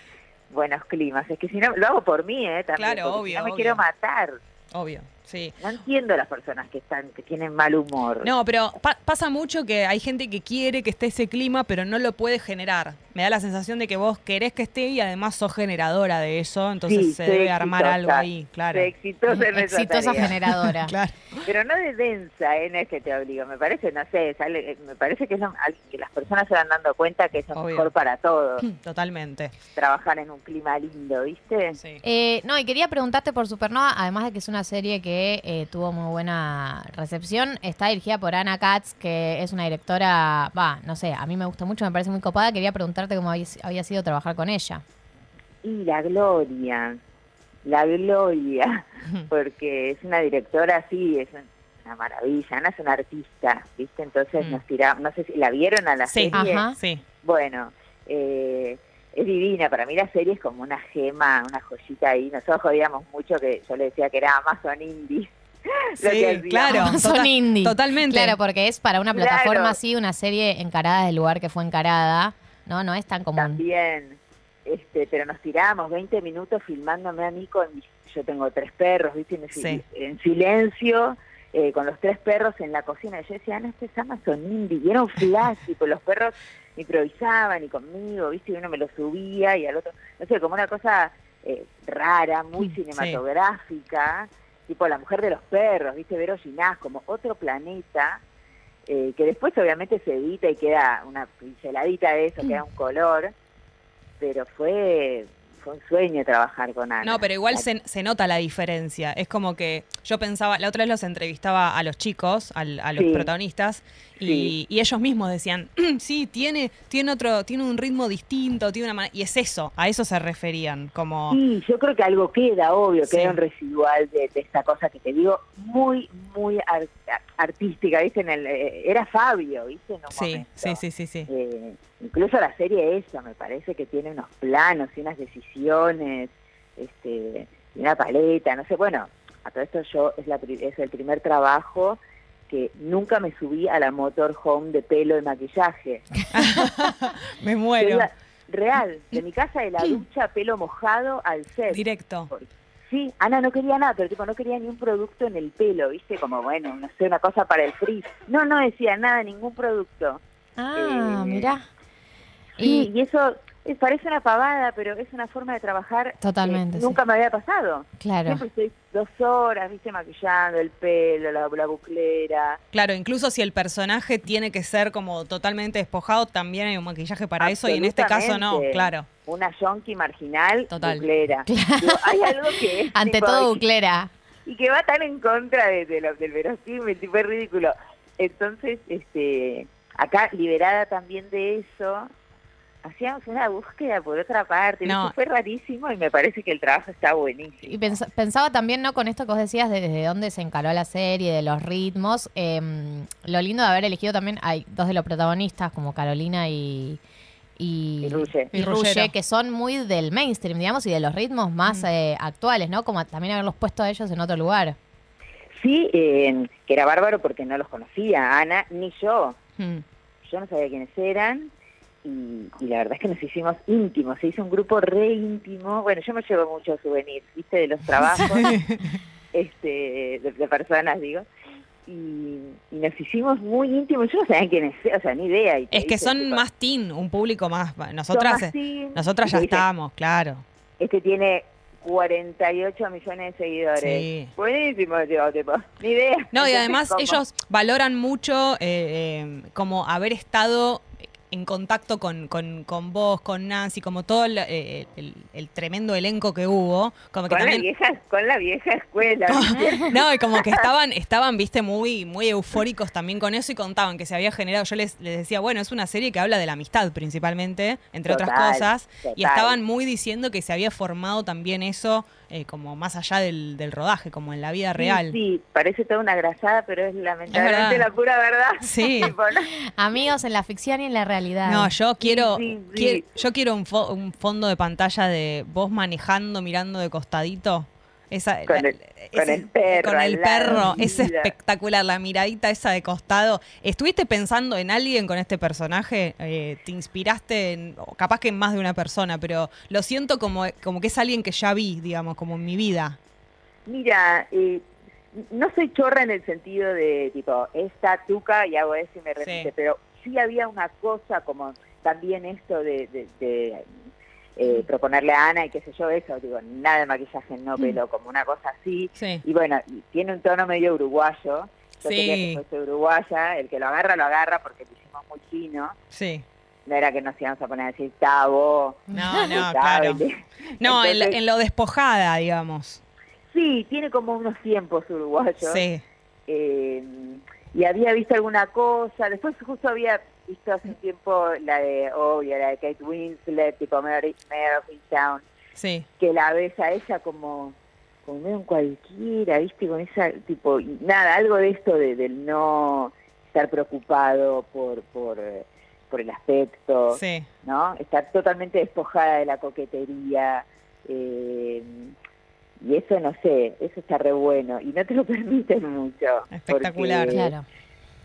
Speaker 11: buenos climas. Es que si no, lo hago por mí, ¿eh? También, porque
Speaker 2: Claro,
Speaker 11: si
Speaker 2: obvio,
Speaker 11: no me
Speaker 2: obvio.
Speaker 11: quiero matar.
Speaker 2: Obvio, sí.
Speaker 11: No entiendo las personas que están, que tienen mal humor.
Speaker 2: No, pero pa- pasa mucho que hay gente que quiere que esté ese clima, pero no lo puede generar. Me da la sensación de que vos querés que esté y además sos generadora de eso, entonces
Speaker 11: Sí,
Speaker 2: se
Speaker 11: soy
Speaker 2: debe armar
Speaker 11: exitosa.
Speaker 2: algo ahí, claro.
Speaker 11: Soy
Speaker 3: [LAUGHS]
Speaker 11: exitosa en esa
Speaker 2: Exitosa
Speaker 11: tarea. [LAUGHS]
Speaker 2: generadora. Claro.
Speaker 11: Pero no de densa, ¿eh? no es que te obligo. Me parece, no sé, sale- me parece que, es lo- al- que las personas se van dando cuenta que eso es
Speaker 2: Obvio. Mm.
Speaker 11: mejor para todos.
Speaker 2: [LAUGHS] Totalmente.
Speaker 11: Trabajar en un clima lindo, ¿viste?
Speaker 2: Sí.
Speaker 3: Eh, no, y quería preguntarte por Supernova, además de que es una serie que eh, tuvo muy buena recepción, está dirigida por Ana Katz, que es una directora, va, no sé, a mí me gusta mucho, me parece muy copada, quería preguntarte cómo había, había sido trabajar con ella.
Speaker 11: Y la gloria, la gloria, [LAUGHS] porque es una directora así, es un- una maravilla, Ana es una artista, ¿viste? Entonces nos tiramos, no sé si la vieron a la
Speaker 2: Mm. Sí,
Speaker 11: serie.
Speaker 2: ajá. sí.
Speaker 11: Bueno, eh, es divina. Para mí la serie es como una gema, una joyita ahí. Nosotros jodíamos mucho que yo le decía que era Amazon Indie. [LAUGHS] lo que hacíamos.
Speaker 3: [LAUGHS] Son indie.
Speaker 2: Totalmente.
Speaker 3: Claro, porque es para una plataforma
Speaker 11: Claro.
Speaker 3: así, una serie encarada del lugar que fue encarada, ¿no? No es tan común.
Speaker 11: Bien. Este, pero nos tirábamos 20 minutos filmándome a mí con mis- yo tengo tres perros, ¿viste? Y me-
Speaker 2: Sí.
Speaker 11: En silencio, eh, con los tres perros en la cocina. Y Yo decía, Ana, este es Amazon Indie. Y era un flash, y pues los perros improvisaban y conmigo, ¿viste? Y uno me lo subía y al otro, no sé, como una cosa eh, rara, muy cinematográfica, tipo La Mujer de los Perros, ¿viste? Vero Ginás, como otro planeta, eh, que después obviamente se edita y queda una pinceladita de eso, queda un color, pero fue, fue un sueño trabajar con Ana.
Speaker 2: No, pero igual
Speaker 11: La-
Speaker 2: se, se nota la diferencia. Es como que yo pensaba, la otra vez los entrevistaba a los chicos, al- a los
Speaker 11: Sí.
Speaker 2: protagonistas, y,
Speaker 11: Sí.
Speaker 2: y ellos mismos decían, [CLEARS THROAT] sí, tiene, tiene otro, tiene un ritmo distinto, tiene una manera. Y es eso, a eso se referían, como
Speaker 11: Sí, yo creo que algo queda, obvio,
Speaker 2: Sí.
Speaker 11: queda un residual de, de esta cosa que te digo, muy, muy ar- artística, ¿viste? En el, eh, era Fabio, ¿viste? En un
Speaker 2: Sí,
Speaker 11: momento.
Speaker 2: sí, sí, sí, sí.
Speaker 11: Eh, incluso la serie esa me parece que tiene unos planos y unas decisiones, este, y una paleta, no sé, bueno, a todo esto yo es, la, pri- es el primer trabajo que nunca me subí a la motorhome de pelo y maquillaje.
Speaker 2: Me
Speaker 11: Yo
Speaker 2: muero.
Speaker 11: iba- real, de mi casa de la ducha, pelo mojado al set.
Speaker 2: Directo.
Speaker 11: Sí, Ana no quería nada, pero tipo no quería ni un producto en el pelo, ¿viste? Como bueno, no sé, una cosa para el frizz. No, no decía nada, ningún producto.
Speaker 3: Ah,
Speaker 11: Eh,
Speaker 3: mirá. Mm.
Speaker 11: Sí, y, eso es- parece una pavada, pero es una forma de trabajar.
Speaker 3: Totalmente,
Speaker 11: que
Speaker 3: sí.
Speaker 11: Nunca me había pasado.
Speaker 3: Claro.
Speaker 11: Siempre estoy dos horas, viste, maquillando el pelo, la, la buclera.
Speaker 2: Claro, incluso si el personaje tiene que ser como totalmente despojado, también hay un maquillaje para eso, y en este caso no,
Speaker 11: Absolutamente.
Speaker 2: claro.
Speaker 11: Una yonki marginal,
Speaker 2: Total.
Speaker 3: [LAUGHS]
Speaker 11: buclera. Digo, hay algo que es
Speaker 3: Ante
Speaker 11: tipo,
Speaker 3: todo,
Speaker 11: y-
Speaker 3: Buclera.
Speaker 11: y que va tan en contra de, de lo- del verosímil, tipo es ridículo. Entonces, este, acá liberada también de eso, hacíamos una búsqueda por otra parte,
Speaker 3: No.
Speaker 11: ¿viste? fue rarísimo y me parece que el trabajo está buenísimo.
Speaker 3: Y pens- pensaba también, ¿no? Con esto que vos decías, de- desde dónde se encaró la serie, de los ritmos. em, lo lindo de haber elegido también, hay dos de los protagonistas, como Carolina y. Y,
Speaker 11: Y Ruye.
Speaker 3: y
Speaker 11: Y
Speaker 3: Ruye,
Speaker 11: Rullero.
Speaker 3: que son muy del mainstream, digamos, y de los ritmos más eh, actuales, ¿no? Como también haberlos puesto a ellos en otro lugar.
Speaker 11: Sí, eh, que era bárbaro porque no los conocía, Ana, ni yo.
Speaker 3: Mm.
Speaker 11: Yo no sabía quiénes eran y, y la verdad es que nos hicimos íntimos, se hizo un grupo re íntimo. Bueno, yo me llevo muchos
Speaker 2: [LAUGHS]
Speaker 11: souvenirs, viste, de los trabajos, este, de, de personas, digo. Y, y, y nos hicimos muy íntimos. Yo no sabía quién es, o sea, ni idea. Y te
Speaker 2: Es que
Speaker 11: dicen,
Speaker 2: son
Speaker 11: tipo,
Speaker 2: más teen, un público más. Nosotras,
Speaker 11: Son más teen.
Speaker 2: nosotras ya
Speaker 11: Sí, sí.
Speaker 2: estamos, claro.
Speaker 11: Este tiene 48 millones de seguidores.
Speaker 2: Sí.
Speaker 11: Buenísimo, digo, tipo, ni idea.
Speaker 2: No, y
Speaker 11: Entonces,
Speaker 2: además
Speaker 11: como-
Speaker 2: ellos valoran mucho eh, eh, como haber estado en contacto con, con, con vos, con Nancy, como todo el, eh, el- el tremendo elenco que hubo. Como que
Speaker 11: Con la,
Speaker 2: también, Ah,
Speaker 11: vieja, con la vieja escuela. [LAUGHS] ¿viste?
Speaker 2: No, y como que estaban, estaban, viste, muy, muy eufóricos también con eso y contaban que se había generado. Yo les, les decía, bueno, es una serie que habla de la amistad principalmente, entre
Speaker 11: Total,
Speaker 2: otras cosas. Y
Speaker 11: total.
Speaker 2: estaban muy diciendo que se había formado también eso, eh, como más allá del, del rodaje, como en la vida
Speaker 11: Sí,
Speaker 2: real.
Speaker 11: sí, parece toda una grasada, pero es lamentablemente
Speaker 2: Es verdad.
Speaker 11: la pura verdad.
Speaker 2: Sí.
Speaker 11: [LAUGHS] Tipo, ¿no?
Speaker 3: Amigos en la ficción y en la realidad.
Speaker 2: No, yo quiero,
Speaker 11: sí, sí.
Speaker 2: quiero- yo quiero un, fo- un fondo de pantalla de vos manejando, mirando de costadito. Esa,
Speaker 11: Con
Speaker 2: la-
Speaker 11: el- con el perro
Speaker 2: con el
Speaker 11: al lado.
Speaker 2: perro. Es
Speaker 11: Mira.
Speaker 2: espectacular, la miradita esa de costado. ¿Estuviste pensando en alguien con este personaje? Eh, ¿Te inspiraste en, o capaz que en más de una persona, pero lo siento como, como que es alguien que ya vi, digamos, como en mi vida.
Speaker 11: Mira, eh, no soy chorra en el sentido de, tipo, esta tuca y hago eso y me remite, pero sí había una cosa como también esto de, de- de,
Speaker 2: Mm.
Speaker 11: eh, proponerle a Ana y qué sé yo, eso, digo, nada de maquillaje, no pelo, como una cosa así.
Speaker 2: Sí.
Speaker 11: Y bueno, y tiene un tono medio uruguayo. Yo
Speaker 2: Sí.
Speaker 11: quería que fuese uruguaya, el que lo agarra, lo agarra porque lo hicimos muy chino.
Speaker 2: Sí.
Speaker 11: No era que nos íbamos a poner a decir tabo.
Speaker 2: No,
Speaker 11: [LAUGHS]
Speaker 2: no,
Speaker 11: table".
Speaker 2: claro. No, en, la-
Speaker 11: Entonces-
Speaker 2: en lo despojada, digamos.
Speaker 11: Sí, tiene como unos tiempos uruguayos.
Speaker 2: Sí.
Speaker 11: Eh, y había visto alguna cosa. Después justo había visto hace un tiempo la de, obvio, la de Kate Winslet, tipo Mary, Mary Town,
Speaker 2: Sí.
Speaker 11: que la ves a ella como, como medio un cualquiera, ¿viste? Con esa, tipo, y nada, algo de esto de, del no estar preocupado por, por, eh, por el aspecto.
Speaker 2: Sí.
Speaker 11: ¿no? Estar totalmente despojada de la coquetería. eh, y eso, no sé, eso está re bueno. Y no te lo [LAUGHS] permiten mucho.
Speaker 2: Espectacular.
Speaker 11: Porque,
Speaker 2: Claro.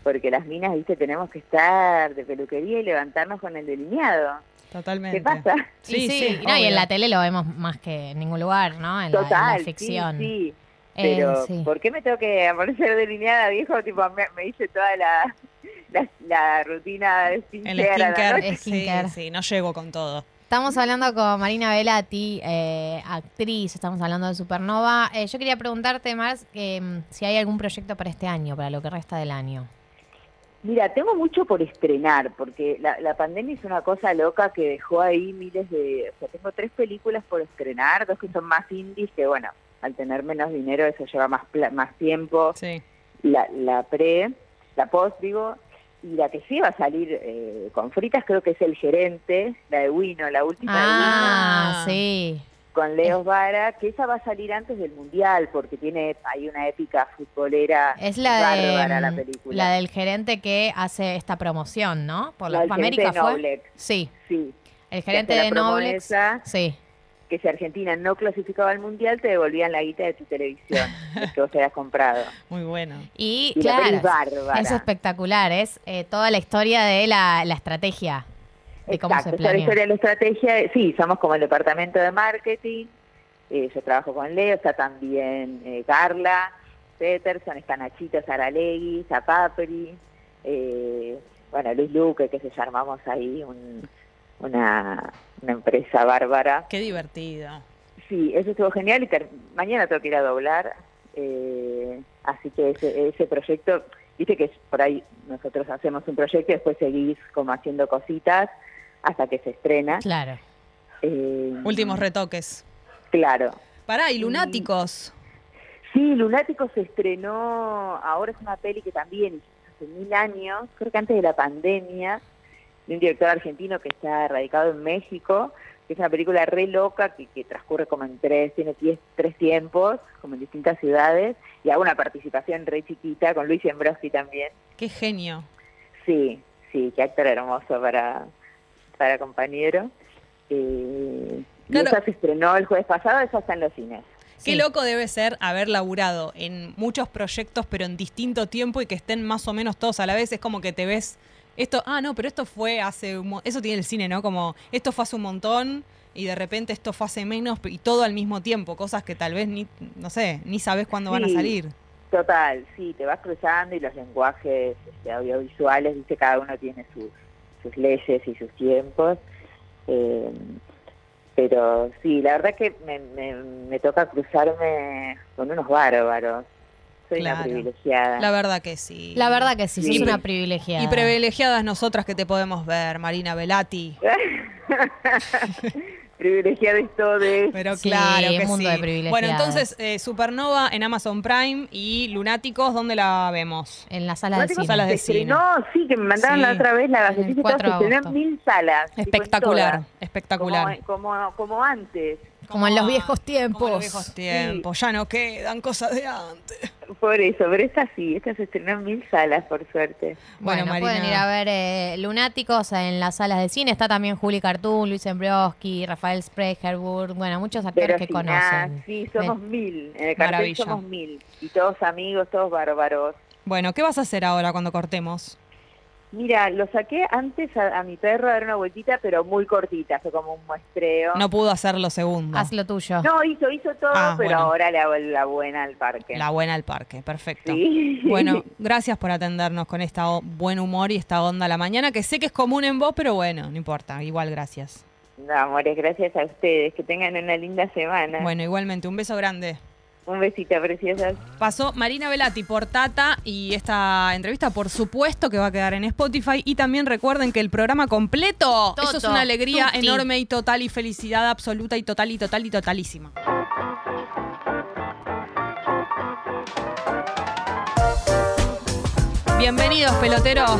Speaker 11: porque las minas, viste, tenemos que estar de peluquería y levantarnos con el delineado.
Speaker 2: Totalmente.
Speaker 11: ¿Qué pasa?
Speaker 3: Y sí, y no, y en la tele lo vemos más que en ningún lugar, ¿no? En, la- en la,
Speaker 11: [LAUGHS] Total, sí,
Speaker 3: ficción.
Speaker 11: sí.
Speaker 3: Eh,
Speaker 11: Pero,
Speaker 3: sí.
Speaker 11: ¿por qué me tengo que aparecer delineada, viejo? Tipo, me, me hice toda la, [LAUGHS] la, la rutina de
Speaker 2: En
Speaker 11: skincare.
Speaker 2: la
Speaker 11: a la
Speaker 2: skincare,
Speaker 11: noche.
Speaker 2: sí, sí, no llego con todo.
Speaker 3: Estamos hablando con Marina Velati, eh, actriz, estamos hablando de Supernova. Eh, yo quería preguntarte, más si hay algún proyecto para este año, para lo que resta del año.
Speaker 11: Mira, tengo mucho por estrenar, porque la, la pandemia es una cosa loca que dejó ahí miles de... O sea, tengo tres películas por estrenar, dos que son más indies, que bueno, al tener menos dinero eso lleva más, pla- más tiempo. La, la pre, la post, digo, y la que sí va a salir eh, con fritas creo que es El Gerente, la de Wino, la última de Wino
Speaker 3: Ah, sí.
Speaker 11: con Leo Vara, que esa va a salir antes del Mundial, porque tiene hay una épica futbolera
Speaker 3: Es la, de,
Speaker 11: bárbara la
Speaker 3: mm,
Speaker 11: película.
Speaker 3: la del gerente que hace esta promoción, ¿no? Por
Speaker 11: La
Speaker 3: la
Speaker 11: del
Speaker 3: Copa América
Speaker 11: gerente de
Speaker 3: fue.
Speaker 11: Noblex.
Speaker 3: Sí.
Speaker 11: Sí.
Speaker 3: El
Speaker 11: que
Speaker 3: gerente
Speaker 11: hace la
Speaker 3: de
Speaker 11: promo
Speaker 3: Noblex.
Speaker 11: esa,
Speaker 3: Sí.
Speaker 11: que si Argentina no clasificaba al mundial te devolvían la guita de tu
Speaker 3: [LAUGHS]
Speaker 11: televisión que vos te habías comprado.
Speaker 2: Muy bueno.
Speaker 3: Y,
Speaker 11: Y la
Speaker 3: claro,
Speaker 11: peli es bárbara.
Speaker 3: es espectacular, es eh, toda la historia de la, la estrategia, de cómo
Speaker 11: Exacto,
Speaker 3: se
Speaker 11: toda la
Speaker 3: planeó.
Speaker 11: historia de la estrategia, eh, sí, somos como el departamento de marketing, eh, yo trabajo con Leo, está también eh, Carla, Peterson, está Nachito Saralegui, está Papri, eh, bueno, Luis Luque, que se llamamos ahí un- una, una empresa bárbara.
Speaker 2: Qué divertido.
Speaker 11: Sí, eso estuvo genial y ter- mañana tengo que ir a doblar. eh, así que ese, ese proyecto, viste que por ahí nosotros hacemos un proyecto y después seguís como haciendo cositas hasta que se estrena.
Speaker 3: Claro.
Speaker 11: Eh,
Speaker 2: Últimos retoques.
Speaker 11: Claro.
Speaker 2: Pará, y Lunáticos.
Speaker 11: Sí, Lunático se estrenó, ahora es una peli que también hace mil años, creo que antes de la pandemia, de un director argentino que está radicado en México, que es una película re loca que, que transcurre como en tres, tiene diez- tres tiempos, como en distintas ciudades, y hago una participación re chiquita con Luis Embroski también.
Speaker 2: Qué genio.
Speaker 11: Sí, sí, qué actor hermoso para, para compañero. Eh, y
Speaker 2: Claro.
Speaker 11: esa se estrenó el jueves pasado, esa está en los cines.
Speaker 2: Qué loco debe ser haber laburado en muchos proyectos, pero en distinto tiempo y que estén más o menos todos a la vez. Es como que te ves. Esto, ah, no, pero esto fue hace. un mo- Eso tiene el cine, ¿no? Como esto fue hace un montón y de repente esto fue hace menos y todo al mismo tiempo. Cosas que tal vez ni, no sé, ni sabes cuándo van a
Speaker 11: Sí.
Speaker 2: salir.
Speaker 11: Total, sí, te vas cruzando y los lenguajes este, audiovisuales, viste, cada uno tiene sus, sus leyes y sus tiempos. Eh, pero sí, la verdad que me, me, me toca cruzarme con unos bárbaros. Soy una
Speaker 2: Claro.
Speaker 11: privilegiada.
Speaker 2: La verdad que sí.
Speaker 3: La verdad que sí,
Speaker 11: Sí.
Speaker 3: sos una privilegiada.
Speaker 2: Y privilegiadas nosotras que te podemos ver, Marina Velati.
Speaker 11: Eh, privilegiada es todo de...
Speaker 2: Pero
Speaker 3: Sí,
Speaker 2: claro que
Speaker 3: un mundo
Speaker 2: sí.
Speaker 3: de privilegiadas.
Speaker 2: Bueno, entonces, eh, Supernova en Amazon Prime y Lunáticos, ¿dónde la vemos?
Speaker 3: En la sala de
Speaker 2: Lunáticos,
Speaker 3: cine.
Speaker 2: salas de
Speaker 11: Se
Speaker 2: cine.
Speaker 11: estrenó, sí, que me mandaron la
Speaker 2: Sí,
Speaker 11: otra vez la
Speaker 3: el
Speaker 11: gacetilla, y todo,
Speaker 3: 4 de
Speaker 11: se estrenó en
Speaker 3: agosto.
Speaker 11: mil salas. tipo, en
Speaker 2: Espectacular,
Speaker 11: todas.
Speaker 2: espectacular.
Speaker 11: Como, como, como antes.
Speaker 3: Como en los viejos tiempos.
Speaker 2: Como los viejos tiempos, ya no quedan cosas de antes.
Speaker 11: Por eso, pero esta sí, esta se estrenó en mil salas, por suerte.
Speaker 3: Bueno, pueden ir a ver eh, Lunáticos en las salas de cine. Está también Juli Cartún, Luis Embrioski, Rafael Sprecherburg, bueno, muchos actores
Speaker 11: Pero
Speaker 3: que
Speaker 11: si nada,
Speaker 3: conocen.
Speaker 11: sí, somos
Speaker 3: Ven.
Speaker 11: mil. En el cartel
Speaker 2: Maravilla.
Speaker 11: somos mil. Y todos amigos, todos bárbaros.
Speaker 2: Bueno, ¿qué vas a hacer ahora cuando cortemos?
Speaker 11: Mira, lo saqué antes a, a mi perro a dar una vueltita, pero muy cortita, fue como un muestreo.
Speaker 2: No pudo hacer lo segundo.
Speaker 3: Haz lo tuyo.
Speaker 11: No, hizo, hizo todo,
Speaker 2: Ah,
Speaker 11: pero
Speaker 2: bueno.
Speaker 11: ahora le hago la buena al parque.
Speaker 2: La buena al parque, perfecto.
Speaker 11: Sí. [LAUGHS]
Speaker 2: Bueno, gracias por atendernos con este buen humor y esta onda a la mañana, que sé que es común en vos, pero bueno, no importa, igual gracias.
Speaker 11: [LAUGHS] No, amores, gracias a ustedes. Que tengan una linda semana.
Speaker 2: Bueno, igualmente, un beso grande.
Speaker 11: Un besito, preciosas.
Speaker 2: Pasó Marina Velati por Tata y esta entrevista, por supuesto, que va a quedar en Spotify. Y también recuerden que el programa completo,
Speaker 3: Toto,
Speaker 2: eso es una alegría
Speaker 3: tutti.
Speaker 2: enorme y total y felicidad absoluta y total y total y totalísima. Bienvenidos, peloteros.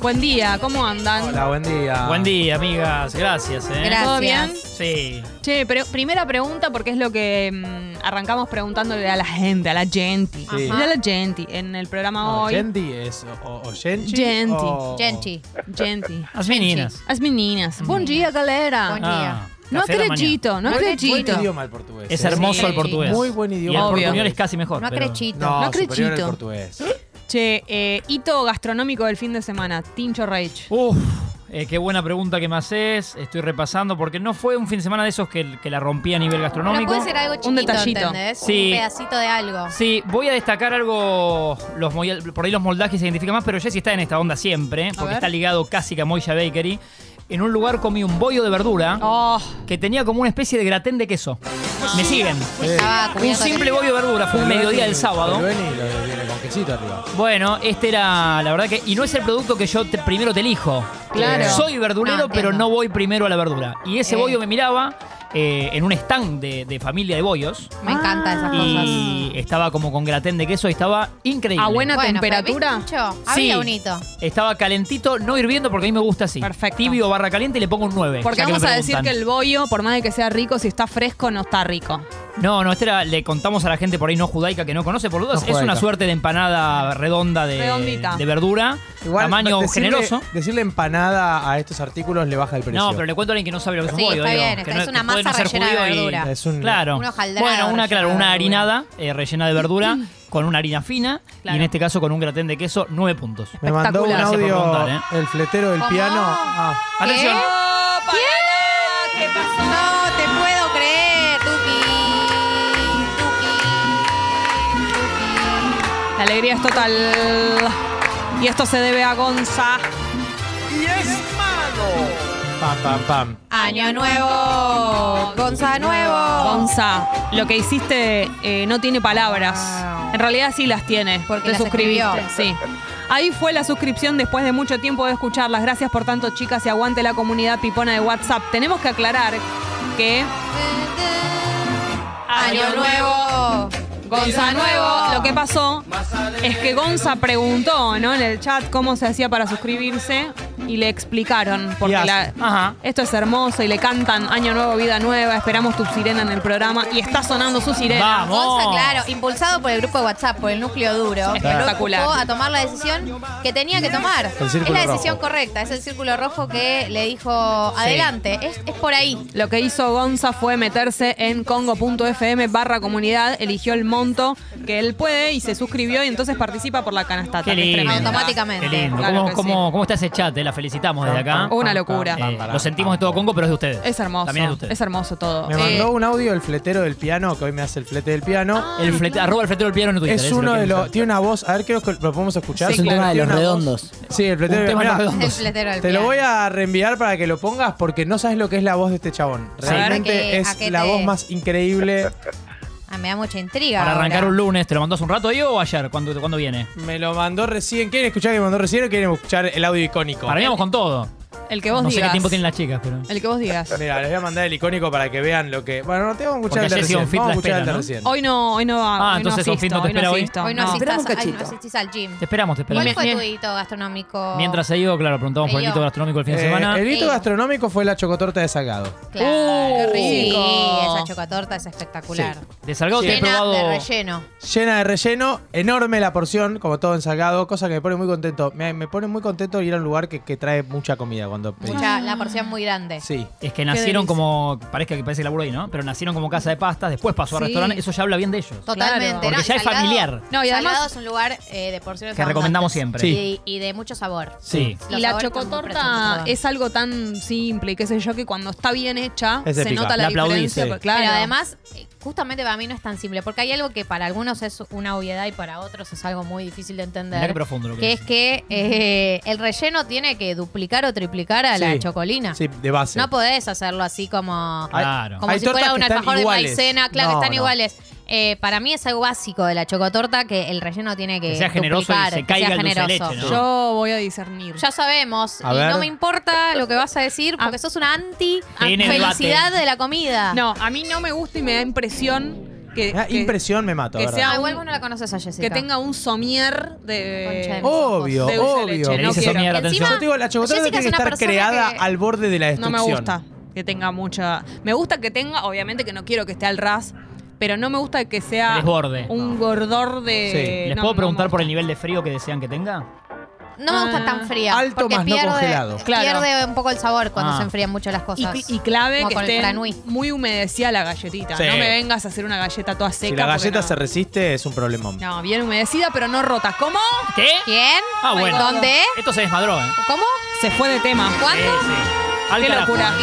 Speaker 2: Buen día, ¿cómo andan?
Speaker 17: Hola, buen día.
Speaker 14: Buen día, amigas. Gracias, ¿eh?
Speaker 2: Gracias. ¿Todo bien?
Speaker 14: Sí.
Speaker 2: Che, pero primera pregunta porque es lo que mm, arrancamos preguntándole a la gente, a la gente.
Speaker 17: Sí.
Speaker 2: A la gente en el programa
Speaker 14: Oh,
Speaker 17: No,
Speaker 2: hoy.
Speaker 17: Genti es o, o Genchi.
Speaker 2: Gente.
Speaker 17: o-
Speaker 3: Genchi.
Speaker 2: Gente.
Speaker 14: As Oh. meninas.
Speaker 2: As meninas. Bom dia, galera.
Speaker 3: Bom
Speaker 14: Ah,
Speaker 2: No
Speaker 14: café a la
Speaker 2: acredito, no
Speaker 17: Buen-
Speaker 2: acredito.
Speaker 17: Buen idioma el portugués.
Speaker 14: Es
Speaker 17: ¿eh?
Speaker 14: hermoso
Speaker 2: Sí.
Speaker 14: el portugués.
Speaker 17: Muy buen idioma.
Speaker 14: Y el
Speaker 2: Obvio.
Speaker 14: portuñol es casi mejor.
Speaker 3: No
Speaker 14: pero-
Speaker 3: acredito.
Speaker 17: No,
Speaker 2: No
Speaker 17: superior
Speaker 2: acredito.
Speaker 17: el portugués.
Speaker 2: Che, eh, hito gastronómico del fin de semana, Tincho Rage.
Speaker 14: Uf, eh, qué buena pregunta que me haces. Estoy repasando porque no fue un fin de semana de esos que, que la rompí a nivel
Speaker 3: Pero
Speaker 14: gastronómico.
Speaker 3: puede ser algo chiquito,
Speaker 2: detallito.
Speaker 3: ¿entendés?
Speaker 14: Sí.
Speaker 3: Un pedacito de algo.
Speaker 14: Sí, voy a destacar algo, los moy- por ahí los moldajes se identifican más, pero Jessy está en esta onda siempre, porque
Speaker 2: ver.
Speaker 14: está ligado casi que a Moya Bakery. En un lugar comí un bollo de verdura
Speaker 2: Oh,
Speaker 14: que tenía como una especie de gratén de queso. ¿Me siguen?
Speaker 3: Estaba
Speaker 14: Un
Speaker 3: cubierto de-
Speaker 14: simple bollo de verdura, fue un mediodía del sábado.
Speaker 17: Pero vení, lo viene con quesito arriba.
Speaker 14: Bueno, este era, la verdad que, y no es el producto que yo te- primero te elijo.
Speaker 2: Claro.
Speaker 14: Soy verdulero,
Speaker 3: No, entiendo.
Speaker 14: pero no voy primero a la verdura. Y ese
Speaker 3: Eh.
Speaker 14: bollo me miraba eh, en un stand de, de familia de bollos.
Speaker 3: Me encantan esas cosas.
Speaker 14: Y estaba como con gratén de queso y estaba increíble.
Speaker 2: A buena
Speaker 3: Bueno,
Speaker 2: temperatura.
Speaker 3: pero, ¿viste, Nacho?
Speaker 14: Sí.
Speaker 3: Había un hito.
Speaker 14: Estaba calentito, no hirviendo porque a mí me gusta así.
Speaker 2: Perfecto.
Speaker 14: Tibio barra caliente y le pongo un 9.
Speaker 2: Porque
Speaker 14: ya que me
Speaker 2: vamos a decir que
Speaker 14: preguntan.
Speaker 2: el bollo, por más de que sea rico, si está fresco, no está rico.
Speaker 14: No, no, este era, le contamos a la gente por ahí no judaica que no conoce por dudas.
Speaker 17: No
Speaker 14: es
Speaker 17: judaica.
Speaker 14: una suerte de empanada redonda de,
Speaker 2: Redondita.
Speaker 14: de verdura. tamaño
Speaker 17: decirle-
Speaker 14: generoso.
Speaker 17: Decirle empanada a estos artículos le baja el precio.
Speaker 14: No, pero le cuento a alguien que no sabe lo que es un
Speaker 3: Sí,
Speaker 14: bollo.
Speaker 3: está
Speaker 14: digo,
Speaker 3: bien,
Speaker 14: que
Speaker 3: está-
Speaker 14: no-
Speaker 3: es una
Speaker 14: que puede no
Speaker 3: masa
Speaker 14: ser
Speaker 3: rellena de
Speaker 14: judío y-
Speaker 3: verdura.
Speaker 17: Es un.
Speaker 14: Claro.
Speaker 3: Un hojaldrado
Speaker 14: Bueno, una,
Speaker 3: relleno
Speaker 14: claro,
Speaker 3: de
Speaker 14: una
Speaker 3: verdura.
Speaker 14: harinada eh, rellena de verdura con una harina fina y
Speaker 2: Claro.
Speaker 14: en este caso con un gratén de queso, nueve puntos.
Speaker 17: Me mandó un
Speaker 14: Gracias por
Speaker 17: audio
Speaker 14: preguntar,
Speaker 17: el fletero del
Speaker 3: ¿Cómo?
Speaker 17: piano. Ah,
Speaker 14: Atención.
Speaker 2: ¿Quién? ¿Qué pasó?
Speaker 3: No te puedo creer, Tuki.
Speaker 2: La alegría es total. Y esto se debe a Gonza.
Speaker 17: pam, pam, pam.
Speaker 3: Año nuevo, Gonza
Speaker 17: Oh.
Speaker 3: nuevo.
Speaker 2: Gonza, lo que hiciste eh, no tiene palabras. En realidad sí las tiene, porque
Speaker 3: Porque
Speaker 2: te
Speaker 3: las
Speaker 2: suscribiste. Sí.
Speaker 3: escribió.
Speaker 2: Ahí fue la suscripción después de mucho tiempo de escucharlas. Gracias por tanto, chicas, y aguante la comunidad pipona de WhatsApp. Tenemos que aclarar que.
Speaker 3: Año nuevo.
Speaker 2: Gonza Nuevo. Lo que pasó es que Gonza preguntó, ¿no? En el chat cómo se hacía para suscribirse y le explicaron. Porque
Speaker 17: Yes.
Speaker 2: la-
Speaker 14: Ajá.
Speaker 2: esto es hermoso y le cantan Año Nuevo, Vida Nueva, esperamos tu sirena en el programa y está sonando su sirena.
Speaker 14: Vamos.
Speaker 3: Gonza, claro, impulsado por el grupo de WhatsApp, por el núcleo duro,
Speaker 2: Espectacular.
Speaker 3: lo empujó a tomar la decisión que tenía que tomar.
Speaker 17: El
Speaker 3: Es
Speaker 17: círculo
Speaker 3: la decisión
Speaker 17: rojo.
Speaker 3: correcta, es el círculo rojo que le dijo, adelante, es, es por ahí.
Speaker 2: Lo que hizo Gonza fue meterse en congo.fm barra comunidad, eligió el monto que él puede y se suscribió y entonces participa por la canastata.
Speaker 14: Qué
Speaker 2: que es
Speaker 14: lindo.
Speaker 2: tremendo.
Speaker 3: Automáticamente.
Speaker 14: Qué lindo.
Speaker 2: Claro
Speaker 14: ¿Cómo,
Speaker 2: que
Speaker 14: cómo- cómo está ese chat? eh? la felicitamos desde acá.
Speaker 2: Una locura.
Speaker 14: Eh, lo sentimos de todo Congo, pero es de ustedes.
Speaker 2: Es hermoso.
Speaker 14: ah. También es de ustedes.
Speaker 2: Es hermoso todo.
Speaker 17: Me
Speaker 2: Eh,
Speaker 17: mandó un audio el fletero del piano, que hoy me hace el flete del piano.
Speaker 14: el flete- arroba el fletero del piano en Twitter. eh,
Speaker 17: Es
Speaker 14: si lo
Speaker 17: uno de
Speaker 14: quieren
Speaker 17: los.
Speaker 14: buscar.
Speaker 17: Tiene una voz. A ver, creo que lo podemos escuchar.
Speaker 18: Es un
Speaker 17: Tiene
Speaker 18: tema de
Speaker 17: una
Speaker 18: los
Speaker 17: voz-
Speaker 18: redondos.
Speaker 17: Sí, el fletero del
Speaker 14: Un tema de los
Speaker 17: piano.
Speaker 14: redondos.
Speaker 3: El fletero del
Speaker 17: Te lo
Speaker 3: piano.
Speaker 17: voy a reenviar para que lo pongas porque no sabes lo que es la voz de este chabón.
Speaker 14: Sí.
Speaker 17: Realmente
Speaker 3: ¿A qué- a
Speaker 17: es
Speaker 3: qué
Speaker 17: la
Speaker 3: te-
Speaker 17: voz más increíble.
Speaker 3: Ah, me da mucha intriga.
Speaker 14: Para
Speaker 3: ahora.
Speaker 14: arrancar un lunes, ¿te lo mandó hace un rato ahí o ayer? ¿Cuándo, cuándo viene?
Speaker 17: Me lo mandó recién. ¿Quieren escuchar que me mandó recién o quieren escuchar el audio icónico?
Speaker 14: Para mí vamos con todo.
Speaker 2: El que vos
Speaker 14: no sé
Speaker 2: digas.
Speaker 14: qué tiempo tienen las chicas, pero.
Speaker 2: El que vos digas.
Speaker 17: Mira, les voy a mandar el icónico para que vean lo que. Bueno, no te vamos a escuchar
Speaker 14: Porque
Speaker 17: el de
Speaker 14: ayer sí,
Speaker 17: recién.
Speaker 14: un fit
Speaker 17: Vamos a
Speaker 14: la
Speaker 17: escuchar el
Speaker 14: espera,
Speaker 17: de
Speaker 14: ¿no?
Speaker 17: recién.
Speaker 2: Hoy no, hoy no,
Speaker 14: Ah,
Speaker 2: hoy
Speaker 14: entonces
Speaker 2: no
Speaker 14: Sofit
Speaker 2: asisto,
Speaker 14: no te espera hoy.
Speaker 2: asisto,
Speaker 3: Hoy no,
Speaker 2: no.
Speaker 3: asistas- ay, no asistís al gym.
Speaker 14: Te esperamos, te esperamos.
Speaker 3: ¿Cuál fue tu hito gastronómico?
Speaker 14: Mientras se iba, claro, preguntamos por el
Speaker 3: Ello.
Speaker 14: hito gastronómico el fin de
Speaker 17: Eh,
Speaker 14: semana.
Speaker 17: el hito
Speaker 3: Sí.
Speaker 17: gastronómico fue la chocotorta de Salgado.
Speaker 3: Claro,
Speaker 2: ¡Uh!
Speaker 3: Sí,
Speaker 2: rico.
Speaker 3: esa chocotorta es espectacular.
Speaker 14: De Salgado te he
Speaker 3: Llena de
Speaker 14: probado.
Speaker 3: relleno.
Speaker 17: Llena de relleno, enorme la porción, como todo en Salgado, cosa que me pone muy contento. Me, me pone muy contento ir a un lugar que, que trae mucha comida cuando pedís.
Speaker 3: Mucha, la porción muy grande.
Speaker 17: Sí.
Speaker 14: Es que
Speaker 3: delicia.
Speaker 14: nacieron como. Parece que parece que laburo ahí, ¿no? Pero nacieron como casa de pastas, después pasó a
Speaker 2: Sí.
Speaker 14: restaurante. Eso ya habla bien de ellos.
Speaker 3: Totalmente.
Speaker 14: Porque
Speaker 3: ¿no?
Speaker 14: ya es
Speaker 3: Salgado-
Speaker 14: familiar.
Speaker 2: No, y además-
Speaker 3: Salgado es un lugar eh, de porciones
Speaker 14: Que recomendamos
Speaker 3: abundantes.
Speaker 14: siempre.
Speaker 3: Y, y de mucho sabor.
Speaker 14: Sí.
Speaker 3: Los
Speaker 2: Y la
Speaker 3: sabores están muy presentes,
Speaker 2: chocotorta
Speaker 3: perdón.
Speaker 2: es algo tan simple y qué sé yo que cuando está bien hecha
Speaker 17: Es
Speaker 2: se
Speaker 17: épica.
Speaker 2: nota la,
Speaker 14: La aplaudís,
Speaker 2: diferencia.
Speaker 14: sí.
Speaker 2: porque, claro.
Speaker 3: Pero además, eh, justamente para mí no es tan simple, porque hay algo que para algunos es una obviedad y para otros es algo muy difícil de
Speaker 14: Mirá qué
Speaker 3: entender.
Speaker 14: profundo lo que,
Speaker 3: Que es
Speaker 14: dice.
Speaker 3: que eh, el relleno tiene que duplicar o triplicar a la
Speaker 17: Sí.
Speaker 3: chocolina.
Speaker 17: Sí, de base.
Speaker 3: No podés hacerlo así como,
Speaker 17: Hay-
Speaker 14: Claro.
Speaker 3: como
Speaker 17: hay
Speaker 3: si
Speaker 17: tortas
Speaker 3: fuera
Speaker 17: que
Speaker 3: un
Speaker 17: están
Speaker 3: alfajor
Speaker 17: iguales.
Speaker 3: de maicena. Claro,
Speaker 17: No,
Speaker 3: que están
Speaker 17: no.
Speaker 3: iguales. Eh, para mí es algo básico de la chocotorta que el relleno tiene que,
Speaker 14: Que sea generoso y
Speaker 3: duplicar,
Speaker 14: se
Speaker 3: que
Speaker 14: caiga
Speaker 3: sea
Speaker 14: el dulce de
Speaker 3: generoso.
Speaker 14: leche, ¿no?
Speaker 2: Yo voy a discernir.
Speaker 3: Ya sabemos,
Speaker 17: A
Speaker 3: y
Speaker 17: ver.
Speaker 3: no me importa lo que vas a decir porque sos una anti
Speaker 14: Tiene
Speaker 3: felicidad
Speaker 14: debate.
Speaker 3: de la comida.
Speaker 2: Ah. No, a mí no me gusta y me da impresión
Speaker 17: Me
Speaker 2: que,
Speaker 14: Ah,
Speaker 17: da
Speaker 2: que-
Speaker 17: impresión, me mato.
Speaker 2: que
Speaker 17: ¿verdad?
Speaker 2: sea
Speaker 3: Ah, igual vos no la conoces a Jessica.
Speaker 2: que eh, tenga un somier de,
Speaker 3: Concha de mis ojos.
Speaker 17: Obvio,
Speaker 2: de dulce de leche.
Speaker 17: obvio.
Speaker 14: Le
Speaker 2: No
Speaker 14: dice
Speaker 2: quiero.
Speaker 14: Sonia, la
Speaker 3: Encima-
Speaker 14: atención.
Speaker 17: Yo te digo, la chocotorta
Speaker 3: Jessica
Speaker 17: tiene
Speaker 3: es
Speaker 17: que
Speaker 3: una
Speaker 17: estar
Speaker 3: persona
Speaker 17: creada
Speaker 3: que-
Speaker 17: al borde de la
Speaker 2: No
Speaker 17: destrucción.
Speaker 2: me gusta que tenga mucha. Me gusta que tenga, obviamente que no quiero que esté al ras, pero no me gusta que sea
Speaker 14: Desborde.
Speaker 2: un gordor de.
Speaker 17: Sí.
Speaker 14: ¿Les
Speaker 2: no,
Speaker 14: puedo
Speaker 2: no
Speaker 14: preguntar
Speaker 2: me
Speaker 14: por
Speaker 2: gusta.
Speaker 14: el nivel de frío que desean que tenga?
Speaker 3: No me gusta tan fría.
Speaker 17: Alto
Speaker 3: porque
Speaker 17: más no
Speaker 3: pierde-
Speaker 17: congelado.
Speaker 2: Ah. Claro.
Speaker 3: Pierde un poco el sabor cuando
Speaker 14: Ah.
Speaker 3: se enfrían mucho las
Speaker 2: Y,
Speaker 3: cosas.
Speaker 2: y clave
Speaker 3: Como
Speaker 2: que
Speaker 3: con el
Speaker 2: esté
Speaker 3: franui.
Speaker 2: muy humedecida la galletita.
Speaker 17: Sí.
Speaker 2: No me vengas a hacer una galleta toda seca.
Speaker 17: Si la
Speaker 2: porque
Speaker 17: galleta
Speaker 2: no.
Speaker 17: se resiste, es un problemón.
Speaker 2: No, bien humedecida, pero no rota. ¿Cómo?
Speaker 14: ¿Qué?
Speaker 3: ¿Quién?
Speaker 14: Ah, bueno.
Speaker 3: ¿Dónde?
Speaker 14: Esto se desmadró, ¿eh?
Speaker 3: ¿Cómo?
Speaker 2: Se fue de tema.
Speaker 3: ¿Cuándo?
Speaker 14: Sí, sí. Al
Speaker 2: Qué
Speaker 14: carajo.
Speaker 2: locura.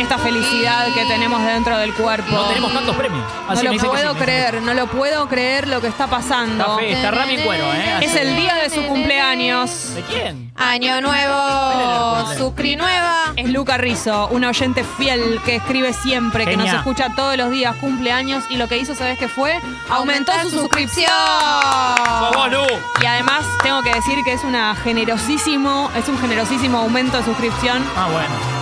Speaker 2: Esta felicidad que tenemos dentro del cuerpo.
Speaker 14: No tenemos tantos premios.
Speaker 2: No
Speaker 14: Así me
Speaker 2: lo
Speaker 14: dicen que
Speaker 2: puedo
Speaker 14: sí, me dicen que
Speaker 2: creer, no lo puedo creer lo que está
Speaker 14: sí. Está
Speaker 2: pasando.
Speaker 14: fe, está Rami en cuero, ¿eh? Así
Speaker 2: Es el día de su cumpleaños.
Speaker 14: ¿De quién?
Speaker 3: Año nuevo, Sucri nueva.
Speaker 2: Es Luca Rizzo, un oyente fiel que escribe siempre, que nos
Speaker 14: Genia.
Speaker 2: escucha todos los días, cumpleaños, y lo que hizo, ¿sabes qué fue? Aumentó
Speaker 3: Aumentar
Speaker 2: su
Speaker 3: su
Speaker 2: suscripción.
Speaker 14: ¡Sos vos, Lu!
Speaker 2: Y además tengo que decir que es una generosísimo, es un generosísimo aumento de suscripción.
Speaker 14: Ah, bueno.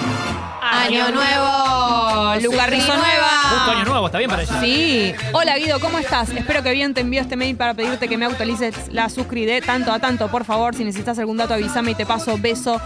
Speaker 3: Año nuevo,
Speaker 2: Luca Rizzo
Speaker 14: Justo año
Speaker 2: nueva.
Speaker 14: nuevo, está bien para ella.
Speaker 2: Sí. Hola Guido, ¿cómo estás? Espero que bien te envío este mail para pedirte que me actualices la suscri de tanto a tanto, por favor. Si necesitas algún dato, avísame y te paso. Beso.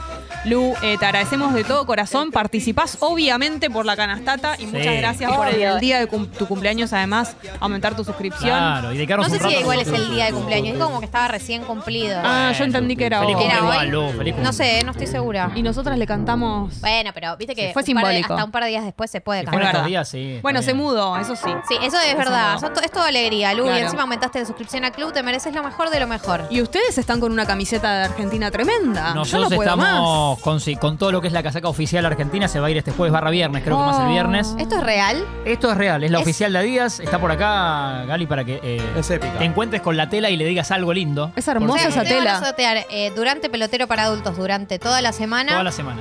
Speaker 2: Lu, eh, te agradecemos de todo corazón. Participás obviamente por la canastata y muchas gracias por el, día de cum- tu cumpleaños, además, aumentar tu suscripción.
Speaker 14: Claro, y
Speaker 3: No
Speaker 14: dedicarnos
Speaker 3: sé
Speaker 14: un rato
Speaker 3: si
Speaker 14: a
Speaker 3: igual es
Speaker 14: nosotros.
Speaker 3: el día de cumpleaños, es como que estaba recién cumplido.
Speaker 2: Ah, yo entendí que era
Speaker 14: Feliz
Speaker 2: hoy.
Speaker 3: ¿Era
Speaker 14: cumpleaños,
Speaker 3: hoy?
Speaker 14: Lu, feliz
Speaker 3: No
Speaker 14: cumpleaños.
Speaker 3: sé, no estoy segura.
Speaker 2: Y nosotras le cantamos.
Speaker 3: Bueno, pero viste que
Speaker 2: Sí, fue
Speaker 3: un par de-
Speaker 2: simbólico.
Speaker 3: hasta un par de días después se puede
Speaker 14: Y
Speaker 3: cambiar.
Speaker 14: fueron estos
Speaker 2: verdad.
Speaker 14: días, sí. está
Speaker 2: Bueno, se
Speaker 14: bien.
Speaker 2: mudó, eso sí.
Speaker 3: Sí, eso es verdad.
Speaker 2: no.
Speaker 3: Son to- es toda alegría, Lu. Y
Speaker 2: Claro.
Speaker 3: encima aumentaste la suscripción a Club. Te mereces lo mejor de lo mejor.
Speaker 2: Y ustedes están con una camiseta de Argentina tremenda.
Speaker 14: Nosotros
Speaker 2: Yo no puedo más.
Speaker 14: estamos con, sí, con todo lo que es la casaca oficial argentina, se va a ir este jueves barra viernes, creo que más el
Speaker 2: Oh.
Speaker 14: viernes.
Speaker 3: ¿Esto es real?
Speaker 14: Esto es real, es la
Speaker 3: Es-
Speaker 14: oficial de Adidas, está por acá, Gali, para que eh,
Speaker 17: Es épica.
Speaker 14: te encuentres con la tela y le digas algo lindo.
Speaker 2: Es hermosa
Speaker 3: O sea,
Speaker 14: Porque
Speaker 2: esa
Speaker 3: ustedes
Speaker 2: tela.
Speaker 3: van a sortear eh, durante pelotero para adultos durante toda la semana
Speaker 14: Toda la semana.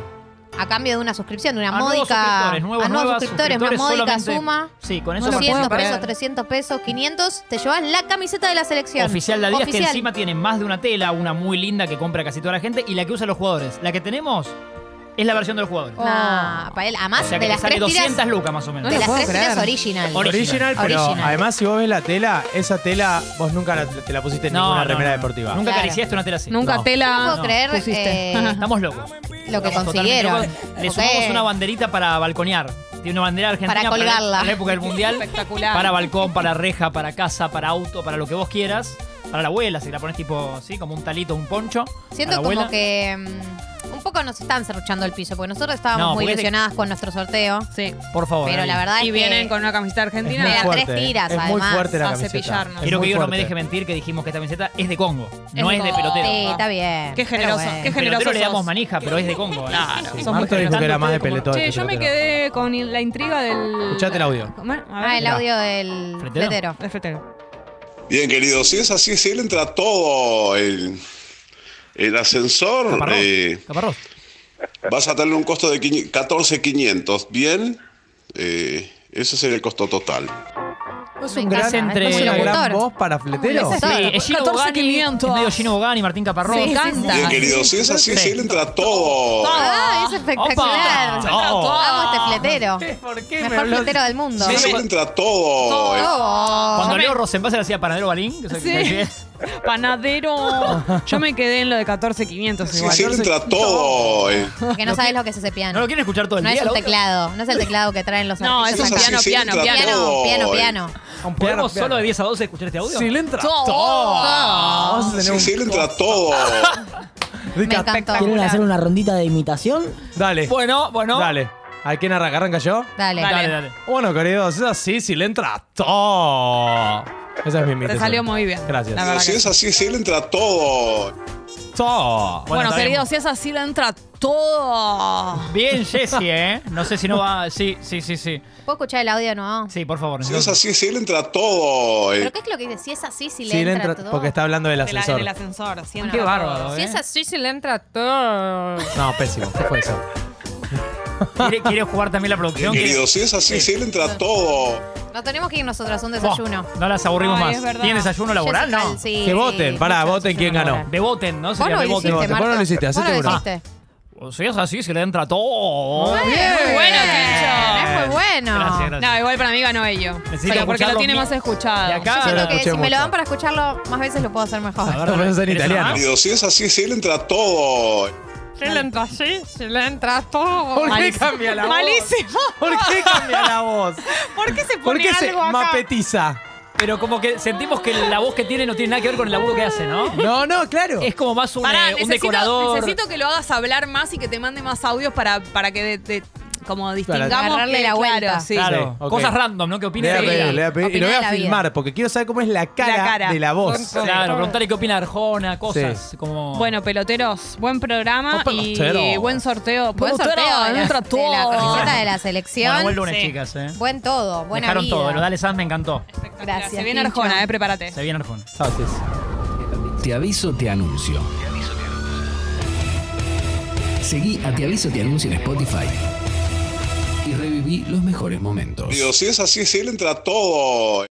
Speaker 3: a cambio de una suscripción, de una
Speaker 14: A nuevos
Speaker 3: módica.
Speaker 14: suscriptores, nuevos,
Speaker 3: a nuevos
Speaker 14: nuevas,
Speaker 3: suscriptores, una módica
Speaker 14: suscriptores
Speaker 3: suma.
Speaker 14: solamente- Sí, con eso
Speaker 3: 200
Speaker 14: participas.
Speaker 3: pesos, 300 pesos, 500, te llevas la camiseta de la selección.
Speaker 14: Oficial de Adidas, que
Speaker 3: Oficial.
Speaker 14: encima tiene más de una tela, una muy linda que compra casi toda la gente y la que usan los jugadores. La que tenemos es la versión de los
Speaker 2: Oh.
Speaker 14: jugadores.
Speaker 3: Nah, Ah, para él, además
Speaker 14: O sea que
Speaker 3: de
Speaker 14: te
Speaker 3: las
Speaker 14: sale
Speaker 3: tres
Speaker 14: 200
Speaker 3: tiras,
Speaker 14: lucas más o menos.
Speaker 3: de las
Speaker 2: puedo
Speaker 3: tres tiras
Speaker 2: creer.
Speaker 3: original.
Speaker 17: Original, pero
Speaker 3: Original.
Speaker 17: además si vos ves la tela, esa tela vos nunca la- te la pusiste en
Speaker 14: No,
Speaker 17: ninguna
Speaker 14: no,
Speaker 17: remera
Speaker 14: no.
Speaker 17: deportiva.
Speaker 14: Nunca
Speaker 3: Claro.
Speaker 14: acariciaste una tela así.
Speaker 17: No.
Speaker 2: Nunca
Speaker 3: Yo no
Speaker 2: tela.
Speaker 3: puedo creer
Speaker 2: Ah, pusiste.
Speaker 3: eh,
Speaker 14: Estamos locos.
Speaker 3: lo que
Speaker 14: Estamos totalmente
Speaker 3: consiguieron.
Speaker 14: locos. Le
Speaker 3: Ok.
Speaker 14: sumamos una banderita para balconear. Tiene una bandera argentina.
Speaker 3: Para colgarla.
Speaker 14: En la época del mundial.
Speaker 2: Espectacular.
Speaker 14: para balcón, para reja, para casa, para auto, para lo que vos quieras. Para la abuela, si la pones tipo así, como un talito, un poncho.
Speaker 3: Siento
Speaker 14: a la
Speaker 3: como
Speaker 14: abuela.
Speaker 3: que mm, un un poco nos están cerruchando el piso, porque nosotros estábamos
Speaker 14: No,
Speaker 3: muy
Speaker 14: porque te-
Speaker 3: ilusionadas con nuestro sorteo.
Speaker 2: Sí.
Speaker 14: Por favor.
Speaker 3: Pero
Speaker 14: ahí.
Speaker 3: la verdad
Speaker 2: Y
Speaker 3: es
Speaker 2: vienen
Speaker 3: que
Speaker 2: con una camiseta argentina.
Speaker 3: Me da tres tiras, además.
Speaker 2: a cepillarnos.
Speaker 14: Quiero que
Speaker 17: muy
Speaker 14: yo no me
Speaker 17: fuerte.
Speaker 14: deje mentir que dijimos que esta camiseta es de Congo, no
Speaker 2: de
Speaker 14: es de
Speaker 2: Congo.
Speaker 14: pelotero.
Speaker 3: Sí, está bien.
Speaker 2: Qué generoso,
Speaker 3: Pero bueno.
Speaker 2: qué
Speaker 14: En
Speaker 2: generoso
Speaker 14: pelotero le
Speaker 2: sos.
Speaker 14: damos manija, pero es de Congo. ¿eh?
Speaker 2: Claro,
Speaker 14: Sí.
Speaker 2: sos muy
Speaker 17: Marto dijo que era más de
Speaker 14: Tanto
Speaker 17: pelotón.
Speaker 2: Che, yo me quedé con la intriga del.
Speaker 17: Escuchate el audio.
Speaker 2: ¿Cómo era? A ver.
Speaker 3: Ah, el
Speaker 2: Mirá.
Speaker 3: audio del
Speaker 17: ¿Fretero?
Speaker 3: fletero.
Speaker 2: El fletero.
Speaker 19: Bien, querido, si es así, si él entra todo el, el ascensor, eh, vas a tener un costo de 500 14.500, ¿bien? Eh, ese sería el costo total.
Speaker 17: Es
Speaker 3: Me
Speaker 17: un gran,
Speaker 3: encanta, es
Speaker 17: es
Speaker 3: muy
Speaker 17: una gran
Speaker 3: locutor.
Speaker 17: voz para fletero.
Speaker 14: Sí, es Gino Bogani, es medio Gino Bogani, Martín Caparrós.
Speaker 3: Sí, sí, Canta.
Speaker 19: Bien, querido, si es así, si él entra todo.
Speaker 3: Ah, es espectacular.
Speaker 19: Opa. Oh.
Speaker 3: Amo este fletero.
Speaker 17: ¿Por
Speaker 3: Mejor fletero del mundo.
Speaker 19: Si es él entra todo. eh,
Speaker 14: Cuando
Speaker 2: Yo me-
Speaker 14: Leo Rosenbasser hacía Panadero Balín, que se-
Speaker 2: Sí.
Speaker 14: que decía-
Speaker 2: [LAUGHS] Panadero. Yo me quedé en lo de 14.500
Speaker 19: Si
Speaker 2: igual.
Speaker 19: es él entra todo. eh.
Speaker 3: Porque no sabes lo que se cepillan.
Speaker 14: no lo quieren escuchar todo el
Speaker 3: No
Speaker 14: día.
Speaker 3: es un
Speaker 14: la otra.
Speaker 3: teclado, no es el teclado que traen los
Speaker 2: No,
Speaker 3: artistas
Speaker 2: es un
Speaker 3: acá.
Speaker 2: piano,
Speaker 19: Sí, sí,
Speaker 2: piano,
Speaker 19: entra
Speaker 2: piano.
Speaker 19: todo,
Speaker 3: Piano,
Speaker 19: eh.
Speaker 3: piano.
Speaker 14: ¿Podemos solo de 10 a 12 escuchar este audio?
Speaker 17: Si le entra
Speaker 14: Todo.
Speaker 17: Vamos a tener
Speaker 19: Si
Speaker 17: un-
Speaker 19: es él entra todo.
Speaker 17: Rica,
Speaker 3: encantó.
Speaker 17: espectacular.
Speaker 12: ¿Quieren hacer una rondita de imitación?
Speaker 17: Dale.
Speaker 14: Bueno, bueno.
Speaker 17: Dale. ¿A quién arranca? ¿Arranca yo?
Speaker 3: Dale.
Speaker 14: Dale, dale.
Speaker 17: Bueno, queridos, es así, si le entra todo. Esa es mi
Speaker 2: Te
Speaker 17: imitación.
Speaker 2: salió muy bien.
Speaker 17: Gracias.
Speaker 2: La verdad
Speaker 19: Si
Speaker 2: que-
Speaker 19: es así, si él entra todo.
Speaker 17: Todo.
Speaker 2: Bueno,
Speaker 14: está
Speaker 2: querido, si es así, le entra todo.
Speaker 14: Bien, Jessy, ¿eh? No sé si no va. Sí, sí, sí, sí.
Speaker 3: ¿Puedo escuchar el audio de nuevo?
Speaker 14: Sí, por favor.
Speaker 19: Si
Speaker 14: necesito-
Speaker 19: es así, si él entra todo. eh.
Speaker 3: ¿Pero qué es lo que dice? Si es así, si,
Speaker 17: Si le entra,
Speaker 3: todo.
Speaker 17: porque está hablando del
Speaker 2: De la-
Speaker 17: ascensor.
Speaker 2: del ascensor. si
Speaker 14: Qué
Speaker 2: entra
Speaker 14: bárbaro,
Speaker 3: Si
Speaker 14: ¿eh?
Speaker 3: es así, si le entra todo.
Speaker 17: No, pésimo. ¿Qué fue eso?
Speaker 14: ¿Quiere, quiere jugar también la
Speaker 19: Bien,
Speaker 14: producción? ¿Quiere-
Speaker 19: querido, si es así, si él entra todo.
Speaker 3: No tenemos que ir nosotras a un
Speaker 14: Bo,
Speaker 3: desayuno.
Speaker 14: no las aburrimos
Speaker 2: Ay, es
Speaker 14: más.
Speaker 2: verdad.
Speaker 14: ¿Tiene desayuno laboral?
Speaker 3: Jessica,
Speaker 14: No.
Speaker 3: sí,
Speaker 17: Que voten, pará,
Speaker 3: mucho
Speaker 17: voten quién
Speaker 3: desayuno
Speaker 17: ganó.
Speaker 3: laboral.
Speaker 14: Beboten, ¿no?
Speaker 3: Vos
Speaker 14: Sería
Speaker 3: no lo
Speaker 14: beboten.
Speaker 3: hiciste,
Speaker 17: Vos no lo
Speaker 3: Marto.
Speaker 17: hiciste,
Speaker 3: Vos no
Speaker 17: hacete
Speaker 3: lo
Speaker 17: uno.
Speaker 3: hiciste.
Speaker 14: O sea, es así, se le entra todo.
Speaker 3: Muy bueno, Tincho. Es muy bueno.
Speaker 14: Gracias, gracias.
Speaker 2: No, igual para mí ganó ello.
Speaker 14: Necesito
Speaker 2: Pero porque
Speaker 14: escucharlo
Speaker 2: lo tiene
Speaker 14: mi-
Speaker 2: más escuchado.
Speaker 14: Y
Speaker 17: Yo
Speaker 14: acá-
Speaker 3: Yo
Speaker 17: lo
Speaker 3: siento que si
Speaker 17: escuché
Speaker 3: me lo
Speaker 17: mucho.
Speaker 3: dan para escucharlo más veces lo puedo hacer mejor.
Speaker 14: A ver,
Speaker 17: No, pero eso es en
Speaker 14: ¿querés
Speaker 17: italiano.
Speaker 14: una más?
Speaker 19: Querido, si es así, si él entra todo.
Speaker 2: Si le entra así, si le entra todo.
Speaker 17: ¿Por qué
Speaker 2: Malísimo.
Speaker 17: cambia la voz?
Speaker 2: Malísimo.
Speaker 17: ¿Por qué cambia la voz?
Speaker 2: ¿Por qué se pone
Speaker 17: ¿Por qué se
Speaker 2: algo acá?
Speaker 17: mapetiza?
Speaker 14: Pero como que sentimos que la voz que tiene no tiene nada que ver con el laburo que hace, ¿no?
Speaker 17: No, no, claro.
Speaker 14: Es como más un,
Speaker 2: Pará,
Speaker 14: eh, un
Speaker 2: necesito,
Speaker 14: decorador.
Speaker 2: necesito que lo hagas hablar más y que te mande más audios para, para que de- de- como distingamos
Speaker 3: Agarrarle
Speaker 2: que-
Speaker 3: la vuelta.
Speaker 2: claro, sí.
Speaker 14: Claro,
Speaker 17: Sí, ok.
Speaker 14: cosas random, ¿no? ¿Qué
Speaker 17: Le
Speaker 14: opina
Speaker 17: voy a
Speaker 14: de
Speaker 17: pedir, le voy
Speaker 14: ella?
Speaker 17: a pedir. Y lo voy
Speaker 3: Opina
Speaker 17: a
Speaker 3: de la
Speaker 17: filmar porque quiero saber cómo es la cara,
Speaker 2: La cara.
Speaker 17: de la voz.
Speaker 14: Claro, preguntarle qué opina Arjona, cosas
Speaker 17: Sí.
Speaker 14: como.
Speaker 2: Bueno, peloteros, buen programa
Speaker 17: Oh,
Speaker 2: y
Speaker 17: peloteros.
Speaker 2: buen sorteo.
Speaker 3: Buen
Speaker 2: Pelotero,
Speaker 3: sorteo ¿eh? de la,
Speaker 2: entra
Speaker 3: de la
Speaker 2: todo.
Speaker 3: camiseta de la
Speaker 14: Bueno,
Speaker 3: selección.
Speaker 14: buen lunes,
Speaker 2: Sí.
Speaker 14: chicas, ¿eh?
Speaker 3: Buen todo, buena
Speaker 14: Dejaron
Speaker 3: vida.
Speaker 14: todo, lo dale Sanz me encantó.
Speaker 3: Gracias,
Speaker 2: Se viene
Speaker 3: Tincho.
Speaker 2: Arjona, eh, prepárate.
Speaker 14: Se viene Arjona.
Speaker 17: Sauces.
Speaker 8: Te aviso, te anuncio. Seguí a Te aviso, te anuncio en Spotify. Y reviví los mejores momentos.
Speaker 19: Querido, si es así, si él entra todo.